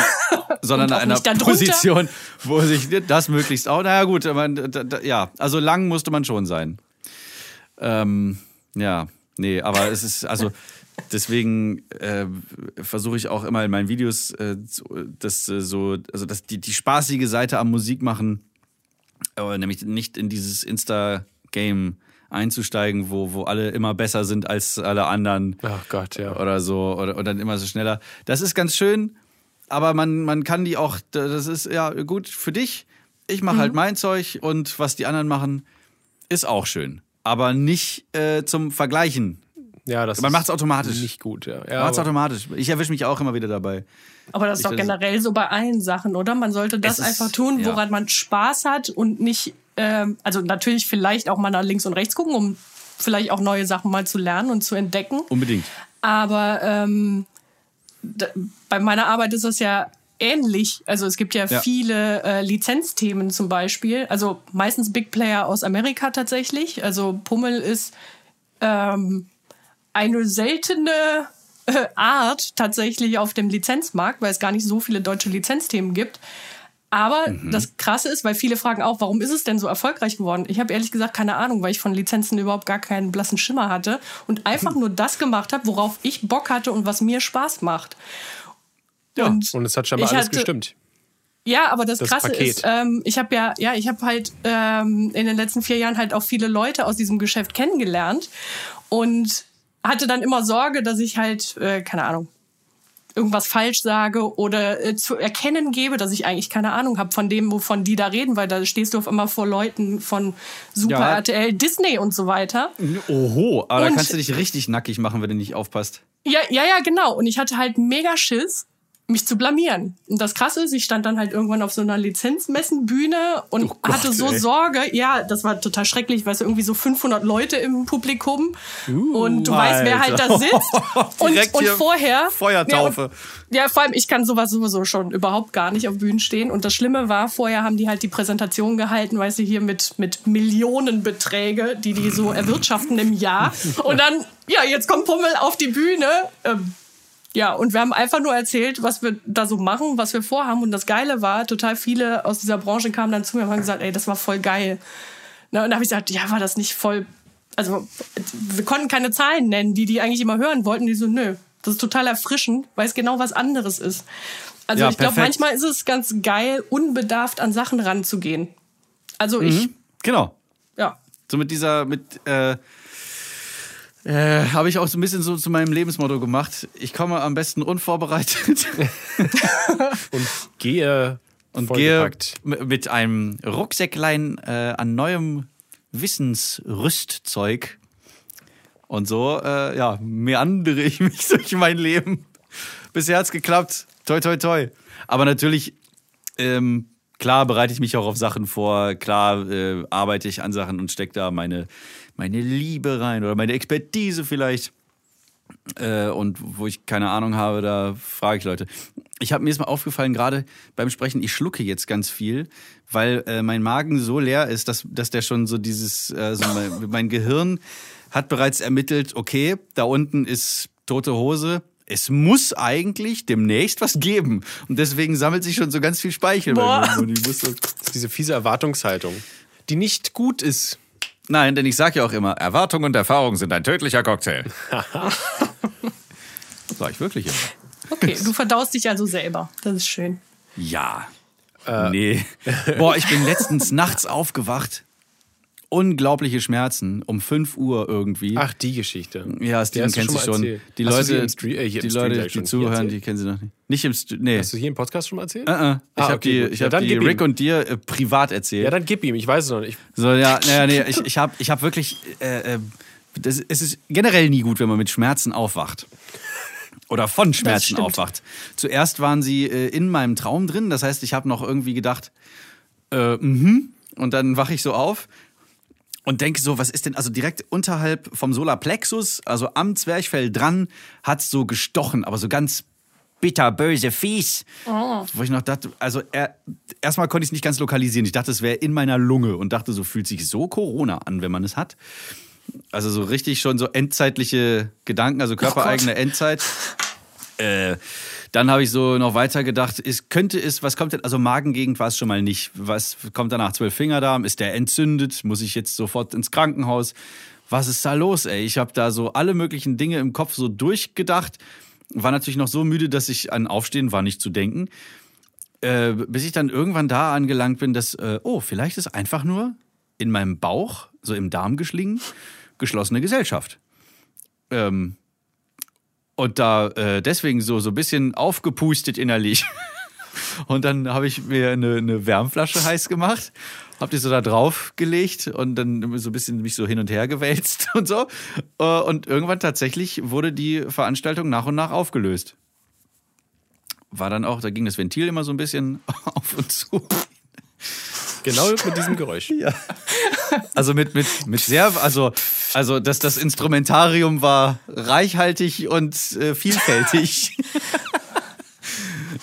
[SPEAKER 5] sondern
[SPEAKER 4] Und
[SPEAKER 5] an
[SPEAKER 4] auch
[SPEAKER 5] einer
[SPEAKER 4] nicht darunter.
[SPEAKER 5] Position, wo sich das möglichst auch, naja gut, aber, da, da, ja, also lang musste man schon sein. Ähm, ja, nee, aber es ist, also deswegen äh, versuche ich auch immer in meinen Videos, äh, zu- das äh, so, also dass die, die spaßige Seite am Musik machen, aber nämlich nicht in dieses Insta-Game einzusteigen, wo, wo alle immer besser sind als alle anderen
[SPEAKER 1] Ach Gott, ja.
[SPEAKER 5] oder so oder, oder dann immer so schneller. Das ist ganz schön, aber man, man kann die auch, das ist ja gut für dich. Ich mache halt mein Zeug und was die anderen machen, ist auch schön. Aber nicht äh, zum Vergleichen.
[SPEAKER 1] ja das
[SPEAKER 5] Man
[SPEAKER 1] ist
[SPEAKER 5] macht's automatisch.
[SPEAKER 1] Nicht gut, ja.
[SPEAKER 5] Ja,
[SPEAKER 1] ja
[SPEAKER 5] Macht's
[SPEAKER 1] aber-
[SPEAKER 5] automatisch. Ich erwische mich auch immer wieder dabei.
[SPEAKER 4] Aber das ist
[SPEAKER 5] Ich-
[SPEAKER 4] doch
[SPEAKER 5] das-
[SPEAKER 4] generell so bei allen Sachen, oder? Man sollte das
[SPEAKER 5] Es ist-
[SPEAKER 4] einfach tun,
[SPEAKER 5] ja.
[SPEAKER 4] woran man Spaß hat und nicht, ähm, also natürlich vielleicht auch mal nach links und rechts gucken, um vielleicht auch neue Sachen mal zu lernen und zu entdecken.
[SPEAKER 5] Unbedingt.
[SPEAKER 4] Aber ähm, d- bei meiner Arbeit ist das ja ähnlich. Also es gibt ja,
[SPEAKER 5] Ja.
[SPEAKER 4] viele äh, Lizenzthemen zum Beispiel. Also meistens Big Player aus Amerika tatsächlich. Also Pummel ist ähm, eine seltene äh, Art tatsächlich auf dem Lizenzmarkt, weil es gar nicht so viele deutsche Lizenzthemen gibt. Aber das Krasse ist, weil viele fragen auch, warum ist es denn so erfolgreich geworden? Ich habe ehrlich gesagt keine Ahnung, weil ich von Lizenzen überhaupt gar keinen blassen Schimmer hatte und einfach nur das gemacht habe, worauf ich Bock hatte und was mir Spaß macht. Ja, und,
[SPEAKER 1] Und es hat scheinbar
[SPEAKER 4] Ich
[SPEAKER 1] alles
[SPEAKER 4] hatte-
[SPEAKER 1] gestimmt.
[SPEAKER 4] ja aber das,
[SPEAKER 1] das
[SPEAKER 4] Krasse
[SPEAKER 1] Paket.
[SPEAKER 4] ist, ähm, ich habe ja, ja, ich habe halt ähm, in den letzten vier Jahren halt auch viele Leute aus diesem Geschäft kennengelernt und hatte dann immer Sorge, dass ich halt, äh, keine Ahnung, irgendwas falsch sage oder äh, zu erkennen gebe, dass ich eigentlich keine Ahnung habe von dem, wovon die da reden, weil da stehst du auf einmal vor Leuten von Super
[SPEAKER 5] Ja.
[SPEAKER 4] RTL, Disney und so weiter.
[SPEAKER 5] Oho, aber da
[SPEAKER 4] Und-
[SPEAKER 5] kannst du dich richtig nackig machen, wenn du nicht aufpasst.
[SPEAKER 4] Ja, ja, ja, genau. Und ich hatte halt mega Schiss, mich zu blamieren. Und das Krasse ist, ich stand dann halt irgendwann auf so einer Lizenzmessenbühne und hatte so Sorge. Ja, das war total schrecklich, weil es irgendwie so 500 Leute im Publikum und du weißt, wer halt da sitzt. und,
[SPEAKER 5] Direkt
[SPEAKER 4] und
[SPEAKER 5] hier
[SPEAKER 4] vorher.
[SPEAKER 5] Feuertaufe.
[SPEAKER 4] Ja, und- ja, vor allem, ich kann sowas sowieso schon überhaupt gar nicht auf Bühnen stehen. Und das Schlimme war, vorher haben die halt die Präsentation gehalten, weißt du, hier mit, mit Millionenbeträge, die die so erwirtschaften im Jahr. Und dann, ja, jetzt kommt Pummel auf die Bühne. Ähm, ja, und wir haben einfach nur erzählt, was wir da so machen, was wir vorhaben. Und das Geile war, total viele aus dieser Branche kamen dann zu mir und haben gesagt, ey, das war voll geil. Na, und da habe ich gesagt, ja, war das nicht voll. Also, wir konnten keine Zahlen nennen, die die eigentlich immer hören wollten. Die so, nö, das ist total erfrischend, weil es genau was anderes ist. Also,
[SPEAKER 5] Ja,
[SPEAKER 4] ich glaube,
[SPEAKER 5] perfekt.
[SPEAKER 4] manchmal ist es ganz geil, unbedarft an Sachen ranzugehen. Also, ich,
[SPEAKER 5] Genau.
[SPEAKER 4] ja.
[SPEAKER 5] So mit dieser, mit, äh, äh, habe ich auch so ein bisschen so zu meinem Lebensmotto gemacht. Ich komme am besten unvorbereitet
[SPEAKER 1] Gehe
[SPEAKER 5] und gehe
[SPEAKER 1] vollgepackt.
[SPEAKER 5] m- mit einem Rucksäcklein äh, an neuem Wissensrüstzeug. Und so, äh, ja, meandere ich mich durch mein Leben. Bisher hat's geklappt. Toi, toi, toi. Aber natürlich, ähm, klar bereite ich mich auch auf Sachen vor. Klar äh, arbeite ich an Sachen und stecke da meine, meine Liebe rein oder meine Expertise vielleicht. Äh, und wo ich keine Ahnung habe, da frage ich Leute. Ich habe mir ist mal aufgefallen, gerade beim Sprechen, ich schlucke jetzt ganz viel, weil äh, mein Magen so leer ist, dass, dass der schon so dieses, äh, so mein, mein Gehirn hat bereits ermittelt, okay, da unten ist tote Hose, es muss eigentlich demnächst was geben. Und deswegen sammelt sich schon so ganz viel Speichel. bei
[SPEAKER 4] Boah.
[SPEAKER 5] mir. um Und ich muss das-
[SPEAKER 1] Das ist diese fiese Erwartungshaltung, die nicht gut ist.
[SPEAKER 5] Nein, denn ich sage ja auch immer, Erwartung und Erfahrung sind ein tödlicher Cocktail. sag ich wirklich immer.
[SPEAKER 4] Okay, du verdaust dich also selber. Das ist schön.
[SPEAKER 5] Ja.
[SPEAKER 1] Äh.
[SPEAKER 5] Nee. Boah, ich bin letztens nachts aufgewacht. Unglaubliche Schmerzen. Um 5 Uhr irgendwie.
[SPEAKER 1] Ach, die Geschichte.
[SPEAKER 5] Ja, Steven
[SPEAKER 1] hast du
[SPEAKER 5] kennt sie
[SPEAKER 1] mal
[SPEAKER 5] schon.
[SPEAKER 1] erzählt.
[SPEAKER 5] Die
[SPEAKER 1] Hast du
[SPEAKER 5] Leute,
[SPEAKER 1] sie im Stre- äh, hier
[SPEAKER 5] die,
[SPEAKER 1] im Stream
[SPEAKER 5] Leute
[SPEAKER 1] gleich
[SPEAKER 5] die
[SPEAKER 1] schon
[SPEAKER 5] zuhören,
[SPEAKER 1] erzählt?
[SPEAKER 5] die kennen sie noch nicht. Nicht im St Nee.
[SPEAKER 1] Hast du hier im Podcast schon mal erzählt?
[SPEAKER 5] Äh, äh. Ich
[SPEAKER 1] Ah,
[SPEAKER 5] habe
[SPEAKER 1] okay,
[SPEAKER 5] die,
[SPEAKER 1] gut.
[SPEAKER 5] ich
[SPEAKER 1] Ja,
[SPEAKER 5] hab
[SPEAKER 1] dann
[SPEAKER 5] die
[SPEAKER 1] gib ihm.
[SPEAKER 5] Rick und dir äh, privat erzählt.
[SPEAKER 1] Ja, dann gib ihm. Ich weiß es noch nicht.
[SPEAKER 5] So, ja, naja, nee, ich, ich habe ich hab wirklich. Äh, äh, das, es ist generell nie gut, wenn man mit Schmerzen aufwacht. Oder von Schmerzen
[SPEAKER 4] stimmt.
[SPEAKER 5] aufwacht. Zuerst waren sie äh, in meinem Traum drin, das heißt, ich habe noch irgendwie gedacht, äh, mhm. Und dann wache ich so auf und denke so, was ist denn, also direkt unterhalb vom Solarplexus, also am Zwerchfell dran, hat so gestochen, aber so ganz bitterböse, fies. Wo ich noch dachte, also er, erstmal konnte ich es nicht ganz lokalisieren. Ich dachte, es wäre in meiner Lunge und dachte, so fühlt sich so Corona an, wenn man es hat. Also so richtig schon so endzeitliche Gedanken, also körpereigene Endzeit. Äh, dann habe ich so noch weiter gedacht, es könnte es, was kommt denn, also Magengegend war es schon mal nicht. Was kommt danach? Zwölf Fingerdarm, ist der entzündet? Muss ich jetzt sofort ins Krankenhaus? Was ist da los, ey? Ich habe da so alle möglichen Dinge im Kopf so durchgedacht, war natürlich noch so müde, dass ich an Aufstehen war nicht zu denken. Äh, bis ich dann irgendwann da angelangt bin, dass, äh, oh, vielleicht ist einfach nur in meinem Bauch, so im Darm geschlingen, geschlossene Gesellschaft. Ähm, und da äh, deswegen so, so ein bisschen aufgepustet innerlich. Und dann habe ich mir eine, eine Wärmflasche heiß gemacht, habe die so da drauf gelegt und dann so ein bisschen mich so hin und her gewälzt und so. Äh, Und irgendwann tatsächlich wurde die Veranstaltung nach und nach aufgelöst. War dann auch, da ging das Ventil immer so ein bisschen auf und zu.
[SPEAKER 1] Genau mit diesem Geräusch.
[SPEAKER 5] Also mit, mit, mit sehr, also, also dass das Instrumentarium war reichhaltig und äh, vielfältig.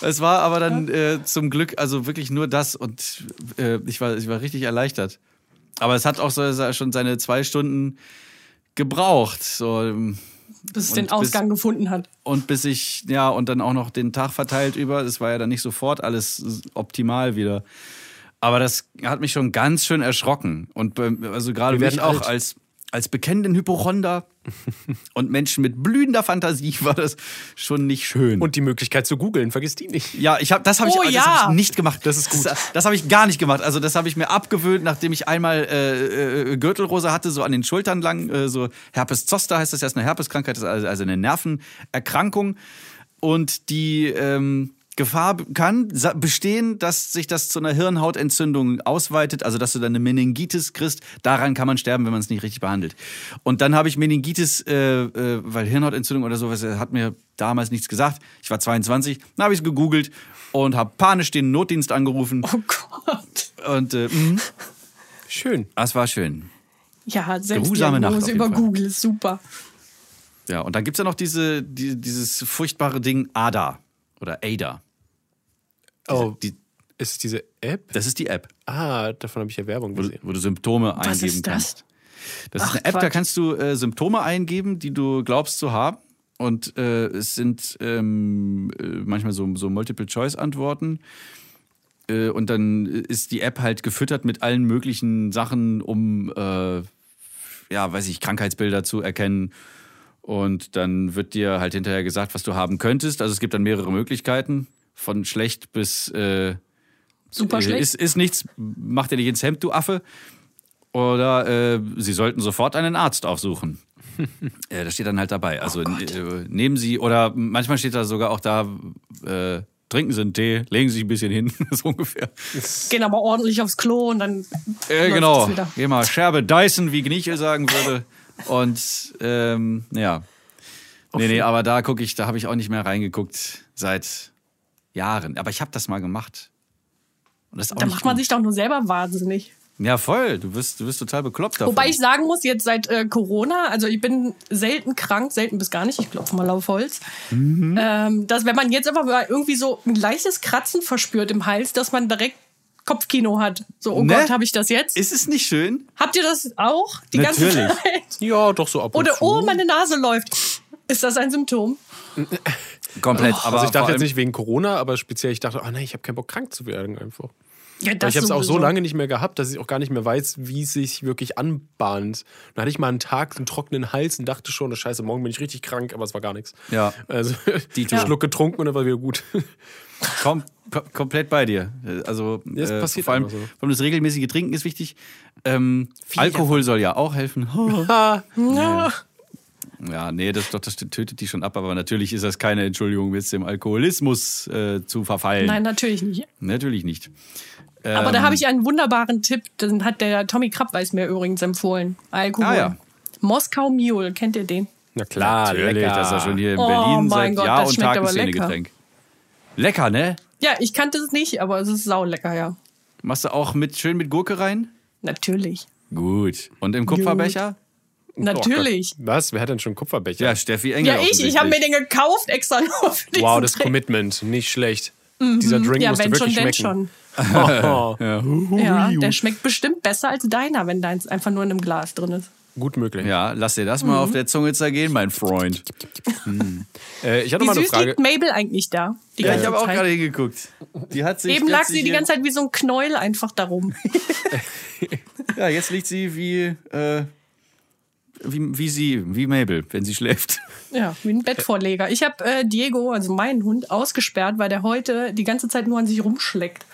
[SPEAKER 5] es war aber dann äh, zum Glück also wirklich nur das und äh, ich, war, ich war richtig erleichtert. Aber es hat auch so, so schon seine zwei Stunden gebraucht. So, ähm,
[SPEAKER 4] Bis es
[SPEAKER 5] Und
[SPEAKER 4] den
[SPEAKER 5] bis-
[SPEAKER 4] Ausgang gefunden hat.
[SPEAKER 5] und bis ich, ja, und dann auch noch den Tag verteilt über. Es war ja dann nicht sofort alles optimal wieder. Aber das hat mich schon ganz schön erschrocken. Und beim- also gerade
[SPEAKER 1] Wir werden
[SPEAKER 5] mich auch
[SPEAKER 1] alt.
[SPEAKER 5] als, als bekennenden Hypochonder und Menschen mit blühender Fantasie war das schon nicht schön.
[SPEAKER 1] Und die Möglichkeit zu googeln, vergiss die nicht.
[SPEAKER 5] Ja, ich hab, das habe ich,
[SPEAKER 4] Oh
[SPEAKER 5] das
[SPEAKER 4] ja.
[SPEAKER 5] hab ich nicht gemacht. Das ist gut. Das, das habe ich gar nicht gemacht. Also das habe ich mir abgewöhnt, nachdem ich einmal äh, äh, Gürtelrose hatte, so an den Schultern lang, äh, so Herpes Zoster heißt das, das ist eine Herpeskrankheit, das ist also also eine Nervenerkrankung. Und die ähm, Gefahr b- kann sa- bestehen, dass sich das zu einer Hirnhautentzündung ausweitet, also dass du dann eine Meningitis kriegst. Daran kann man sterben, wenn man es nicht richtig behandelt. Und dann habe ich Meningitis, äh, äh, weil Hirnhautentzündung oder sowas äh, hat mir damals nichts gesagt. Ich war 22, dann habe ich es gegoogelt und habe panisch den Notdienst angerufen.
[SPEAKER 4] Oh Gott.
[SPEAKER 5] Und äh, mh,
[SPEAKER 1] Schön.
[SPEAKER 5] das war schön.
[SPEAKER 4] Ja,
[SPEAKER 5] Geruhsame Nacht auf
[SPEAKER 4] Selbstdiagnose
[SPEAKER 5] jeden
[SPEAKER 4] über
[SPEAKER 5] Fall.
[SPEAKER 4] Google ist super.
[SPEAKER 5] Ja, und dann gibt's ja noch diese, die, dieses furchtbare Ding ADA oder ADA.
[SPEAKER 1] Oh,
[SPEAKER 5] Die,
[SPEAKER 1] ist es diese App?
[SPEAKER 5] das ist die App.
[SPEAKER 1] Ah, davon habe ich ja Werbung
[SPEAKER 5] wo,
[SPEAKER 1] gesehen.
[SPEAKER 5] du- wo du Symptome eingeben
[SPEAKER 4] Was ist das?
[SPEAKER 5] kannst. Das ist
[SPEAKER 4] Ach,
[SPEAKER 5] eine App, da
[SPEAKER 4] Quatsch.
[SPEAKER 5] kannst du äh, Symptome eingeben, die du glaubst zu haben. Und äh, es sind ähm, äh, manchmal so, so Multiple-Choice-Antworten. Äh, und dann ist die App halt gefüttert mit allen möglichen Sachen, um, äh, ja, weiß ich, Krankheitsbilder zu erkennen. Und dann wird dir halt hinterher gesagt, was du haben könntest. Also es gibt dann mehrere Möglichkeiten, von schlecht bis äh,
[SPEAKER 4] Super
[SPEAKER 5] äh,
[SPEAKER 4] schlecht.
[SPEAKER 5] Ist, ist nichts, mach dir nicht ins Hemd, du Affe. Oder äh, Sie sollten sofort einen Arzt aufsuchen. äh, das steht dann halt
[SPEAKER 4] Oh
[SPEAKER 5] dabei. Also äh, nehmen Sie, oder manchmal steht da sogar auch da, äh, trinken Sie einen Tee, legen Sie sich ein bisschen hin, so ungefähr.
[SPEAKER 4] Gehen aber ordentlich aufs Klo und dann.
[SPEAKER 5] Äh,
[SPEAKER 4] läuft
[SPEAKER 5] genau,
[SPEAKER 4] es wieder.
[SPEAKER 5] geh mal Scherbe Dyson, wie Gnichel sagen würde. Und ähm, ja. Nee, nee, aber da gucke ich, da habe ich auch nicht mehr reingeguckt seit Jahren. Aber ich habe das mal gemacht. Und das ist auch
[SPEAKER 4] Da
[SPEAKER 5] nicht
[SPEAKER 4] macht man
[SPEAKER 5] gut.
[SPEAKER 4] sich doch nur selber wahnsinnig.
[SPEAKER 5] Ja, voll. Du wirst, du wirst total bekloppt davon.
[SPEAKER 4] Wobei ich sagen muss, jetzt seit äh, Corona, also ich bin selten krank, selten bis gar nicht, ich klopfe mal auf Holz, ähm, dass wenn man jetzt einfach mal irgendwie so ein leichtes Kratzen verspürt im Hals, dass man direkt Kopfkino hat. So, oh
[SPEAKER 5] Ne?
[SPEAKER 4] Gott, habe ich das jetzt?
[SPEAKER 5] Ist es nicht schön?
[SPEAKER 4] Habt ihr das auch die ganze
[SPEAKER 5] Natürlich.
[SPEAKER 4] Zeit?
[SPEAKER 1] Ja, doch so ab und
[SPEAKER 4] Oder,
[SPEAKER 1] zu.
[SPEAKER 4] oh, meine Nase läuft. Ist das ein Symptom?
[SPEAKER 5] Komplett.
[SPEAKER 1] Also
[SPEAKER 5] aber
[SPEAKER 1] ich
[SPEAKER 5] vor
[SPEAKER 1] dachte
[SPEAKER 5] allem-
[SPEAKER 1] jetzt nicht wegen Corona, aber speziell, ich dachte, oh nein, ich habe keinen Bock, krank zu werden einfach.
[SPEAKER 4] Ja,
[SPEAKER 1] Weil
[SPEAKER 4] das
[SPEAKER 1] ich habe es auch so
[SPEAKER 4] sowieso.
[SPEAKER 1] lange nicht mehr gehabt, dass ich auch gar nicht mehr weiß, wie es sich wirklich anbahnt. Dann hatte ich mal einen Tag einen trockenen Hals und dachte schon, oh scheiße, morgen bin ich richtig krank, aber es war gar nichts.
[SPEAKER 5] Ja.
[SPEAKER 1] Also
[SPEAKER 5] Dito.
[SPEAKER 1] einen Schluck getrunken und dann war wieder gut.
[SPEAKER 5] Kom ko- komplett bei dir. Äh, Also
[SPEAKER 1] Ja, es
[SPEAKER 5] äh,
[SPEAKER 1] passiert
[SPEAKER 5] vor allem,
[SPEAKER 1] einfach so.
[SPEAKER 5] vor allem das regelmäßige Trinken ist wichtig. Ähm, Alkohol soll ja auch helfen.
[SPEAKER 4] Ja.
[SPEAKER 5] ja, nee, das, doch, das tötet die schon ab, aber natürlich ist das keine Entschuldigung, jetzt dem Alkoholismus äh, zu verfallen.
[SPEAKER 4] Nein, natürlich nicht.
[SPEAKER 5] Natürlich nicht.
[SPEAKER 4] Aber da habe ich einen wunderbaren Tipp, den hat der Tommy Krabbeis mir übrigens empfohlen. Alkohol.
[SPEAKER 5] Ah, ja.
[SPEAKER 4] Moskau Mule, kennt ihr den?
[SPEAKER 1] Na klar,
[SPEAKER 5] Natürlich,
[SPEAKER 1] lecker.
[SPEAKER 5] das ist ja schon hier in
[SPEAKER 4] Oh
[SPEAKER 5] Berlin
[SPEAKER 4] mein
[SPEAKER 5] seit
[SPEAKER 4] Gott,
[SPEAKER 5] Jahr
[SPEAKER 4] das
[SPEAKER 5] und
[SPEAKER 4] schmeckt
[SPEAKER 5] Tag ein
[SPEAKER 4] aber
[SPEAKER 5] Szenegetränk. Lecker, ne?
[SPEAKER 4] Ja, ich kannte es nicht, aber es ist saulecker, ja.
[SPEAKER 5] Machst du auch mit, schön mit Gurke rein?
[SPEAKER 4] Natürlich.
[SPEAKER 5] Gut. Und im Kupferbecher?
[SPEAKER 4] Natürlich.
[SPEAKER 1] Oh Gott. Was? Wer hat denn schon Kupferbecher?
[SPEAKER 5] Ja, Steffi Engel.
[SPEAKER 4] ja, ich, ich habe mir den gekauft extra nur für diesen
[SPEAKER 1] wow, das
[SPEAKER 4] Trick.
[SPEAKER 1] Commitment, nicht schlecht. Dieser Drink
[SPEAKER 4] Ja,
[SPEAKER 1] musste
[SPEAKER 4] wenn schon,
[SPEAKER 1] wirklich
[SPEAKER 4] denn
[SPEAKER 1] schmecken.
[SPEAKER 4] schon.
[SPEAKER 1] Oh,
[SPEAKER 4] Ja, der schmeckt bestimmt besser als deiner, wenn deins einfach nur in einem Glas drin ist.
[SPEAKER 1] Gut möglich.
[SPEAKER 5] Ja, lass dir das mal
[SPEAKER 4] Mhm.
[SPEAKER 5] auf der Zunge zergehen, mein Freund.
[SPEAKER 1] Äh, ich hatte
[SPEAKER 4] Wie
[SPEAKER 1] mal eine
[SPEAKER 4] süß
[SPEAKER 1] Frage.
[SPEAKER 4] liegt Mabel eigentlich da? Die
[SPEAKER 5] Ja,
[SPEAKER 4] ganze
[SPEAKER 5] ich habe auch
[SPEAKER 4] Zeit?
[SPEAKER 5] gerade hingeguckt. Die hat sich
[SPEAKER 4] Eben lag
[SPEAKER 5] letztlich
[SPEAKER 4] sie die
[SPEAKER 5] hier-
[SPEAKER 4] ganze Zeit wie so ein Knäuel einfach darum.
[SPEAKER 5] Ja, jetzt liegt sie wie, äh, wie, wie sie, wie Mabel, wenn sie schläft.
[SPEAKER 4] Ja, wie ein Bettvorleger. Ich habe äh, Diego, also meinen Hund, ausgesperrt, weil der heute die ganze Zeit nur an sich rumschlägt.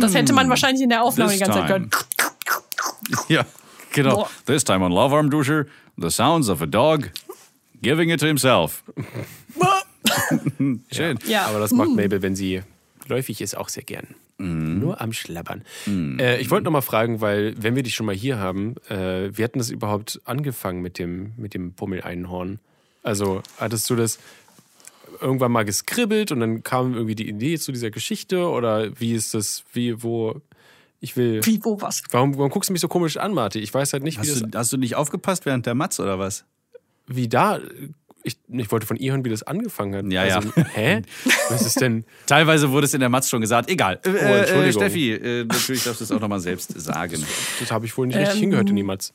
[SPEAKER 4] Das hätte man wahrscheinlich in der Aufnahme
[SPEAKER 5] This
[SPEAKER 4] die ganze
[SPEAKER 5] time.
[SPEAKER 4] Zeit gehört.
[SPEAKER 5] ja, genau.
[SPEAKER 4] Boah.
[SPEAKER 5] This time on Love Arm Duscher, the sounds of a dog giving it to himself. Schön.
[SPEAKER 4] Ja.
[SPEAKER 1] Aber das macht Mabel, wenn sie läufig ist, auch sehr gern.
[SPEAKER 5] Mhm.
[SPEAKER 1] Nur am Schlabbern. Äh, ich wollte noch mal fragen, weil, wenn wir dich schon mal hier haben, äh, wie hatten das überhaupt angefangen mit dem, mit dem Pummel-Einhorn? Also, hattest du das irgendwann mal geskribbelt und dann kam irgendwie die Idee zu dieser Geschichte? Oder wie ist das, wie, wo, ich will...
[SPEAKER 4] Wie, wo, was?
[SPEAKER 1] Warum, warum guckst du mich so komisch an, Marti? Ich weiß halt nicht, wie,
[SPEAKER 5] Hast,
[SPEAKER 1] das,
[SPEAKER 5] du, hast du nicht aufgepasst während der Matz oder was?
[SPEAKER 1] wie da... Ich, ich wollte von ihr hören, wie das angefangen hat.
[SPEAKER 5] Ja,
[SPEAKER 1] also,
[SPEAKER 5] ja.
[SPEAKER 1] Hä? Was ist denn...
[SPEAKER 5] Teilweise wurde es in der Matz schon gesagt. Egal. Äh, äh,
[SPEAKER 1] Entschuldigung.
[SPEAKER 5] Steffi, äh, natürlich darfst du es auch nochmal selbst sagen.
[SPEAKER 1] Das habe ich wohl nicht
[SPEAKER 4] Ähm,
[SPEAKER 1] richtig hingehört, niemals.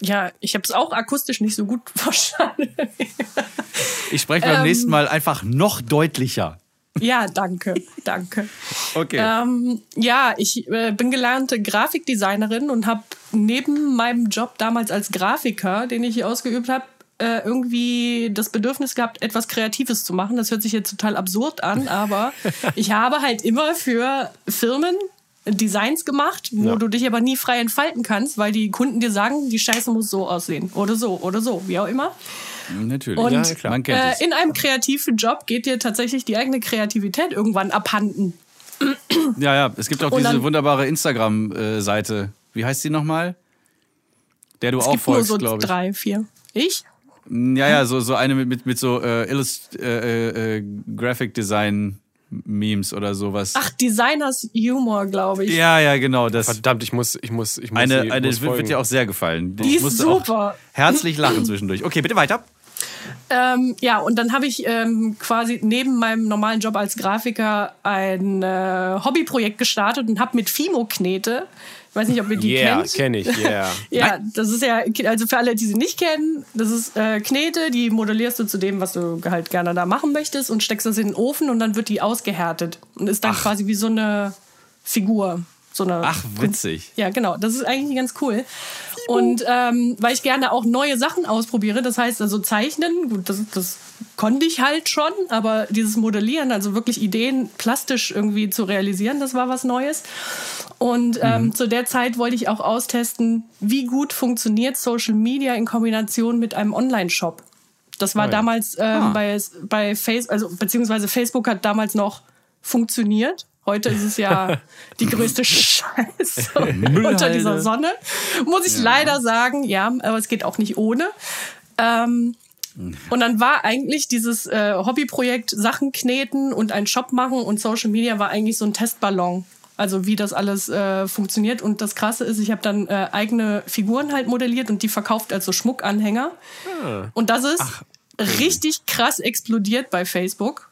[SPEAKER 4] Ja, ich habe es auch akustisch nicht so gut verstanden.
[SPEAKER 5] Ich spreche
[SPEAKER 4] Ähm.
[SPEAKER 5] beim nächsten Mal einfach noch deutlicher.
[SPEAKER 4] ja, danke, danke.
[SPEAKER 5] Okay.
[SPEAKER 4] Ähm, ja, ich äh, bin gelernte Grafikdesignerin und habe neben meinem Job damals als Grafiker, den ich hier ausgeübt habe, äh, irgendwie das Bedürfnis gehabt, etwas Kreatives zu machen. Das hört sich jetzt total absurd an, aber ich habe halt immer für Firmen Designs gemacht, wo du dich aber nie frei entfalten kannst, weil die Kunden dir sagen, die Scheiße muss so aussehen oder so oder so, wie auch immer.
[SPEAKER 5] Natürlich.
[SPEAKER 4] Äh, Und,
[SPEAKER 5] ja, klar. Man kennt es.
[SPEAKER 4] Äh, in einem kreativen Job geht dir tatsächlich die eigene Kreativität irgendwann abhanden.
[SPEAKER 5] Ja, ja, es gibt auch
[SPEAKER 4] Und
[SPEAKER 5] diese
[SPEAKER 4] dann-
[SPEAKER 5] wunderbare Instagram-Seite. Wie heißt die nochmal? Der du
[SPEAKER 4] Es
[SPEAKER 5] auch
[SPEAKER 4] gibt
[SPEAKER 5] folgst,
[SPEAKER 4] nur so
[SPEAKER 5] glaube ich.
[SPEAKER 4] drei, vier. Ich?
[SPEAKER 5] Ja, ja, so, so eine mit, mit, mit so äh, Illust äh, äh, Graphic Design Memes oder sowas.
[SPEAKER 4] Ach, Designers Humor, glaube ich.
[SPEAKER 5] Ja, ja, genau. Das
[SPEAKER 1] Verdammt, ich muss, ich muss, ich muss.
[SPEAKER 5] eine,
[SPEAKER 1] sie-
[SPEAKER 5] eine
[SPEAKER 1] muss
[SPEAKER 5] wird, wird
[SPEAKER 1] folgen.
[SPEAKER 5] dir auch sehr gefallen.
[SPEAKER 4] Die
[SPEAKER 5] Ich
[SPEAKER 4] ist
[SPEAKER 5] musste auch
[SPEAKER 4] super.
[SPEAKER 5] Herzlich lachen zwischendurch. Okay, bitte weiter.
[SPEAKER 4] Ähm, ja, und dann habe ich ähm, quasi neben meinem normalen Job als Grafiker ein äh, Hobbyprojekt gestartet und habe mit Fimo-Knete, ich weiß nicht, ob ihr die
[SPEAKER 1] Yeah,
[SPEAKER 4] kennt.
[SPEAKER 1] kenne ich, yeah.
[SPEAKER 4] Ja, das ist ja, also für alle, die sie nicht kennen, das ist äh, Knete, die modellierst du zu dem, was du halt gerne da machen möchtest und steckst das in den Ofen und dann wird die ausgehärtet und ist dann quasi wie so eine Figur. So eine
[SPEAKER 5] Ach, witzig.
[SPEAKER 4] Ja, genau. Das ist eigentlich ganz cool. Und ähm, weil ich gerne auch neue Sachen ausprobiere, das heißt also zeichnen, gut, das, das konnte ich halt schon, aber dieses Modellieren, also wirklich Ideen plastisch irgendwie zu realisieren, das war was Neues. Und ähm, zu der Zeit wollte ich auch austesten, wie gut funktioniert Social Media in Kombination mit einem Online-Shop. Das war damals ähm, bei, bei Facebook, also beziehungsweise Facebook hat damals noch funktioniert. Heute ist es ja die größte Scheiße unter dieser Sonne. Muss ich leider sagen, ja, aber es geht auch nicht ohne. Ähm, und dann war eigentlich dieses äh, Hobbyprojekt Sachen kneten und einen Shop machen und Social Media war eigentlich so ein Testballon. Also wie das alles äh, funktioniert. Und das Krasse ist, ich habe dann äh, eigene Figuren halt modelliert und die verkauft als so Schmuckanhänger.
[SPEAKER 1] Ah.
[SPEAKER 4] Und das ist richtig krass explodiert bei Facebook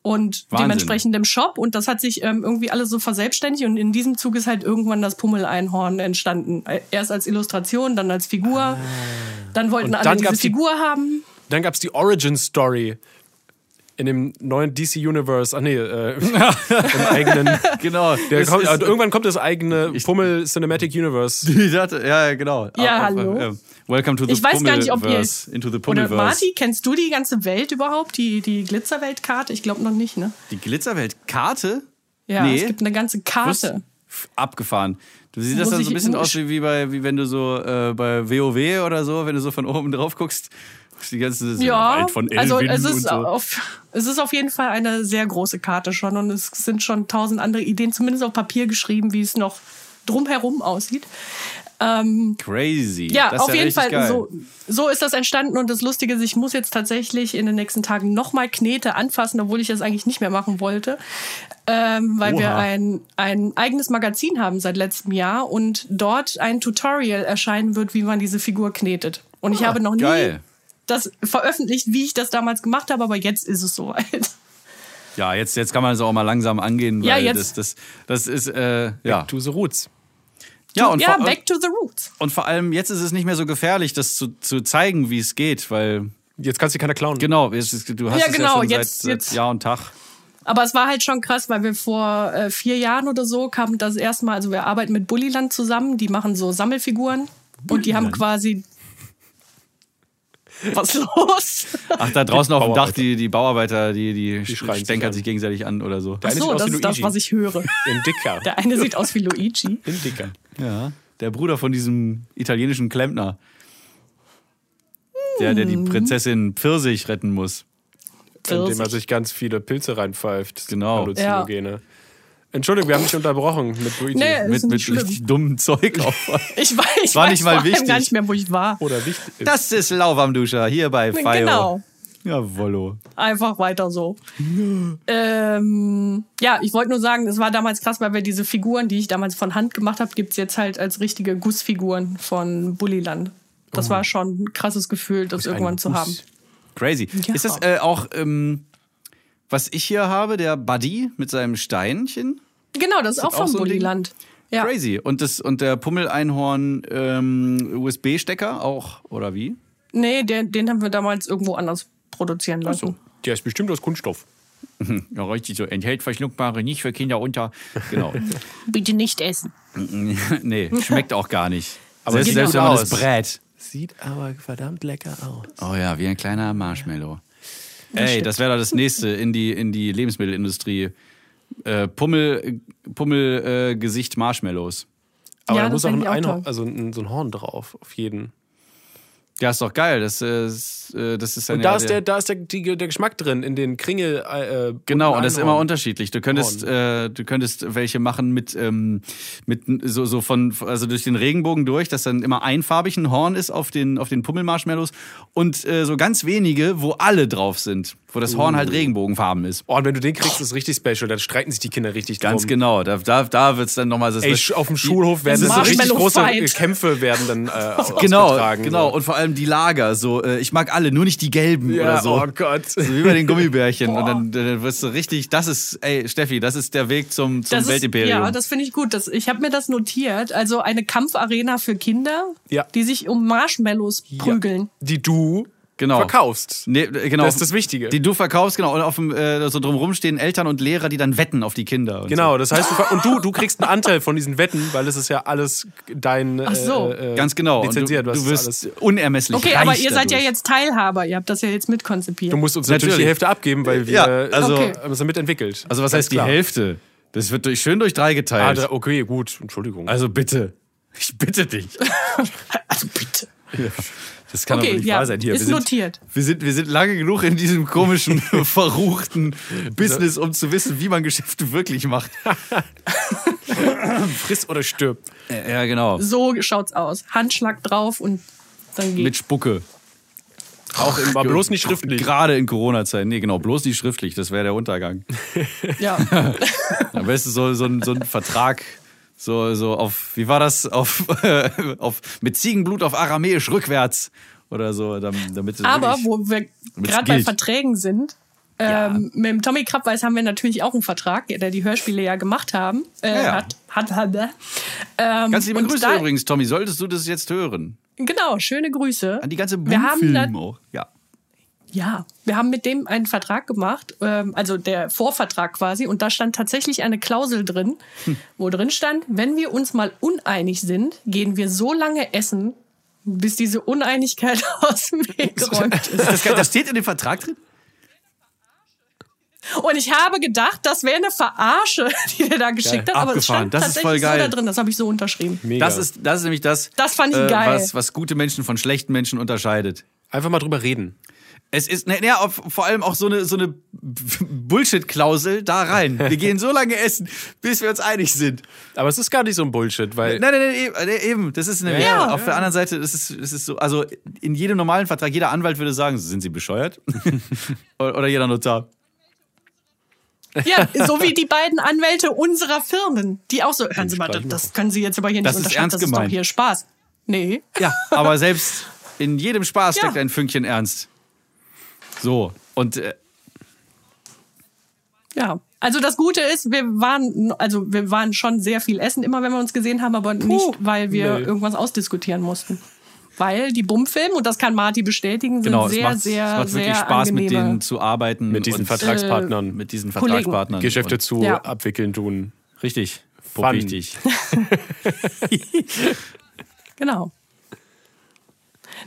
[SPEAKER 4] und
[SPEAKER 5] Wahnsinn.
[SPEAKER 4] dementsprechend im Shop. Und das hat sich ähm, irgendwie alles so verselbstständigt. Und in diesem Zug ist halt irgendwann das Pummel-Einhorn Äh, entstanden. Erst als Illustration, dann als Figur. Dann wollten
[SPEAKER 1] Ah. Und
[SPEAKER 4] alle
[SPEAKER 1] dann
[SPEAKER 4] diese
[SPEAKER 1] gab's die-
[SPEAKER 4] Figur haben.
[SPEAKER 1] Dann gab es die Origin Story in dem neuen DC Universe. Ach nee, äh, im eigenen.
[SPEAKER 5] Genau.
[SPEAKER 1] Der
[SPEAKER 5] es
[SPEAKER 1] kommt,
[SPEAKER 5] ist-
[SPEAKER 1] also irgendwann kommt das eigene Pummel Cinematic Universe.
[SPEAKER 5] Ich dachte, ja, genau.
[SPEAKER 4] Ja,
[SPEAKER 5] Auf- auf-
[SPEAKER 4] hallo.
[SPEAKER 5] ähm, welcome to the
[SPEAKER 4] Ich weiß gar nicht, ob ihr-
[SPEAKER 5] Pummelverse, Into the
[SPEAKER 4] Oder
[SPEAKER 5] Pummelverse.
[SPEAKER 4] Marti, kennst du die ganze Welt überhaupt? Die, die Glitzerweltkarte? Ich glaube noch nicht, ne?
[SPEAKER 5] Die Glitzerwelt-Karte?
[SPEAKER 4] Ja,
[SPEAKER 5] nee.
[SPEAKER 4] es gibt eine ganze Karte.
[SPEAKER 5] Wusst- Abgefahren. Du siehst das
[SPEAKER 4] Muss
[SPEAKER 5] dann so
[SPEAKER 4] ich
[SPEAKER 5] ein bisschen
[SPEAKER 4] in-
[SPEAKER 5] aus wie, wie bei, wie wenn du so äh, bei WoW oder so, wenn du so von oben drauf guckst, die ganze
[SPEAKER 4] Ja,
[SPEAKER 5] Wald von Elvin
[SPEAKER 4] also es ist,
[SPEAKER 5] und so.
[SPEAKER 4] auf, es ist auf jeden Fall eine sehr große Karte schon und es sind schon tausend andere Ideen, zumindest auf Papier geschrieben, wie es noch drumherum aussieht. Ähm,
[SPEAKER 5] Crazy.
[SPEAKER 4] ja,
[SPEAKER 5] das ist
[SPEAKER 4] auf jeden
[SPEAKER 5] richtig
[SPEAKER 4] Fall.
[SPEAKER 5] Geil.
[SPEAKER 4] So, so ist das entstanden und das Lustige ist, ich muss jetzt tatsächlich in den nächsten Tagen nochmal Knete anfassen, obwohl ich das eigentlich nicht mehr machen wollte, ähm, weil wir
[SPEAKER 5] Oha.
[SPEAKER 4] ein, ein eigenes Magazin haben seit letztem Jahr und dort ein Tutorial erscheinen wird, wie man diese Figur knetet. Und ich habe noch nie
[SPEAKER 5] Ah, geil.
[SPEAKER 4] das veröffentlicht, wie ich das damals gemacht habe, aber jetzt ist es soweit.
[SPEAKER 5] Ja, jetzt, jetzt kann man es auch mal langsam angehen, weil
[SPEAKER 4] Ja,
[SPEAKER 5] das,
[SPEAKER 4] jetzt.
[SPEAKER 5] das, das ist, äh, ja.
[SPEAKER 1] To the Roots.
[SPEAKER 5] Ja, und,
[SPEAKER 4] ja,
[SPEAKER 5] vor,
[SPEAKER 4] back to the roots.
[SPEAKER 5] und vor allem jetzt ist es nicht mehr so gefährlich, das zu, zu zeigen, wie es geht, weil,
[SPEAKER 1] Jetzt kannst du keiner klauen.
[SPEAKER 5] genau, es ist, du hast
[SPEAKER 4] Ja,
[SPEAKER 5] es
[SPEAKER 4] genau,
[SPEAKER 5] ja schon
[SPEAKER 4] jetzt-
[SPEAKER 5] seit,
[SPEAKER 4] jetzt-
[SPEAKER 5] seit Jahr und Tag.
[SPEAKER 4] Aber es war halt schon krass, weil wir vor äh, vier Jahren oder so kamen das erstmal, also wir arbeiten mit Bulliland zusammen, die machen so Sammelfiguren und die haben quasi. Was los?
[SPEAKER 5] Ach, da draußen auf dem Dach,
[SPEAKER 1] Bauarbeiter.
[SPEAKER 5] die, die Bauarbeiter, die, die, die
[SPEAKER 1] schreien sich
[SPEAKER 5] stänkern
[SPEAKER 1] an.
[SPEAKER 5] sich gegenseitig an oder so.
[SPEAKER 1] eine
[SPEAKER 4] So,
[SPEAKER 1] sieht aus
[SPEAKER 4] das
[SPEAKER 1] wie
[SPEAKER 4] ist das,
[SPEAKER 1] Luigi.
[SPEAKER 4] was ich höre.
[SPEAKER 1] In Dicker.
[SPEAKER 4] Der eine sieht aus wie Luigi.
[SPEAKER 1] In Dicker.
[SPEAKER 5] Ja. Der Bruder von diesem italienischen Klempner. Der, der die
[SPEAKER 4] Mhm.
[SPEAKER 5] Prinzessin Pfirsich retten muss.
[SPEAKER 1] Indem er
[SPEAKER 4] Pfirsich.
[SPEAKER 1] sich ganz viele Pilze reinpfeift.
[SPEAKER 5] Genau.
[SPEAKER 1] Halluzinogene. Entschuldigung, wir haben dich unterbrochen mit Luigi.
[SPEAKER 4] Nee,
[SPEAKER 5] Mit,
[SPEAKER 4] ist
[SPEAKER 5] mit
[SPEAKER 4] nicht schlimm.
[SPEAKER 5] richtig dummem Zeug auf.
[SPEAKER 4] Ich weiß, ich
[SPEAKER 5] War
[SPEAKER 4] weiß
[SPEAKER 5] nicht mal
[SPEAKER 4] vor allem
[SPEAKER 5] wichtig.
[SPEAKER 4] gar nicht mehr, wo ich war.
[SPEAKER 1] Oder wichtig ist.
[SPEAKER 5] Das ist Lauwamduscher hier bei Fio.
[SPEAKER 4] Genau.
[SPEAKER 5] Jawollo.
[SPEAKER 4] einfach weiter so. ähm, ja, ich wollte nur sagen, es war damals krass, weil wir diese Figuren, die ich damals von Hand gemacht habe, gibt's jetzt halt als richtige Gussfiguren von Bulliland.
[SPEAKER 5] Oh.
[SPEAKER 4] Das war schon ein krasses Gefühl, das irgendwann zu haben.
[SPEAKER 5] Crazy.
[SPEAKER 4] Ja.
[SPEAKER 5] Ist das äh, auch, ähm, was ich hier habe, der Buddy mit seinem Steinchen?
[SPEAKER 4] Genau, das ist auch
[SPEAKER 5] auch
[SPEAKER 4] von
[SPEAKER 5] so ein Ding?
[SPEAKER 4] Bulliland. Ja.
[SPEAKER 5] Crazy. Und, das, und der Pummeleinhorn ähm, USB-Stecker auch, oder wie?
[SPEAKER 4] Nee, den, den haben wir damals irgendwo anders produzieren lassen.
[SPEAKER 1] Der ist bestimmt aus Kunststoff.
[SPEAKER 5] Ja, richtig so. Enthält verschluckbare, nicht für Kinder unter. Genau.
[SPEAKER 4] Bitte nicht essen.
[SPEAKER 5] nee, schmeckt auch gar nicht. Aber
[SPEAKER 1] es
[SPEAKER 5] selbst,
[SPEAKER 1] sieht
[SPEAKER 5] selbst
[SPEAKER 1] gut
[SPEAKER 5] wenn man das
[SPEAKER 1] aus.
[SPEAKER 5] Brät.
[SPEAKER 1] Sieht aber verdammt lecker aus.
[SPEAKER 5] Oh ja, wie ein kleiner Marshmallow. Ey, das wäre doch das nächste in die, in die Lebensmittelindustrie. Äh, Pummel, Pummel äh, Gesicht Marshmallows.
[SPEAKER 1] Aber
[SPEAKER 4] Ja,
[SPEAKER 1] da
[SPEAKER 4] das
[SPEAKER 1] muss auch, ein
[SPEAKER 4] fänd ich auch
[SPEAKER 1] Einhorn,
[SPEAKER 4] toll.
[SPEAKER 1] also ein, so ein Horn drauf, auf jeden.
[SPEAKER 5] Ja, ist doch geil. Das, äh, ist, äh, das ist dann
[SPEAKER 1] Und
[SPEAKER 5] ja
[SPEAKER 1] da ist, der, da ist der, die, der Geschmack drin, in den Kringel. Äh, äh,
[SPEAKER 5] Genau, und das ist immer
[SPEAKER 1] Einhorn.
[SPEAKER 5] unterschiedlich. Du
[SPEAKER 1] Oh.
[SPEAKER 5] könntest, äh, du könntest welche machen mit, ähm, mit so, so von, also durch den Regenbogen durch, dass dann immer einfarbig ein Horn ist auf den, auf den Pummelmarshmallows und äh, so ganz wenige, wo alle drauf sind, wo das Horn halt Regenbogenfarben ist.
[SPEAKER 1] Oh, und wenn du den kriegst, ist richtig special. Dann streiten sich die Kinder richtig
[SPEAKER 5] Ganz
[SPEAKER 1] drum.
[SPEAKER 5] genau, da, da, da wird's dann nochmal so.
[SPEAKER 1] Ey, sch- auf dem Schulhof werden
[SPEAKER 4] Das
[SPEAKER 1] das so richtig
[SPEAKER 4] Marshmallow
[SPEAKER 1] große äh,
[SPEAKER 4] Fight.
[SPEAKER 1] Kämpfe werden dann äh, au-
[SPEAKER 5] Genau,
[SPEAKER 1] ausgetragen,
[SPEAKER 5] genau.
[SPEAKER 1] So.
[SPEAKER 5] Und vor allem die Lager, so, äh, ich mag alle, nur nicht die gelben
[SPEAKER 1] Ja,
[SPEAKER 5] oder so.
[SPEAKER 1] oh Gott.
[SPEAKER 5] So wie bei den Gummibärchen. und dann, dann wirst du richtig, das ist, ey, Steffi, das ist der Weg zum, zum
[SPEAKER 4] Das ist,
[SPEAKER 5] Weltimperium.
[SPEAKER 4] ja, das finde ich gut. Das, ich habe mir das notiert. Also eine Kampfarena für Kinder,
[SPEAKER 1] Ja.
[SPEAKER 4] die sich um Marshmallows prügeln.
[SPEAKER 1] Die du
[SPEAKER 5] Genau.
[SPEAKER 1] verkaufst.
[SPEAKER 5] Nee, äh, genau.
[SPEAKER 1] Das ist das Wichtige.
[SPEAKER 5] Die du verkaufst, genau. Und auf dem, äh, so drumherum stehen Eltern und Lehrer, die dann wetten auf die Kinder. Und
[SPEAKER 1] Genau, das heißt, du, ver- und du, du kriegst einen Anteil von diesen Wetten, weil es ist ja alles dein. Ach
[SPEAKER 4] so.
[SPEAKER 1] äh,
[SPEAKER 5] So. Ganz genau. Und
[SPEAKER 1] Lizenziert,
[SPEAKER 5] du,
[SPEAKER 1] was
[SPEAKER 5] du
[SPEAKER 1] ist
[SPEAKER 5] wirst
[SPEAKER 1] alles.
[SPEAKER 5] unermesslich
[SPEAKER 4] Okay,
[SPEAKER 5] reich
[SPEAKER 4] aber ihr seid ja
[SPEAKER 5] dadurch.
[SPEAKER 4] jetzt Teilhaber. Ihr habt das ja jetzt mitkonzipiert.
[SPEAKER 1] Du musst uns natürlich,
[SPEAKER 5] Natürlich.
[SPEAKER 1] die Hälfte abgeben, weil wir
[SPEAKER 5] Ja,
[SPEAKER 1] also,
[SPEAKER 5] also-
[SPEAKER 4] Okay.
[SPEAKER 1] haben es damit entwickelt.
[SPEAKER 5] Also, was
[SPEAKER 1] Ganz
[SPEAKER 5] heißt
[SPEAKER 1] klar.
[SPEAKER 5] die Hälfte? Das wird durch, schön durch drei
[SPEAKER 1] Ah,
[SPEAKER 5] geteilt.
[SPEAKER 1] da- okay, gut, Entschuldigung.
[SPEAKER 5] also, bitte. Ich bitte dich.
[SPEAKER 4] Also bitte.
[SPEAKER 5] Das kann
[SPEAKER 4] Okay,
[SPEAKER 5] doch nicht
[SPEAKER 4] ja,
[SPEAKER 5] wahr sein. Hier,
[SPEAKER 4] ist
[SPEAKER 5] wir sind,
[SPEAKER 4] notiert.
[SPEAKER 5] Wir sind, wir sind lange genug in diesem komischen, verruchten Business, um zu wissen, wie man Geschäfte wirklich macht.
[SPEAKER 1] friss oder stirb.
[SPEAKER 5] Äh, ja, genau.
[SPEAKER 4] So schaut's aus. Handschlag drauf und dann
[SPEAKER 5] Mit
[SPEAKER 4] geht's.
[SPEAKER 5] Spucke.
[SPEAKER 1] Auch im, war bloß nicht schriftlich.
[SPEAKER 5] Gerade in Corona-Zeiten. Nee, genau. Bloß nicht schriftlich. Das wäre der Untergang.
[SPEAKER 4] Ja.
[SPEAKER 5] Also Am besten so, so, ein- so ein Vertrag, so, so auf, wie war das? Auf, auf, mit Ziegenblut auf Aramäisch rückwärts oder so, dam- damit es
[SPEAKER 4] Aber
[SPEAKER 5] wirklich-
[SPEAKER 4] wo wir
[SPEAKER 5] Damit's
[SPEAKER 4] gerade bei
[SPEAKER 5] gilt.
[SPEAKER 4] Verträgen sind, ähm, mit dem Tommy Krabbeis haben wir natürlich auch einen Vertrag, der die Hörspiele ja gemacht haben. Äh,
[SPEAKER 5] Ja, ja.
[SPEAKER 4] Hat, hat, hat. äh. Ähm,
[SPEAKER 5] Ganz liebe
[SPEAKER 4] und
[SPEAKER 5] Grüße
[SPEAKER 4] da-
[SPEAKER 5] übrigens, Tommy. Solltest du das jetzt hören?
[SPEAKER 4] Genau, schöne Grüße.
[SPEAKER 5] An die ganze
[SPEAKER 4] Wir haben
[SPEAKER 5] Boomfilm
[SPEAKER 4] da-
[SPEAKER 5] auch. Ja.
[SPEAKER 4] Ja, wir haben mit dem einen Vertrag gemacht, ähm, also der Vorvertrag quasi, und da stand tatsächlich eine Klausel drin,
[SPEAKER 5] Hm.
[SPEAKER 4] wo drin stand, wenn wir uns mal uneinig sind, gehen wir so lange essen, bis diese Uneinigkeit aus dem Weg geräumt ist.
[SPEAKER 5] Das, das steht in dem Vertrag drin?
[SPEAKER 4] Und ich habe gedacht, das wäre eine Verarsche, die der da geschickt
[SPEAKER 5] Geil.
[SPEAKER 4] hat, aber es
[SPEAKER 5] Abgefahren.
[SPEAKER 4] stand
[SPEAKER 5] Das ist
[SPEAKER 4] tatsächlich
[SPEAKER 5] voll geil.
[SPEAKER 4] so da drin, das habe ich so unterschrieben.
[SPEAKER 1] Mega.
[SPEAKER 5] Das ist, das ist nämlich das, äh,
[SPEAKER 4] Das fand ich geil.
[SPEAKER 5] Was, was gute Menschen von schlechten Menschen unterscheidet.
[SPEAKER 1] Einfach mal drüber reden.
[SPEAKER 5] Es ist na, na, auf- vor allem auch so eine, so eine Bullshit-Klausel da rein. Wir gehen so lange essen, bis wir uns einig sind.
[SPEAKER 1] Aber es ist gar nicht so ein Bullshit, weil.
[SPEAKER 5] Nein, nein, nein, eben, äh, eben. Das ist eine.
[SPEAKER 1] Ja.
[SPEAKER 5] Auf der anderen Seite ist es, ist es so, also in jedem normalen Vertrag, jeder Anwalt würde sagen, sind Sie bescheuert? oder oder jeder Notar.
[SPEAKER 4] Ja, so wie die beiden Anwälte unserer Firmen, die auch so, hören Sie mal, das, das können Sie jetzt aber hier nicht
[SPEAKER 5] Das ist
[SPEAKER 4] unterschreiben,
[SPEAKER 5] ernst
[SPEAKER 4] das ist doch
[SPEAKER 5] gemeint.
[SPEAKER 4] hier Spaß. Nee.
[SPEAKER 5] Ja, aber selbst in jedem Spaß
[SPEAKER 4] Ja.
[SPEAKER 5] steckt ein Fünkchen Ernst. So, und äh,
[SPEAKER 4] Ja. Also das Gute ist, wir waren, also wir waren schon sehr viel essen, immer wenn wir uns gesehen haben, aber nicht, weil wir
[SPEAKER 1] nee.
[SPEAKER 4] irgendwas ausdiskutieren mussten. Weil die Bummfilme, und das kann Marti bestätigen, sind
[SPEAKER 5] genau,
[SPEAKER 4] sehr,
[SPEAKER 5] es macht,
[SPEAKER 4] sehr,
[SPEAKER 5] es macht
[SPEAKER 4] sehr
[SPEAKER 5] wirklich Spaß,
[SPEAKER 4] angenehme.
[SPEAKER 5] mit denen zu arbeiten.
[SPEAKER 1] Mit diesen
[SPEAKER 5] und äh,
[SPEAKER 1] Vertragspartnern.
[SPEAKER 5] mit diesen
[SPEAKER 4] Kollegen.
[SPEAKER 5] Vertragspartnern.
[SPEAKER 1] Geschäfte
[SPEAKER 5] und,
[SPEAKER 1] zu
[SPEAKER 4] Ja.
[SPEAKER 1] abwickeln tun.
[SPEAKER 5] Richtig.
[SPEAKER 1] Fun.
[SPEAKER 5] Richtig.
[SPEAKER 4] Genau.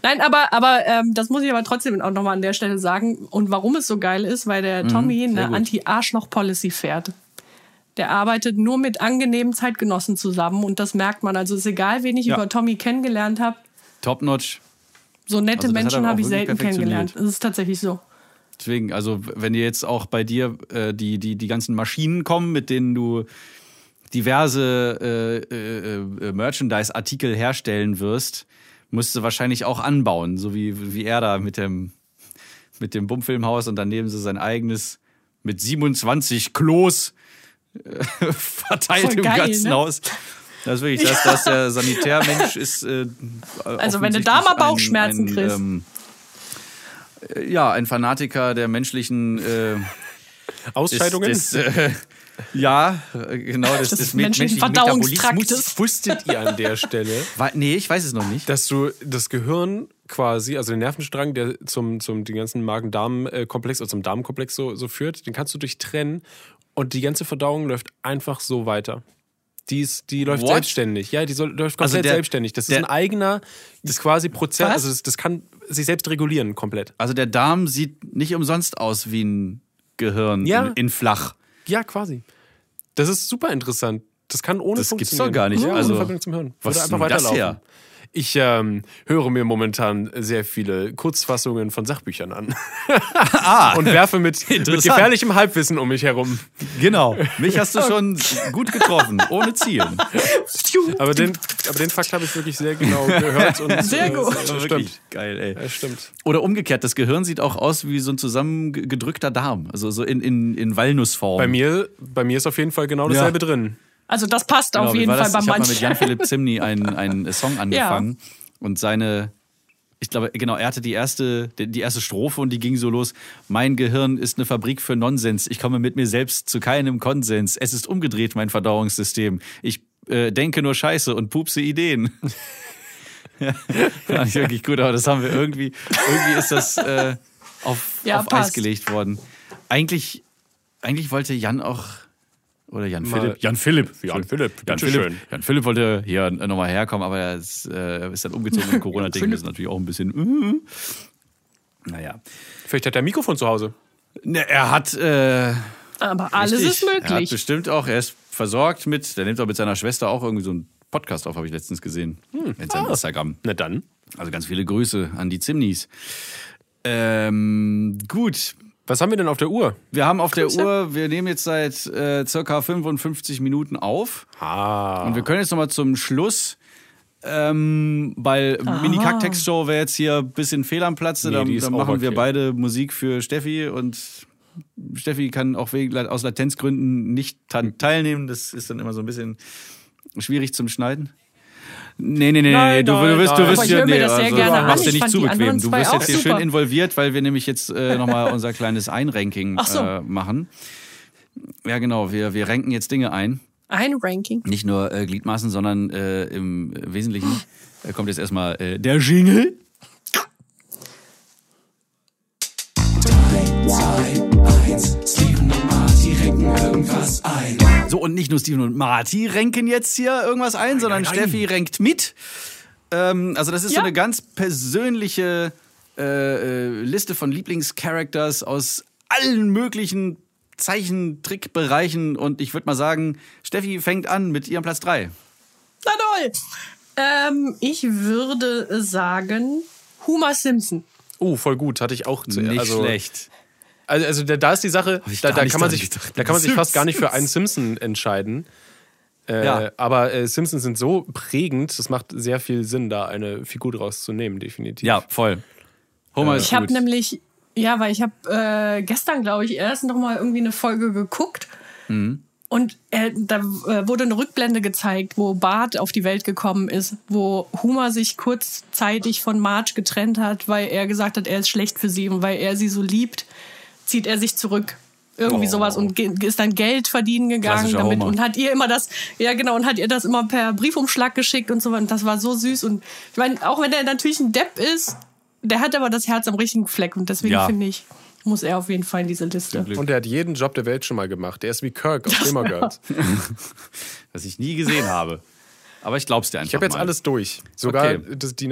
[SPEAKER 4] Nein, aber, aber ähm, das muss ich aber trotzdem auch nochmal an der Stelle sagen. Und warum es so geil ist, weil
[SPEAKER 5] Mhm,
[SPEAKER 4] der Tommy eine Anti-Arschloch-Policy fährt. Der arbeitet nur mit angenehmen Zeitgenossen zusammen und das merkt man. Also ist egal, wen ich
[SPEAKER 5] Ja.
[SPEAKER 4] über Tommy kennengelernt habe,
[SPEAKER 5] Top-notch.
[SPEAKER 4] so nette
[SPEAKER 5] Also das hat er
[SPEAKER 4] Menschen
[SPEAKER 5] auch
[SPEAKER 4] habe ich
[SPEAKER 5] wirklich
[SPEAKER 4] selten
[SPEAKER 5] perfektioniert.
[SPEAKER 4] kennengelernt. Das ist tatsächlich so.
[SPEAKER 5] Deswegen, also wenn dir jetzt auch bei dir äh, die, die, die ganzen Maschinen kommen, mit denen du diverse äh, äh, äh, Merchandise-Artikel herstellen wirst, musst du wahrscheinlich auch anbauen, so wie, wie er da mit dem, mit dem Bummfilmhaus und daneben so sein eigenes mit 27 Klos äh, verteilt
[SPEAKER 4] Voll
[SPEAKER 5] im
[SPEAKER 4] geil,
[SPEAKER 5] ganzen
[SPEAKER 4] ne?
[SPEAKER 5] Haus. Das ist wirklich, das, das der Sanitärmensch ist. Äh,
[SPEAKER 4] Also wenn du da mal
[SPEAKER 5] offensichtlich
[SPEAKER 4] Bauchschmerzen
[SPEAKER 5] ein, ein,
[SPEAKER 4] kriegst.
[SPEAKER 5] ähm, äh, ja, ein Fanatiker der menschlichen äh,
[SPEAKER 1] Ausscheidungen?
[SPEAKER 5] Des, des, äh, ja, äh, genau, des,
[SPEAKER 4] Des
[SPEAKER 5] des men-
[SPEAKER 4] menschlichen
[SPEAKER 5] menschlichen
[SPEAKER 4] Verdauungstraktes.
[SPEAKER 5] Metabolismus.
[SPEAKER 1] Wusstet ihr an der Stelle,
[SPEAKER 5] Wa- Nee, ich weiß es noch nicht.
[SPEAKER 1] dass du das Gehirn quasi, also den Nervenstrang, der zum, zum den ganzen Magen-Darm-Komplex oder zum Darmkomplex so, so führt, den kannst du durchtrennen und die ganze Verdauung läuft einfach so weiter. Die, ist, die läuft
[SPEAKER 5] What? Also
[SPEAKER 1] selbstständig. Ja, die soll, läuft komplett
[SPEAKER 5] der-
[SPEAKER 1] selbstständig. Das ist
[SPEAKER 5] der-
[SPEAKER 1] ein eigener, das ist quasi Prozess,
[SPEAKER 4] Was?
[SPEAKER 1] also das, das kann sich selbst regulieren komplett.
[SPEAKER 5] Also der Darm sieht nicht umsonst aus wie ein Gehirn
[SPEAKER 1] Ja.
[SPEAKER 5] in, in flach.
[SPEAKER 1] Ja, quasi. Das ist super interessant. Das kann ohne
[SPEAKER 5] Das gibt's
[SPEAKER 1] funktionieren.
[SPEAKER 5] doch gar nicht.
[SPEAKER 1] Ja,
[SPEAKER 5] Also,
[SPEAKER 1] ohne Verbindung zum Hirn.
[SPEAKER 5] was
[SPEAKER 1] Würde
[SPEAKER 5] ist
[SPEAKER 1] einfach
[SPEAKER 5] denn das
[SPEAKER 1] weiterlaufen.
[SPEAKER 5] her?
[SPEAKER 1] Ich ähm, höre mir momentan sehr viele Kurzfassungen von Sachbüchern an und werfe mit, mit
[SPEAKER 5] Ah. Interessant.
[SPEAKER 1] gefährlichem Halbwissen um mich herum.
[SPEAKER 5] Genau. Mich hast du schon gut getroffen, ohne Zielen.
[SPEAKER 1] Aber den, aber den Fakt habe ich wirklich sehr genau gehört. Und,
[SPEAKER 4] Sehr
[SPEAKER 1] äh,
[SPEAKER 4] gut.
[SPEAKER 1] das
[SPEAKER 5] Wirklich
[SPEAKER 1] Stimmt.
[SPEAKER 5] Geil, ey.
[SPEAKER 1] Das stimmt.
[SPEAKER 5] Oder umgekehrt, das Gehirn sieht auch aus wie so ein zusammengedrückter Darm. Also so in, in, in Walnussform.
[SPEAKER 1] Bei mir, bei mir ist auf jeden Fall genau dasselbe drin.
[SPEAKER 4] Also das passt auf
[SPEAKER 5] Genau, wie
[SPEAKER 4] jeden
[SPEAKER 5] war
[SPEAKER 4] Fall
[SPEAKER 5] das?
[SPEAKER 4] bei
[SPEAKER 5] Ich habe mal mit
[SPEAKER 4] manchen.
[SPEAKER 5] Jan-Philipp Zimny einen, einen Song angefangen und seine, ich glaube, genau, er hatte die erste, die die erste Strophe und die ging so los. Mein Gehirn ist eine Fabrik für Nonsens. Ich komme mit mir selbst zu keinem Konsens. Es ist umgedreht, mein Verdauungssystem. Ich äh, denke nur Scheiße und pupse Ideen. Ja, nicht wirklich gut, aber das haben wir irgendwie, irgendwie ist das äh, auf,
[SPEAKER 4] Ja,
[SPEAKER 5] auf
[SPEAKER 4] passt.
[SPEAKER 5] Eis gelegt worden. Eigentlich, eigentlich wollte Jan auch, oder Jan Philipp, Jan Philipp,
[SPEAKER 1] Jan Philipp,
[SPEAKER 5] Jan
[SPEAKER 1] bitteschön.
[SPEAKER 5] Philipp, Jan Philipp wollte hier nochmal herkommen, aber er ist, äh, ist dann umgezogen mit Corona-Ding. Das ist natürlich auch ein bisschen. äh. Naja.
[SPEAKER 1] Vielleicht hat er ein Mikrofon zu Hause.
[SPEAKER 5] Ne, er hat. Äh,
[SPEAKER 4] Aber alles
[SPEAKER 5] richtig,
[SPEAKER 4] ist
[SPEAKER 5] Er hat
[SPEAKER 4] möglich.
[SPEAKER 5] bestimmt auch. Er ist versorgt mit. Der nimmt auch mit seiner Schwester auch irgendwie so einen Podcast auf, habe ich letztens gesehen.
[SPEAKER 1] Hm.
[SPEAKER 5] In
[SPEAKER 4] Ah.
[SPEAKER 5] seinem Instagram.
[SPEAKER 1] Na dann.
[SPEAKER 5] Also ganz viele Grüße an die Zimnis. Ähm, gut.
[SPEAKER 1] Was haben wir denn auf der Uhr?
[SPEAKER 5] Wir haben auf der Uhr, wir nehmen jetzt seit äh, circa 55 Minuten auf.
[SPEAKER 1] Ah.
[SPEAKER 5] Und wir können jetzt nochmal zum Schluss, ähm, weil Mini-Kack-Text-Show wäre jetzt hier ein bisschen fehl am Platze.
[SPEAKER 1] Nee, die
[SPEAKER 5] dann
[SPEAKER 1] ist
[SPEAKER 5] dann machen wir
[SPEAKER 1] overkill.
[SPEAKER 5] beide Musik für Steffi und Steffi kann auch wegen, aus Latenzgründen nicht tan- teilnehmen. Das ist dann immer so ein bisschen schwierig zum Schneiden. Nee, nee, nee, nee, nee.
[SPEAKER 1] Nein,
[SPEAKER 5] Du, du
[SPEAKER 1] nein,
[SPEAKER 5] wirst, du
[SPEAKER 1] nein.
[SPEAKER 5] wirst
[SPEAKER 1] Aber ich
[SPEAKER 5] hier,
[SPEAKER 4] höre mir
[SPEAKER 5] nee,
[SPEAKER 4] das sehr
[SPEAKER 5] also,
[SPEAKER 4] gerne
[SPEAKER 5] du
[SPEAKER 4] an.
[SPEAKER 5] machst dir
[SPEAKER 4] Ich
[SPEAKER 5] nicht
[SPEAKER 4] fand die
[SPEAKER 5] zu bequem.
[SPEAKER 4] anderen
[SPEAKER 5] Du
[SPEAKER 4] zwei
[SPEAKER 5] wirst
[SPEAKER 4] auch
[SPEAKER 5] jetzt hier schön
[SPEAKER 4] super.
[SPEAKER 5] involviert, weil wir nämlich jetzt äh, nochmal unser kleines Einranking
[SPEAKER 4] Ach so.
[SPEAKER 5] äh, machen. Ja, genau, wir, wir ranken jetzt Dinge ein
[SPEAKER 4] Ein Ranking.
[SPEAKER 5] nicht nur äh, Gliedmaßen, sondern äh, im Wesentlichen äh, kommt jetzt erstmal äh, der Jingle. nicht nur Steven und Marty renken jetzt hier irgendwas ein, sondern Steffi renkt mit. Ähm, also das ist
[SPEAKER 4] Ja.
[SPEAKER 5] so eine ganz persönliche äh, äh, Liste von Lieblingscharacters aus allen möglichen Zeichentrickbereichen. Und ich würde mal sagen, Steffi fängt an mit ihrem Platz 3.
[SPEAKER 4] Na toll. Ähm, ich würde sagen, Homer Simpson.
[SPEAKER 1] Oh, voll gut, hatte ich auch zuerst.
[SPEAKER 5] Nicht
[SPEAKER 1] also,
[SPEAKER 5] schlecht.
[SPEAKER 1] Also, also da, da ist die Sache,
[SPEAKER 5] ich
[SPEAKER 1] da,
[SPEAKER 5] gar
[SPEAKER 1] da,
[SPEAKER 5] nicht
[SPEAKER 1] kann man
[SPEAKER 5] dran
[SPEAKER 1] sich,
[SPEAKER 5] gedacht.
[SPEAKER 1] da kann man sich fast gar nicht für
[SPEAKER 5] Simpsons.
[SPEAKER 1] einen Simpson entscheiden. Äh,
[SPEAKER 5] Ja.
[SPEAKER 1] Aber äh, Simpsons sind so prägend, das macht sehr viel Sinn, da eine Figur draus zu nehmen, definitiv.
[SPEAKER 5] Ja, voll. Homer ist
[SPEAKER 4] Ich habe
[SPEAKER 5] gut.
[SPEAKER 4] nämlich, ja, weil ich habe äh, gestern, glaube ich, erst noch mal irgendwie eine Folge geguckt.
[SPEAKER 5] Mhm.
[SPEAKER 4] Und äh, da äh, wurde eine Rückblende gezeigt, wo Bart auf die Welt gekommen ist, wo Homer sich kurzzeitig von Marge getrennt hat, weil er gesagt hat, er ist schlecht für sie und weil er sie so liebt, zieht er sich zurück. Irgendwie sowas und ge- ist dann Geld verdienen gegangen
[SPEAKER 5] Oh. Klassischer
[SPEAKER 4] damit
[SPEAKER 5] Homer.
[SPEAKER 4] und hat ihr immer das, ja genau, und hat ihr das immer per Briefumschlag geschickt und so und das war so süß und ich meine, auch wenn er natürlich ein Depp ist, der hat aber das Herz am richtigen Fleck und deswegen
[SPEAKER 5] Ja.
[SPEAKER 4] finde ich, muss er auf jeden Fall in diese Liste.
[SPEAKER 1] Und er hat jeden Job der Welt schon mal gemacht. Der ist wie Kirk auf Gamer Girls.
[SPEAKER 5] was ich nie gesehen habe. Aber ich glaub's dir einfach.
[SPEAKER 1] Ich habe jetzt
[SPEAKER 5] mal.
[SPEAKER 1] alles durch. Sogar
[SPEAKER 5] Okay.
[SPEAKER 1] das, die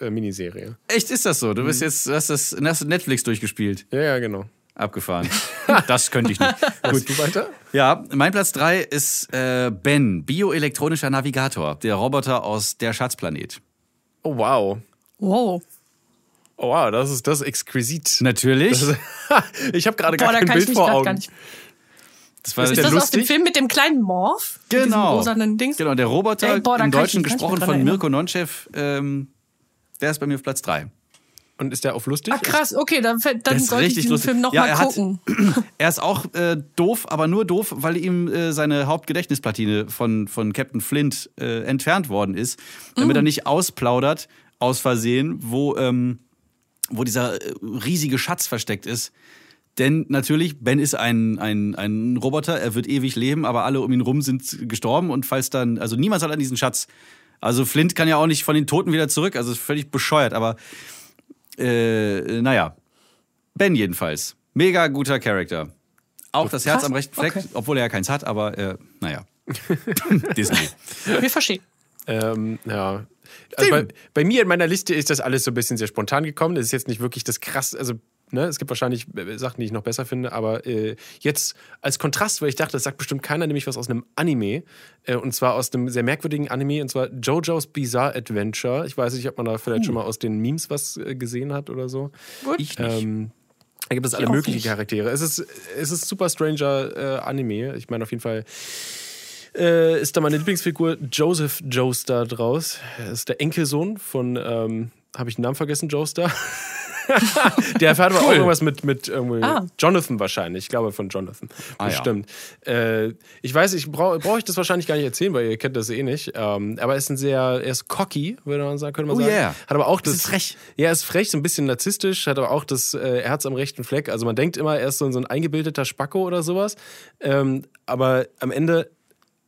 [SPEAKER 1] Netflix-Miniserie.
[SPEAKER 5] Echt ist das so? Du bist jetzt, du hast das du hast Netflix durchgespielt.
[SPEAKER 1] Ja, ja, genau.
[SPEAKER 5] Abgefahren. das könnte ich nicht.
[SPEAKER 1] Gut, du weiter?
[SPEAKER 5] Ja, mein Platz 3 ist äh, Ben, bioelektronischer Navigator, der Roboter aus der Schatzplanet.
[SPEAKER 1] Oh, wow.
[SPEAKER 4] Wow.
[SPEAKER 1] Oh, wow, das ist das ist exquisit.
[SPEAKER 5] Natürlich.
[SPEAKER 1] Das ist- ich habe gerade
[SPEAKER 4] Boah,
[SPEAKER 1] gar
[SPEAKER 4] da
[SPEAKER 1] kein
[SPEAKER 4] kann ich
[SPEAKER 1] Bild
[SPEAKER 4] mich
[SPEAKER 1] vor
[SPEAKER 4] gerade gar
[SPEAKER 1] Augen.
[SPEAKER 4] nicht.
[SPEAKER 5] Das war
[SPEAKER 1] Ist
[SPEAKER 4] Ist das
[SPEAKER 1] der
[SPEAKER 4] aus dem
[SPEAKER 1] lustig?
[SPEAKER 4] Film mit dem kleinen Morph? Mit diesem
[SPEAKER 5] genau.
[SPEAKER 4] rosanen Dings?
[SPEAKER 5] Genau, der Roboter
[SPEAKER 4] Ey, boah, da
[SPEAKER 5] im
[SPEAKER 4] kann ich
[SPEAKER 5] Deutschen
[SPEAKER 4] mich gar nicht
[SPEAKER 5] gesprochen
[SPEAKER 4] dran
[SPEAKER 5] von
[SPEAKER 4] erinnern.
[SPEAKER 5] Mirko Nonchev, ähm, der ist bei mir auf Platz 3.
[SPEAKER 1] Und ist der auf lustig?
[SPEAKER 4] Ach Ah, krass, okay, dann, fällt- dann
[SPEAKER 5] Das ist
[SPEAKER 4] sollte ich
[SPEAKER 5] richtig
[SPEAKER 4] diesen
[SPEAKER 5] lustig.
[SPEAKER 4] Film noch
[SPEAKER 5] Ja,
[SPEAKER 4] mal
[SPEAKER 5] er hat-
[SPEAKER 4] gucken.
[SPEAKER 5] Er ist auch äh, doof, aber nur doof, weil ihm äh, seine Hauptgedächtnisplatine von, von Captain Flint äh, entfernt worden ist, damit
[SPEAKER 4] Mhm.
[SPEAKER 5] er nicht ausplaudert, aus Versehen, wo, ähm, wo dieser äh, riesige Schatz versteckt ist. Denn natürlich, Ben ist ein, ein, ein Roboter, er wird ewig leben, aber alle um ihn rum sind gestorben und falls dann, also niemand soll an diesen Schatz. Also Flint kann ja auch nicht von den Toten wieder zurück, also ist völlig bescheuert, aber äh, naja. Ben jedenfalls. Mega guter Charakter. Auch das Herz
[SPEAKER 4] Krass,
[SPEAKER 5] am rechten Fleck,
[SPEAKER 4] okay.
[SPEAKER 5] obwohl er ja keins hat, aber äh, naja. Disney.
[SPEAKER 4] Wir verstehen.
[SPEAKER 1] Ähm, ja. Also bei, bei mir in meiner Liste ist das alles so ein bisschen sehr spontan gekommen. Das ist jetzt nicht wirklich das krass. Also, ne, es gibt wahrscheinlich äh, Sachen, die ich noch besser finde, aber äh, jetzt als Kontrast, weil ich dachte, das sagt bestimmt keiner, nämlich was aus einem Anime. Äh, und zwar aus einem sehr merkwürdigen Anime, und zwar JoJo's Bizarre Adventure. Ich weiß nicht, ob man da vielleicht
[SPEAKER 4] Hm.
[SPEAKER 1] schon mal aus den Memes was äh, gesehen hat oder so.
[SPEAKER 5] Ich nicht.
[SPEAKER 1] Ähm, da gibt es alle
[SPEAKER 4] auch
[SPEAKER 1] möglichen
[SPEAKER 4] nicht.
[SPEAKER 1] Charaktere. Es ist, es ist super stranger äh, Anime. Ich meine, auf jeden Fall äh, ist da meine Lieblingsfigur Joseph Joestar draus. Er ist der Enkelsohn von, ähm, habe ich den Namen vergessen, Joestar? der hat aber auch irgendwas mit, mit irgendwie
[SPEAKER 4] Ah.
[SPEAKER 1] Jonathan wahrscheinlich. Ich glaube von Jonathan.
[SPEAKER 5] Ah, ja.
[SPEAKER 1] Bestimmt. Äh, ich weiß, ich brauche brauch ich das wahrscheinlich gar nicht erzählen, weil ihr kennt das eh nicht. Ähm, aber er ist ein sehr, er ist cocky, würde man sagen, könnte man
[SPEAKER 5] Oh
[SPEAKER 1] sagen.
[SPEAKER 5] yeah.
[SPEAKER 1] Hat aber auch das.
[SPEAKER 5] ist frech.
[SPEAKER 1] Ja, er ist frech, so ein bisschen narzisstisch, hat aber auch das äh, Herz am rechten Fleck. Also man denkt immer, er ist so, ein- so ein eingebildeter Spacko oder sowas. Ähm, aber am Ende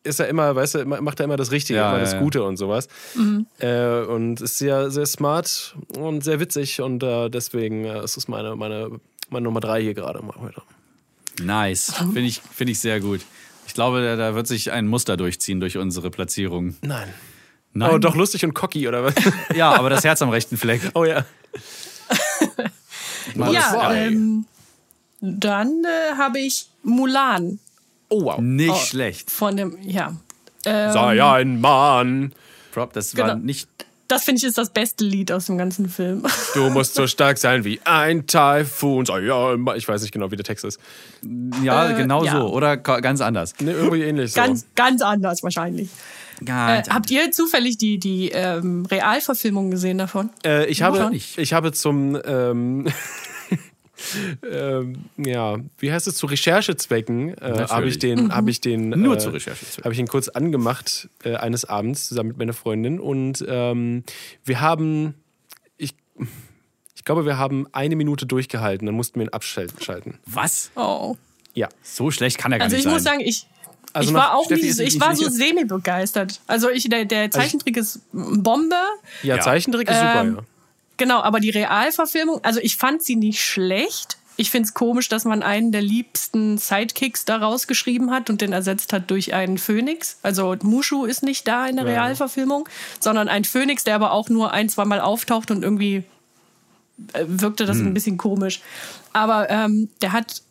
[SPEAKER 1] ist er immer, weißt du, immer- macht er immer das Richtige,
[SPEAKER 5] Ja,
[SPEAKER 1] immer
[SPEAKER 5] ja,
[SPEAKER 1] das
[SPEAKER 5] ja.
[SPEAKER 1] Gute und sowas.
[SPEAKER 4] Mhm.
[SPEAKER 1] Äh, und ist sehr, sehr smart und sehr witzig und äh, deswegen äh, ist es meine, meine, meine Nummer drei hier gerade mal heute.
[SPEAKER 5] Nice. Finde ich, find ich sehr gut. Ich glaube, da, da wird sich ein Muster durchziehen durch unsere Platzierung.
[SPEAKER 1] Nein.
[SPEAKER 5] Nein.
[SPEAKER 1] Oh, doch lustig und cocky, oder was?
[SPEAKER 5] Ja, aber das Herz am rechten Fleck.
[SPEAKER 1] oh ja.
[SPEAKER 4] Ja,
[SPEAKER 1] zwei.
[SPEAKER 4] ähm, dann äh, habe ich Mulan
[SPEAKER 1] Oh wow.
[SPEAKER 5] Nicht schlecht.
[SPEAKER 4] von dem, ja. Ähm,
[SPEAKER 1] Sei ein Mann.
[SPEAKER 5] Prop, das war
[SPEAKER 4] Genau.
[SPEAKER 5] nicht.
[SPEAKER 4] Das finde ich ist das beste Lied aus dem ganzen Film.
[SPEAKER 1] Du musst so stark sein wie ein Taifun. Sei ein Mann. Ich weiß nicht genau, wie der Text ist.
[SPEAKER 5] Ja,
[SPEAKER 4] Äh,
[SPEAKER 5] genau
[SPEAKER 4] ja. Äh,
[SPEAKER 5] so. Oder ka- ganz anders.
[SPEAKER 1] Ne, irgendwie ähnlich so.
[SPEAKER 4] ganz, ganz anders wahrscheinlich. Äh,
[SPEAKER 5] Ganz
[SPEAKER 4] habt ihr zufällig die, die ähm, Realverfilmung gesehen davon?
[SPEAKER 1] Äh, ich, habe,
[SPEAKER 5] noch nicht.
[SPEAKER 1] ich habe zum, ähm, ähm, ja, wie heißt es, zu Recherchezwecken äh, habe ich den,
[SPEAKER 5] Mhm.
[SPEAKER 1] habe ich den,
[SPEAKER 5] Nur
[SPEAKER 1] äh,
[SPEAKER 5] zu Recherchezwecken.
[SPEAKER 1] habe ich ihn kurz angemacht äh, eines Abends zusammen mit meiner Freundin und ähm, wir haben, ich, ich glaube, wir haben eine Minute durchgehalten, dann mussten wir ihn abschalten. schalten.
[SPEAKER 5] Was?
[SPEAKER 4] Oh.
[SPEAKER 1] Ja,
[SPEAKER 5] So schlecht kann er gar
[SPEAKER 4] Also
[SPEAKER 5] nicht
[SPEAKER 4] ich
[SPEAKER 5] sein.
[SPEAKER 4] muss sagen, ich,
[SPEAKER 1] Also
[SPEAKER 4] ich
[SPEAKER 1] nach
[SPEAKER 4] war auch
[SPEAKER 1] Steffi
[SPEAKER 4] nie,
[SPEAKER 1] ist
[SPEAKER 4] so- ich
[SPEAKER 1] nicht
[SPEAKER 4] war so
[SPEAKER 1] sicher.
[SPEAKER 4] semi-begeistert. Also ich, der, der Zeichentrick ist Bombe,
[SPEAKER 1] ja,
[SPEAKER 5] Ja.
[SPEAKER 1] Zeichentrick ist super.
[SPEAKER 4] Ähm,
[SPEAKER 1] ja.
[SPEAKER 4] genau, aber die Realverfilmung, also ich fand sie nicht schlecht, ich finde es komisch, dass man einen der liebsten Sidekicks da rausgeschrieben hat und den ersetzt hat durch einen Phönix. Also Mushu ist nicht da in der Realverfilmung, sondern ein Phönix, der aber auch nur ein, zweimal auftaucht und irgendwie äh, wirkte das
[SPEAKER 5] Hm.
[SPEAKER 4] ein bisschen komisch. Aber ähm, der hat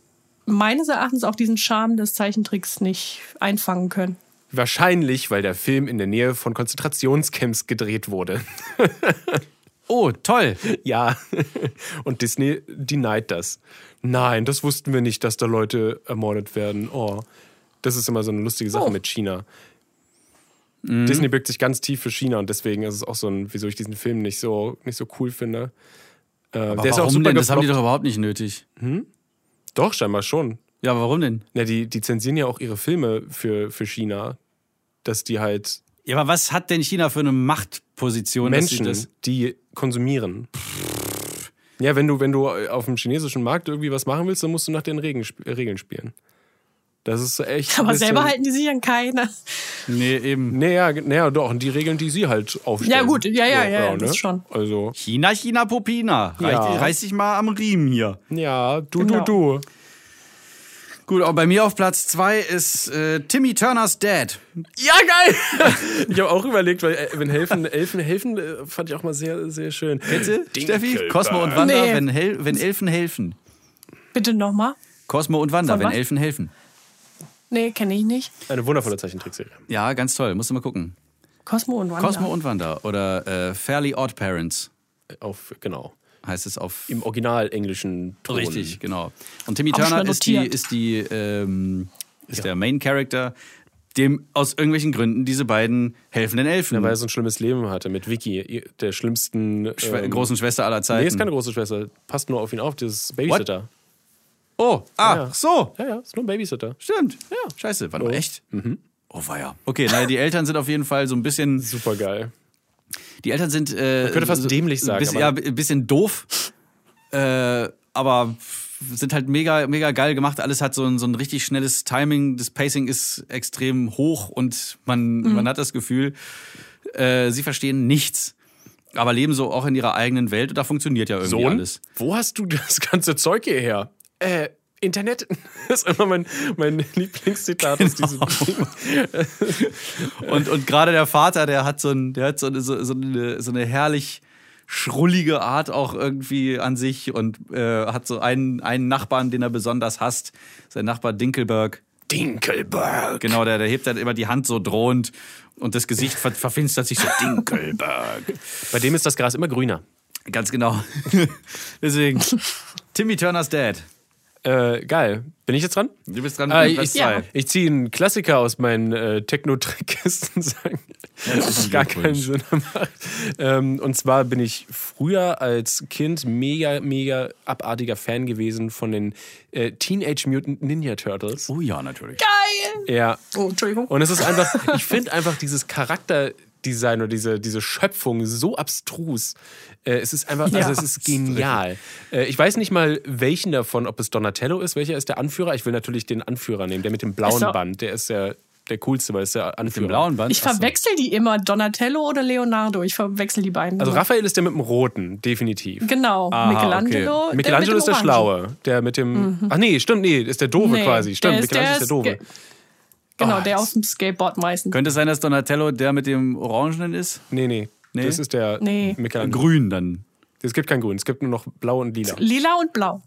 [SPEAKER 4] meines Erachtens auch diesen Charme des Zeichentricks nicht einfangen können.
[SPEAKER 1] Wahrscheinlich, weil der Film in der Nähe von Konzentrationscamps gedreht wurde.
[SPEAKER 5] Oh, toll.
[SPEAKER 1] Ja. Und Disney denied das. Nein, das wussten wir nicht, dass da Leute ermordet werden. Oh. Das ist immer so eine lustige Sache
[SPEAKER 4] Oh.
[SPEAKER 1] mit China.
[SPEAKER 5] Mhm.
[SPEAKER 1] Disney birgt sich ganz tief für China und deswegen ist es auch so ein, wieso ich diesen Film nicht so, nicht so cool finde. Äh, der
[SPEAKER 5] warum
[SPEAKER 1] ist auch super
[SPEAKER 5] denn? Das haben die
[SPEAKER 1] gefloppt.
[SPEAKER 5] doch überhaupt nicht nötig.
[SPEAKER 1] doch, scheinbar schon.
[SPEAKER 5] Ja, aber warum denn?
[SPEAKER 1] Na, die, die zensieren ja auch ihre Filme für, für China, dass die halt
[SPEAKER 5] Ja, aber was hat denn China für eine Machtposition? dass sie
[SPEAKER 1] Menschen,
[SPEAKER 5] das
[SPEAKER 1] die konsumieren. Ja, wenn du, wenn du auf dem chinesischen Markt irgendwie was machen willst, dann musst du nach den Regen, sp- äh, Regeln spielen. Das ist echt. ein
[SPEAKER 4] Aber
[SPEAKER 1] bisschen-
[SPEAKER 4] selber halt halten die sich an keine.
[SPEAKER 5] nee, eben.
[SPEAKER 1] Naja, naja, doch, und die Regeln, die sie halt aufstellen.
[SPEAKER 4] Ja, gut, ja, ja,
[SPEAKER 1] So, genau,
[SPEAKER 4] ja, ja, das schon.
[SPEAKER 1] Also,
[SPEAKER 5] China, China, Popina. Reicht,
[SPEAKER 1] Ja.
[SPEAKER 5] Reiß dich mal am Riemen hier.
[SPEAKER 1] ja, du,
[SPEAKER 4] Genau.
[SPEAKER 1] du, du.
[SPEAKER 5] Gut, aber bei mir auf Platz zwei ist äh, Timmy Turners Dad.
[SPEAKER 1] Ja, geil! ich habe auch überlegt, weil äh, wenn helfen, Elfen helfen, äh, fand ich auch mal sehr, sehr schön. Bitte?
[SPEAKER 5] Steffi, Cosmo und Wanda,
[SPEAKER 4] Nee.
[SPEAKER 5] wenn, Hel wenn Elfen helfen.
[SPEAKER 4] Bitte nochmal.
[SPEAKER 5] Cosmo und Wanda,
[SPEAKER 4] Von
[SPEAKER 5] wenn
[SPEAKER 4] was?
[SPEAKER 5] Elfen helfen.
[SPEAKER 4] Nee, kenne ich nicht.
[SPEAKER 1] Eine wundervolle Zeichentrickserie.
[SPEAKER 5] Ja, ganz toll. Musst du mal gucken.
[SPEAKER 4] Cosmo und Wanda.
[SPEAKER 5] Cosmo und Wanda oder äh, Fairly Odd Parents
[SPEAKER 1] Auf, genau.
[SPEAKER 5] heißt es auf
[SPEAKER 1] Im original englischen Ton.
[SPEAKER 5] Richtig, genau. Und Timmy
[SPEAKER 4] Hab ich
[SPEAKER 5] Turner
[SPEAKER 4] mal
[SPEAKER 5] ist die
[SPEAKER 4] notiert.
[SPEAKER 5] ist die ähm, ist der Main Character, dem aus irgendwelchen Gründen diese beiden helfenden Elfen,
[SPEAKER 1] Weil er so ein schlimmes Leben hatte mit Vicky, ihr- der schlimmsten.
[SPEAKER 5] Schwe
[SPEAKER 1] ähm,
[SPEAKER 5] großen Schwester aller Zeiten.
[SPEAKER 1] Nee, ist keine große Schwester. Passt nur auf ihn auf, dieses Babysitter.
[SPEAKER 5] oh, ah,
[SPEAKER 1] Ja.
[SPEAKER 5] so,
[SPEAKER 1] Ja, Mhm. ja, ist nur ein Babysitter.
[SPEAKER 5] stimmt. Ja, scheiße, war doch echt. Oh weia. Okay, naja, die Eltern sind auf jeden Fall so ein bisschen
[SPEAKER 1] Super geil.
[SPEAKER 5] Die Eltern sind. Äh,
[SPEAKER 1] könnte fast
[SPEAKER 5] so,
[SPEAKER 1] dämlich sagen,
[SPEAKER 5] Bisschen, ja,
[SPEAKER 1] aber-
[SPEAKER 5] ein bisschen doof. äh, aber f- sind halt mega, mega geil gemacht. Alles hat so ein, so ein richtig schnelles Timing. Das Pacing ist extrem hoch und man, man hat das Gefühl, äh, sie verstehen nichts. Aber leben so auch in ihrer eigenen Welt und da funktioniert ja irgendwie alles.
[SPEAKER 1] wo hast du das ganze Zeug hierher? Äh, Internet. Das ist immer mein, mein Lieblingszitat aus diesem Ding.
[SPEAKER 5] Und, und gerade der Vater, der hat so, ein, der hat so, eine- so, so, eine, so eine herrlich schrullige Art auch irgendwie an sich und äh, hat so einen, einen Nachbarn, den er besonders hasst. Sein Nachbar Dinkelberg.
[SPEAKER 1] Dinkelberg.
[SPEAKER 5] Genau, der, der hebt dann immer die Hand so drohend und das Gesicht ver verfinstert sich so Dinkelberg.
[SPEAKER 1] Bei dem ist das Gras immer grüner.
[SPEAKER 5] Ganz genau. Deswegen, Timmy Turners Dad.
[SPEAKER 1] Äh, geil. Bin ich jetzt dran?
[SPEAKER 5] Du bist dran mit
[SPEAKER 1] Äh,
[SPEAKER 5] Platz
[SPEAKER 1] ich
[SPEAKER 5] zwei.
[SPEAKER 1] ich ziehe einen Klassiker aus meinen äh, Techno-Trickkisten, sagen.
[SPEAKER 5] Herzlichen
[SPEAKER 1] Gar keinen
[SPEAKER 5] Glückwunsch.
[SPEAKER 1] Sinn macht. Ähm, und zwar bin ich früher als Kind mega, mega abartiger Fan gewesen von den äh, Teenage Mutant Ninja Turtles.
[SPEAKER 5] Oh ja, natürlich.
[SPEAKER 1] Ja.
[SPEAKER 4] Oh, Entschuldigung.
[SPEAKER 1] Und es ist einfach, ich finde einfach dieses Charakterdesign oder diese, diese Schöpfung so abstrus. Äh, es ist einfach, also es ist genial. Äh, ich weiß nicht mal, welchen davon, ob es Donatello ist, welcher ist der Anführer? Ich will natürlich den Anführer nehmen, der mit dem blauen
[SPEAKER 4] Ist doch-
[SPEAKER 1] Band. Der ist der, der coolste, weil es der Anführer.
[SPEAKER 5] Im blauen Band.
[SPEAKER 4] Ich verwechsel die immer, Donatello oder Leonardo. Ich verwechsel die beiden.
[SPEAKER 1] Also
[SPEAKER 4] immer.
[SPEAKER 1] Raphael ist der mit dem roten, definitiv.
[SPEAKER 4] Genau, Michelangelo. der mit
[SPEAKER 1] Michelangelo
[SPEAKER 4] dem
[SPEAKER 1] ist der
[SPEAKER 4] Orangen. Mhm.
[SPEAKER 1] Schlaue, der mit dem. Ach nee, stimmt, nee, ist der Doofe
[SPEAKER 4] Nee,
[SPEAKER 1] quasi. Stimmt,
[SPEAKER 4] der ist-
[SPEAKER 1] Michelangelo ist
[SPEAKER 4] der
[SPEAKER 1] der Doofe.
[SPEAKER 4] ist Genau,
[SPEAKER 1] Oh,
[SPEAKER 4] der
[SPEAKER 1] das-
[SPEAKER 4] auf dem Skateboard meistens.
[SPEAKER 5] Könnte es sein, dass Donatello der mit dem Orangenen ist?
[SPEAKER 1] Nee, nee,
[SPEAKER 5] Nee?
[SPEAKER 1] Das ist der
[SPEAKER 4] Nee.
[SPEAKER 1] Michelangelo.
[SPEAKER 5] Grün dann.
[SPEAKER 1] Es gibt kein Grün, es gibt nur noch Blau und Lila.
[SPEAKER 4] Lila und blau.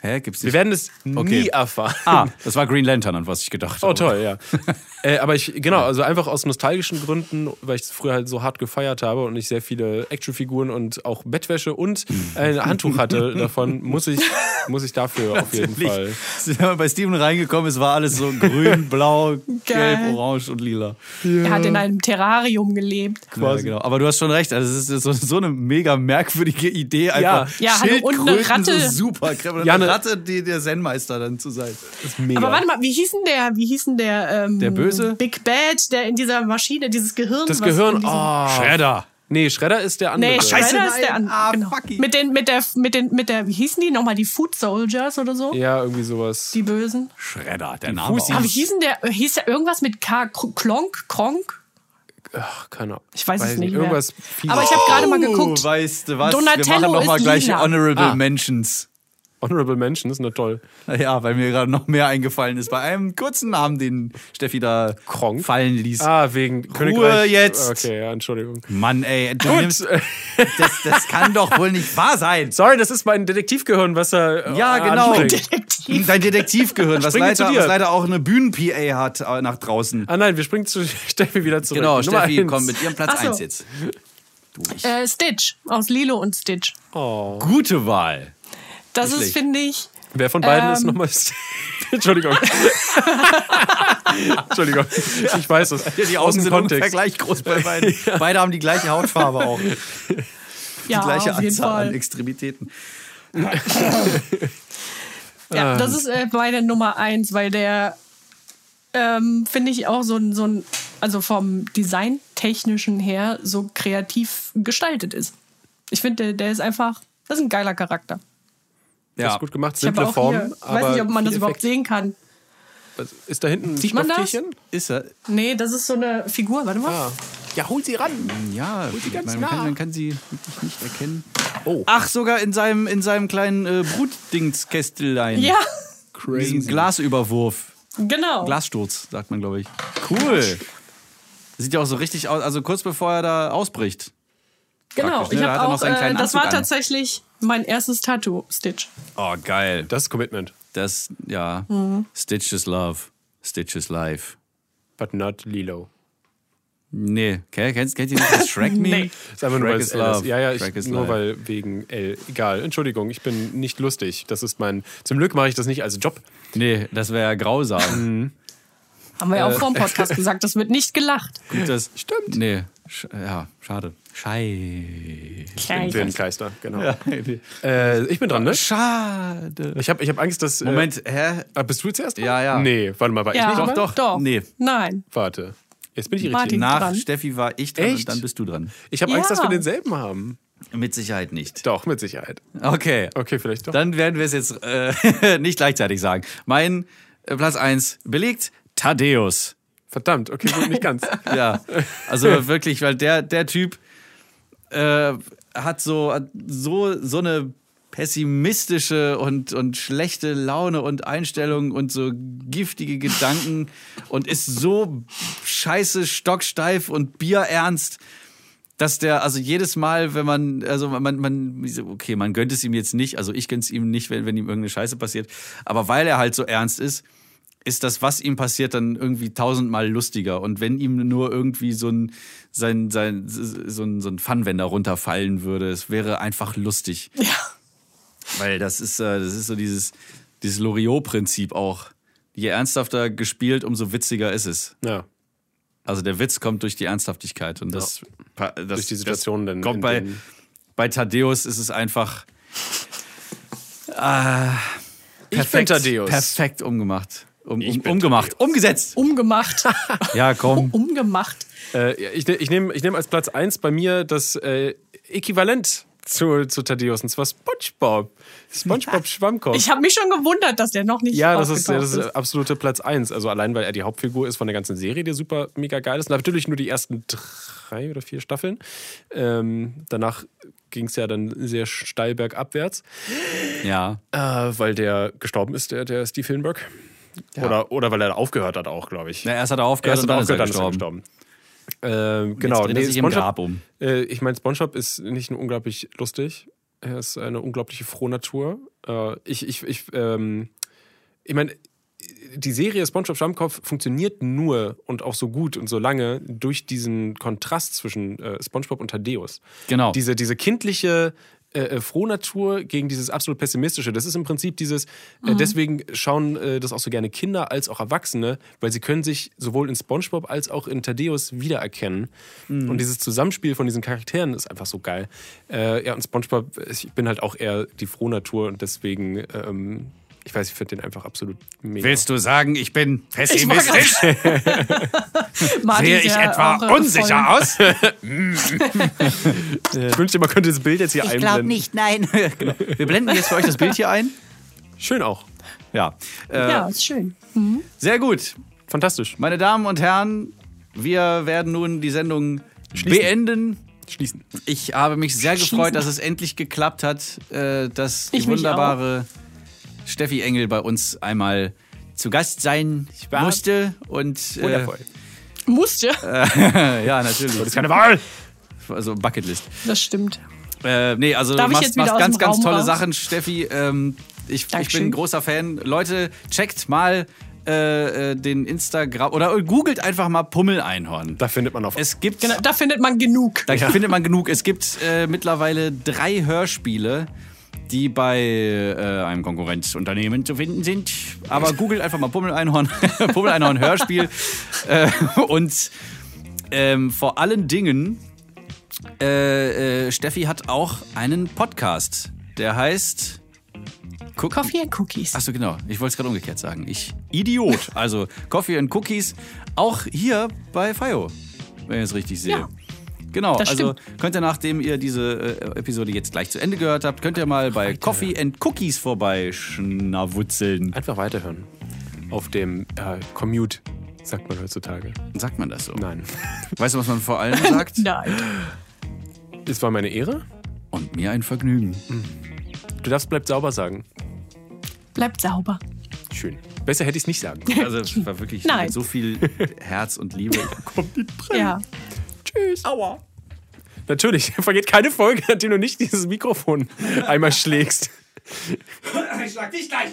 [SPEAKER 5] Hä, gibt's
[SPEAKER 1] Wir
[SPEAKER 5] nicht?
[SPEAKER 1] werden es
[SPEAKER 5] Okay.
[SPEAKER 1] nie erfahren.
[SPEAKER 5] Ah, das war Green Lantern, an was ich gedacht habe.
[SPEAKER 1] Oh, toll, ja. äh, aber ich, genau, also einfach aus nostalgischen Gründen, weil ich es früher halt so hart gefeiert habe und ich sehr viele Actionfiguren und auch Bettwäsche und ein Handtuch hatte davon, muss ich, muss ich dafür auf jeden Fall.
[SPEAKER 5] Sind wir bei Steven reingekommen, es war alles so grün, blau, gelb,
[SPEAKER 4] Geil.
[SPEAKER 5] orange und lila.
[SPEAKER 4] Er hat in einem Terrarium gelebt.
[SPEAKER 5] Ja, genau. Aber du hast schon recht, also es ist so, so eine mega merkwürdige Idee, einfach
[SPEAKER 4] Ja, hallo, und eine
[SPEAKER 5] Schildkröten
[SPEAKER 4] Ratte.
[SPEAKER 5] so super Kreml,
[SPEAKER 1] Ja, eine-
[SPEAKER 5] eine Ratte, die der Zen-Meister dann zu sein.
[SPEAKER 1] Mega.
[SPEAKER 4] Aber warte mal, wie hieß denn der, wie hieß denn der, ähm,
[SPEAKER 5] Der Böse?
[SPEAKER 4] Big Bad, der in dieser Maschine, dieses Gehirn.
[SPEAKER 1] das
[SPEAKER 4] was in
[SPEAKER 1] Gehirn,
[SPEAKER 4] diesem-
[SPEAKER 1] oh.
[SPEAKER 5] Shredder.
[SPEAKER 1] Nee, Shredder ist der andere.
[SPEAKER 4] Nee, Scheiße,
[SPEAKER 5] nein,
[SPEAKER 4] ist der andere.
[SPEAKER 5] ah,
[SPEAKER 4] genau.
[SPEAKER 5] fucky.
[SPEAKER 4] Mit den, mit der, mit den, mit der, wie hießen die nochmal, die Food Soldiers oder so?
[SPEAKER 1] Ja, irgendwie sowas.
[SPEAKER 4] Die Bösen.
[SPEAKER 5] Shredder, der Name
[SPEAKER 1] Fussi.
[SPEAKER 4] Aber wie hieß denn der, hieß der irgendwas mit K, Kr- Klonk, Kronk?
[SPEAKER 1] Ach, keine Ahnung.
[SPEAKER 4] Ich weiß es nicht mehr.
[SPEAKER 1] Irgendwas viel
[SPEAKER 4] Aber ich habe gerade mal
[SPEAKER 1] Oh,
[SPEAKER 4] geguckt.
[SPEAKER 5] Oh, weißt du was?
[SPEAKER 4] Donatello
[SPEAKER 5] wir machen noch mal
[SPEAKER 4] ist
[SPEAKER 5] gleich
[SPEAKER 4] lila.
[SPEAKER 5] Honorable
[SPEAKER 1] Ah.
[SPEAKER 5] Mentions.
[SPEAKER 1] Honorable Mention ist na toll.
[SPEAKER 5] Ja, weil mir gerade noch mehr eingefallen ist. Bei einem kurzen Namen, den Steffi da
[SPEAKER 1] Kronk?
[SPEAKER 5] fallen ließ.
[SPEAKER 1] Ah, wegen Königreich.
[SPEAKER 5] jetzt!
[SPEAKER 1] Okay, ja, Entschuldigung.
[SPEAKER 5] Mann, ey, du nimmst, das, das kann doch wohl nicht wahr sein.
[SPEAKER 1] Sorry, das ist mein Detektivgehirn, was er. äh,
[SPEAKER 5] Ja, genau.
[SPEAKER 1] anspringt.
[SPEAKER 5] Dein Detektivgehirn, was
[SPEAKER 1] Springen wir zu
[SPEAKER 5] leider,
[SPEAKER 1] dir.
[SPEAKER 5] was leider auch eine Bühnen-PA hat äh, nach draußen.
[SPEAKER 1] Ah nein, wir springen zu Steffi wieder zurück.
[SPEAKER 5] Genau,
[SPEAKER 1] Nummer
[SPEAKER 5] Steffi
[SPEAKER 1] eins.
[SPEAKER 5] kommt mit ihrem Platz
[SPEAKER 4] Ach so.
[SPEAKER 5] 1 jetzt.
[SPEAKER 4] Äh, Stitch aus Lilo und Stitch.
[SPEAKER 5] Gute Wahl.
[SPEAKER 4] Das
[SPEAKER 5] Nicht
[SPEAKER 4] ist, finde ich,
[SPEAKER 1] Wer von beiden ist
[SPEAKER 4] Ähm.
[SPEAKER 1] nochmal. Entschuldigung. Entschuldigung. Ich weiß es.
[SPEAKER 5] Ja, die
[SPEAKER 1] Aus
[SPEAKER 5] Augen
[SPEAKER 1] dem
[SPEAKER 5] sind ungefähr
[SPEAKER 1] Kontext.
[SPEAKER 5] gleich groß bei beiden. Beide haben die gleiche Hautfarbe auch. Die
[SPEAKER 4] ja,
[SPEAKER 5] gleiche
[SPEAKER 4] auf jeden
[SPEAKER 5] Anzahl an
[SPEAKER 4] Fall.
[SPEAKER 5] Extremitäten.
[SPEAKER 4] Ja, das ist äh, meine Nummer eins, weil der ähm, finde ich auch so ein, so ein, also vom Designtechnischen her so kreativ gestaltet ist. Ich finde, der, der ist einfach, das ist ein geiler Charakter.
[SPEAKER 1] Das
[SPEAKER 5] Ja.
[SPEAKER 1] ist gut gemacht.
[SPEAKER 4] Ich habe
[SPEAKER 1] Simple
[SPEAKER 4] auch
[SPEAKER 1] Form.
[SPEAKER 4] hier, ich
[SPEAKER 1] aber
[SPEAKER 4] weiß nicht, ob man das
[SPEAKER 1] viel
[SPEAKER 4] überhaupt
[SPEAKER 1] Effekt.
[SPEAKER 4] sehen kann.
[SPEAKER 1] Ist da hinten ein
[SPEAKER 4] Sieht man das?
[SPEAKER 1] Stofftierchen?
[SPEAKER 5] Ist er?
[SPEAKER 4] Nee, das ist so eine Figur, warte mal.
[SPEAKER 1] Ah. Ja, hol sie ran.
[SPEAKER 5] Ja, ich
[SPEAKER 1] ganz
[SPEAKER 5] meine, man,
[SPEAKER 1] nah.
[SPEAKER 5] kann, man kann sie wirklich nicht erkennen.
[SPEAKER 1] Oh.
[SPEAKER 5] Ach, sogar in seinem, in seinem kleinen äh, Brutdingskästelein.
[SPEAKER 4] Ja,
[SPEAKER 5] Diesen Glasüberwurf.
[SPEAKER 4] genau.
[SPEAKER 5] Glassturz, sagt man, glaube ich. Cool. Sieht ja auch so richtig aus, also kurz bevor er da ausbricht.
[SPEAKER 4] genau.
[SPEAKER 5] praktisch, ne?
[SPEAKER 4] Ich
[SPEAKER 5] Da hat er
[SPEAKER 4] habe
[SPEAKER 5] noch
[SPEAKER 4] auch,
[SPEAKER 5] seinen
[SPEAKER 4] äh,
[SPEAKER 5] kleinen
[SPEAKER 4] das
[SPEAKER 5] Anzug
[SPEAKER 4] war
[SPEAKER 5] an.
[SPEAKER 4] tatsächlich mein erstes Tattoo, Stitch.
[SPEAKER 5] Oh, geil.
[SPEAKER 1] Das ist Commitment.
[SPEAKER 5] Das, ja.
[SPEAKER 4] Mhm.
[SPEAKER 5] Stitch is love. Stitch is life.
[SPEAKER 1] But not Lilo.
[SPEAKER 5] Nee, kennt, kennt, kennt ihr nicht das Shrek-Meme?
[SPEAKER 4] Nee.
[SPEAKER 1] Ist einfach nur,
[SPEAKER 5] Shrek
[SPEAKER 1] weil
[SPEAKER 5] is
[SPEAKER 1] es L ist.
[SPEAKER 5] love.
[SPEAKER 1] Ja, ja,
[SPEAKER 5] Shrek
[SPEAKER 1] ich,
[SPEAKER 5] is
[SPEAKER 1] nur
[SPEAKER 5] life.
[SPEAKER 1] weil wegen L. Egal. Entschuldigung, ich bin nicht lustig. Das ist mein. Zum Glück mache ich das nicht als Job.
[SPEAKER 5] Nee, das wäre ja
[SPEAKER 1] Mhm.
[SPEAKER 5] grausam.
[SPEAKER 4] Haben wir ja auch vor dem Podcast gesagt, das wird nicht gelacht.
[SPEAKER 5] Äh. Gut, das Stimmt. Nee, sch ja, schade. Schei.
[SPEAKER 1] Den
[SPEAKER 4] Klein.
[SPEAKER 1] Wildenkleister, genau. Äh, ich bin dran, ne?
[SPEAKER 5] Schade.
[SPEAKER 1] Ich habe ich hab Angst, dass. äh,
[SPEAKER 5] Moment, hä?
[SPEAKER 1] Ah, bist du zuerst? dran?
[SPEAKER 5] Ja, ja.
[SPEAKER 1] Nee, warte mal, war ich
[SPEAKER 4] Ja,
[SPEAKER 1] nicht dran?
[SPEAKER 5] doch.
[SPEAKER 4] Doch.
[SPEAKER 5] Nee.
[SPEAKER 4] Nein.
[SPEAKER 1] Warte. Jetzt bin ich irritiert.
[SPEAKER 4] Martin.
[SPEAKER 5] Nach
[SPEAKER 4] dran.
[SPEAKER 5] Steffi war ich dran
[SPEAKER 1] Echt?
[SPEAKER 5] und dann bist du dran.
[SPEAKER 1] Ich habe
[SPEAKER 4] Ja.
[SPEAKER 1] Angst, dass wir denselben haben.
[SPEAKER 5] Mit Sicherheit nicht.
[SPEAKER 1] Doch, mit Sicherheit.
[SPEAKER 5] Okay.
[SPEAKER 1] Okay, vielleicht doch.
[SPEAKER 5] Dann werden wir es jetzt äh, nicht gleichzeitig sagen. Mein äh, Platz 1 belegt Thaddeus.
[SPEAKER 1] Verdammt, okay, gut, nicht ganz.
[SPEAKER 5] Ja, also wirklich, weil der, der Typ äh, hat, so, hat so, so eine pessimistische und, und schlechte Laune und Einstellung und so giftige Gedanken und ist so scheiße stocksteif und bierernst. Dass der, also jedes Mal, wenn man, also man, man, okay, man gönnt es ihm jetzt nicht, also ich gönne es ihm nicht, wenn, wenn ihm irgendeine Scheiße passiert, aber weil er halt so ernst ist, ist das, was ihm passiert, dann irgendwie tausendmal lustiger. Und wenn ihm nur irgendwie so ein, sein, sein, so ein, so ein Funwender runterfallen würde, es wäre einfach lustig. Ja. Weil das ist, äh, das ist so dieses, dieses Loriot-Prinzip auch. Je ernsthafter gespielt, umso witziger ist es.
[SPEAKER 1] Ja.
[SPEAKER 5] Also der Witz kommt durch die Ernsthaftigkeit und das, pa- das
[SPEAKER 1] Durch die Situation
[SPEAKER 5] das
[SPEAKER 1] dann,
[SPEAKER 5] Kommt
[SPEAKER 1] in
[SPEAKER 5] bei,
[SPEAKER 1] denen-
[SPEAKER 5] bei Thaddeus ist es einfach äh,
[SPEAKER 1] Ich bin Thaddeus.
[SPEAKER 5] perfekt umgemacht. Um,
[SPEAKER 1] Ich
[SPEAKER 5] um,
[SPEAKER 1] bin
[SPEAKER 5] umgemacht. Umgesetzt.
[SPEAKER 4] Umgemacht. Um,
[SPEAKER 5] Ja, komm.
[SPEAKER 4] Umgemacht.
[SPEAKER 1] Äh, ja, ich ne- ich nehme ich nehm als Platz 1 bei mir das äh, Äquivalent zu, zu Thaddeus, und zwar Spongebob. Spongebob Schwammkopf.
[SPEAKER 4] Ich habe mich schon gewundert, dass der noch nicht
[SPEAKER 1] Ja, das ist,
[SPEAKER 4] aufgetaucht
[SPEAKER 1] das ist absolute Platz 1. Also allein, weil er die Hauptfigur ist von der ganzen Serie, die super mega geil ist. Natürlich nur die ersten drei oder vier Staffeln. Ähm, danach ging es ja dann sehr steil bergabwärts,
[SPEAKER 5] Ja.
[SPEAKER 1] äh, weil der gestorben ist, der, der Steve Hillenburg. Oder, oder weil er aufgehört hat auch, glaube ich.
[SPEAKER 5] Na, erst hat er aufgehört
[SPEAKER 1] Erst
[SPEAKER 5] und
[SPEAKER 1] hat er
[SPEAKER 5] dann ist
[SPEAKER 1] aufgehört,
[SPEAKER 5] er
[SPEAKER 1] dann ist er
[SPEAKER 5] gestorben.
[SPEAKER 1] gestorben. Ähm, genau,
[SPEAKER 5] dreht er sich im Grab um.
[SPEAKER 1] Äh, ich meine, SpongeBob ist nicht nur unglaublich lustig, er ist eine unglaubliche Frohnatur. Äh, ich ich, ich, ähm, ich meine, die Serie SpongeBob Schwammkopf funktioniert nur und auch so gut und so lange durch diesen Kontrast zwischen äh, SpongeBob und Thaddeus.
[SPEAKER 5] Genau.
[SPEAKER 1] Diese, diese kindliche äh, äh, Frohnatur gegen dieses absolut pessimistische. Das ist im Prinzip dieses, äh, deswegen schauen äh, das auch so gerne Kinder als auch Erwachsene, weil sie können sich sowohl in SpongeBob als auch in Thaddeus wiedererkennen. Und dieses Zusammenspiel von diesen Charakteren ist einfach so geil. Äh, ja, und SpongeBob, ich bin halt auch eher die Frohnatur und deswegen, ähm, ich weiß, ich finde den einfach absolut mega.
[SPEAKER 5] Willst du sagen, ich bin
[SPEAKER 4] pessimistisch?
[SPEAKER 5] pessimistisch?
[SPEAKER 4] ist. Martin
[SPEAKER 5] Sehe
[SPEAKER 4] ist
[SPEAKER 5] ich
[SPEAKER 4] ja
[SPEAKER 5] etwa
[SPEAKER 4] auch, äh,
[SPEAKER 5] unsicher
[SPEAKER 4] voll-
[SPEAKER 5] aus?
[SPEAKER 1] Ich wünschte, man könnte das Bild jetzt hier
[SPEAKER 3] Ich
[SPEAKER 1] einblenden.
[SPEAKER 3] glaub nicht, nein.
[SPEAKER 5] Wir blenden jetzt für euch das Bild hier ein.
[SPEAKER 1] Schön auch.
[SPEAKER 5] Ja. Äh,
[SPEAKER 4] Ja, ist schön.
[SPEAKER 5] Sehr gut.
[SPEAKER 1] Fantastisch.
[SPEAKER 5] Meine Damen und Herren, Wir werden nun die Sendung
[SPEAKER 1] Schließen.
[SPEAKER 5] beenden.
[SPEAKER 1] Schließen.
[SPEAKER 5] Ich habe mich sehr
[SPEAKER 4] Schließen.
[SPEAKER 5] gefreut, dass es endlich geklappt hat, äh, dass
[SPEAKER 4] Ich
[SPEAKER 5] die
[SPEAKER 4] mich
[SPEAKER 5] wunderbare Steffi Engel bei uns einmal zu Gast sein
[SPEAKER 1] war
[SPEAKER 5] musste. Und, äh,
[SPEAKER 1] Wundervoll.
[SPEAKER 4] Musste.
[SPEAKER 5] ja, natürlich.
[SPEAKER 1] Das ist keine Wahl.
[SPEAKER 5] Also Bucketlist.
[SPEAKER 4] Das stimmt.
[SPEAKER 5] Äh, nee, also
[SPEAKER 4] Darf
[SPEAKER 5] du
[SPEAKER 4] ich
[SPEAKER 5] machst,
[SPEAKER 4] jetzt wieder
[SPEAKER 5] machst
[SPEAKER 4] aus
[SPEAKER 5] ganz,
[SPEAKER 4] dem
[SPEAKER 5] ganz
[SPEAKER 4] Raum
[SPEAKER 5] tolle
[SPEAKER 4] raus?
[SPEAKER 5] Sachen, Steffi. Ähm, ich, ich
[SPEAKER 4] Dankeschön.
[SPEAKER 5] bin ein großer Fan. Leute, checkt mal äh, äh, den Instagram oder googelt einfach mal Pummeleinhorn.
[SPEAKER 1] Da findet man auf.
[SPEAKER 5] Es gibt
[SPEAKER 4] Genau, da findet man genug.
[SPEAKER 5] da findet man genug. Es gibt äh, mittlerweile drei Hörspiele, die bei äh, einem Konkurrenzunternehmen zu finden sind. Aber googelt einfach mal Pummeleinhorn, Pummeleinhorn Hörspiel. äh, und ähm, vor allen Dingen, äh, äh, Steffi hat auch einen Podcast. Der heißt. Guck,
[SPEAKER 4] Coffee and Cookies.
[SPEAKER 5] Achso, genau. Ich wollte es gerade umgekehrt sagen. Ich Idiot. Also Coffee and Cookies, auch hier bei FIO, wenn ich es richtig sehe.
[SPEAKER 4] Ja.
[SPEAKER 5] Genau,
[SPEAKER 4] Das
[SPEAKER 5] also könnt ihr, nachdem ihr diese äh, Episode jetzt gleich zu Ende gehört habt, könnt ihr mal bei Coffee and Cookies vorbeischnawutzeln.
[SPEAKER 1] Einfach weiterhören. Auf dem äh, Commute, sagt man heutzutage.
[SPEAKER 5] Sagt man das so?
[SPEAKER 1] Nein.
[SPEAKER 5] Weißt du, was man vor allem sagt?
[SPEAKER 4] Nein.
[SPEAKER 1] Es war meine Ehre.
[SPEAKER 5] Und mir ein Vergnügen.
[SPEAKER 1] Du darfst bleibt sauber sagen.
[SPEAKER 4] Bleibt sauber.
[SPEAKER 1] Schön. Besser hätte ich es nicht sagen.
[SPEAKER 5] Also es war wirklich
[SPEAKER 4] Nein.
[SPEAKER 5] mit so viel Herz und Liebe.
[SPEAKER 4] Ja.
[SPEAKER 1] Natürlich, vergeht keine Folge, an der du nicht dieses Mikrofon einmal schlägst.
[SPEAKER 6] Ich schlag dich gleich.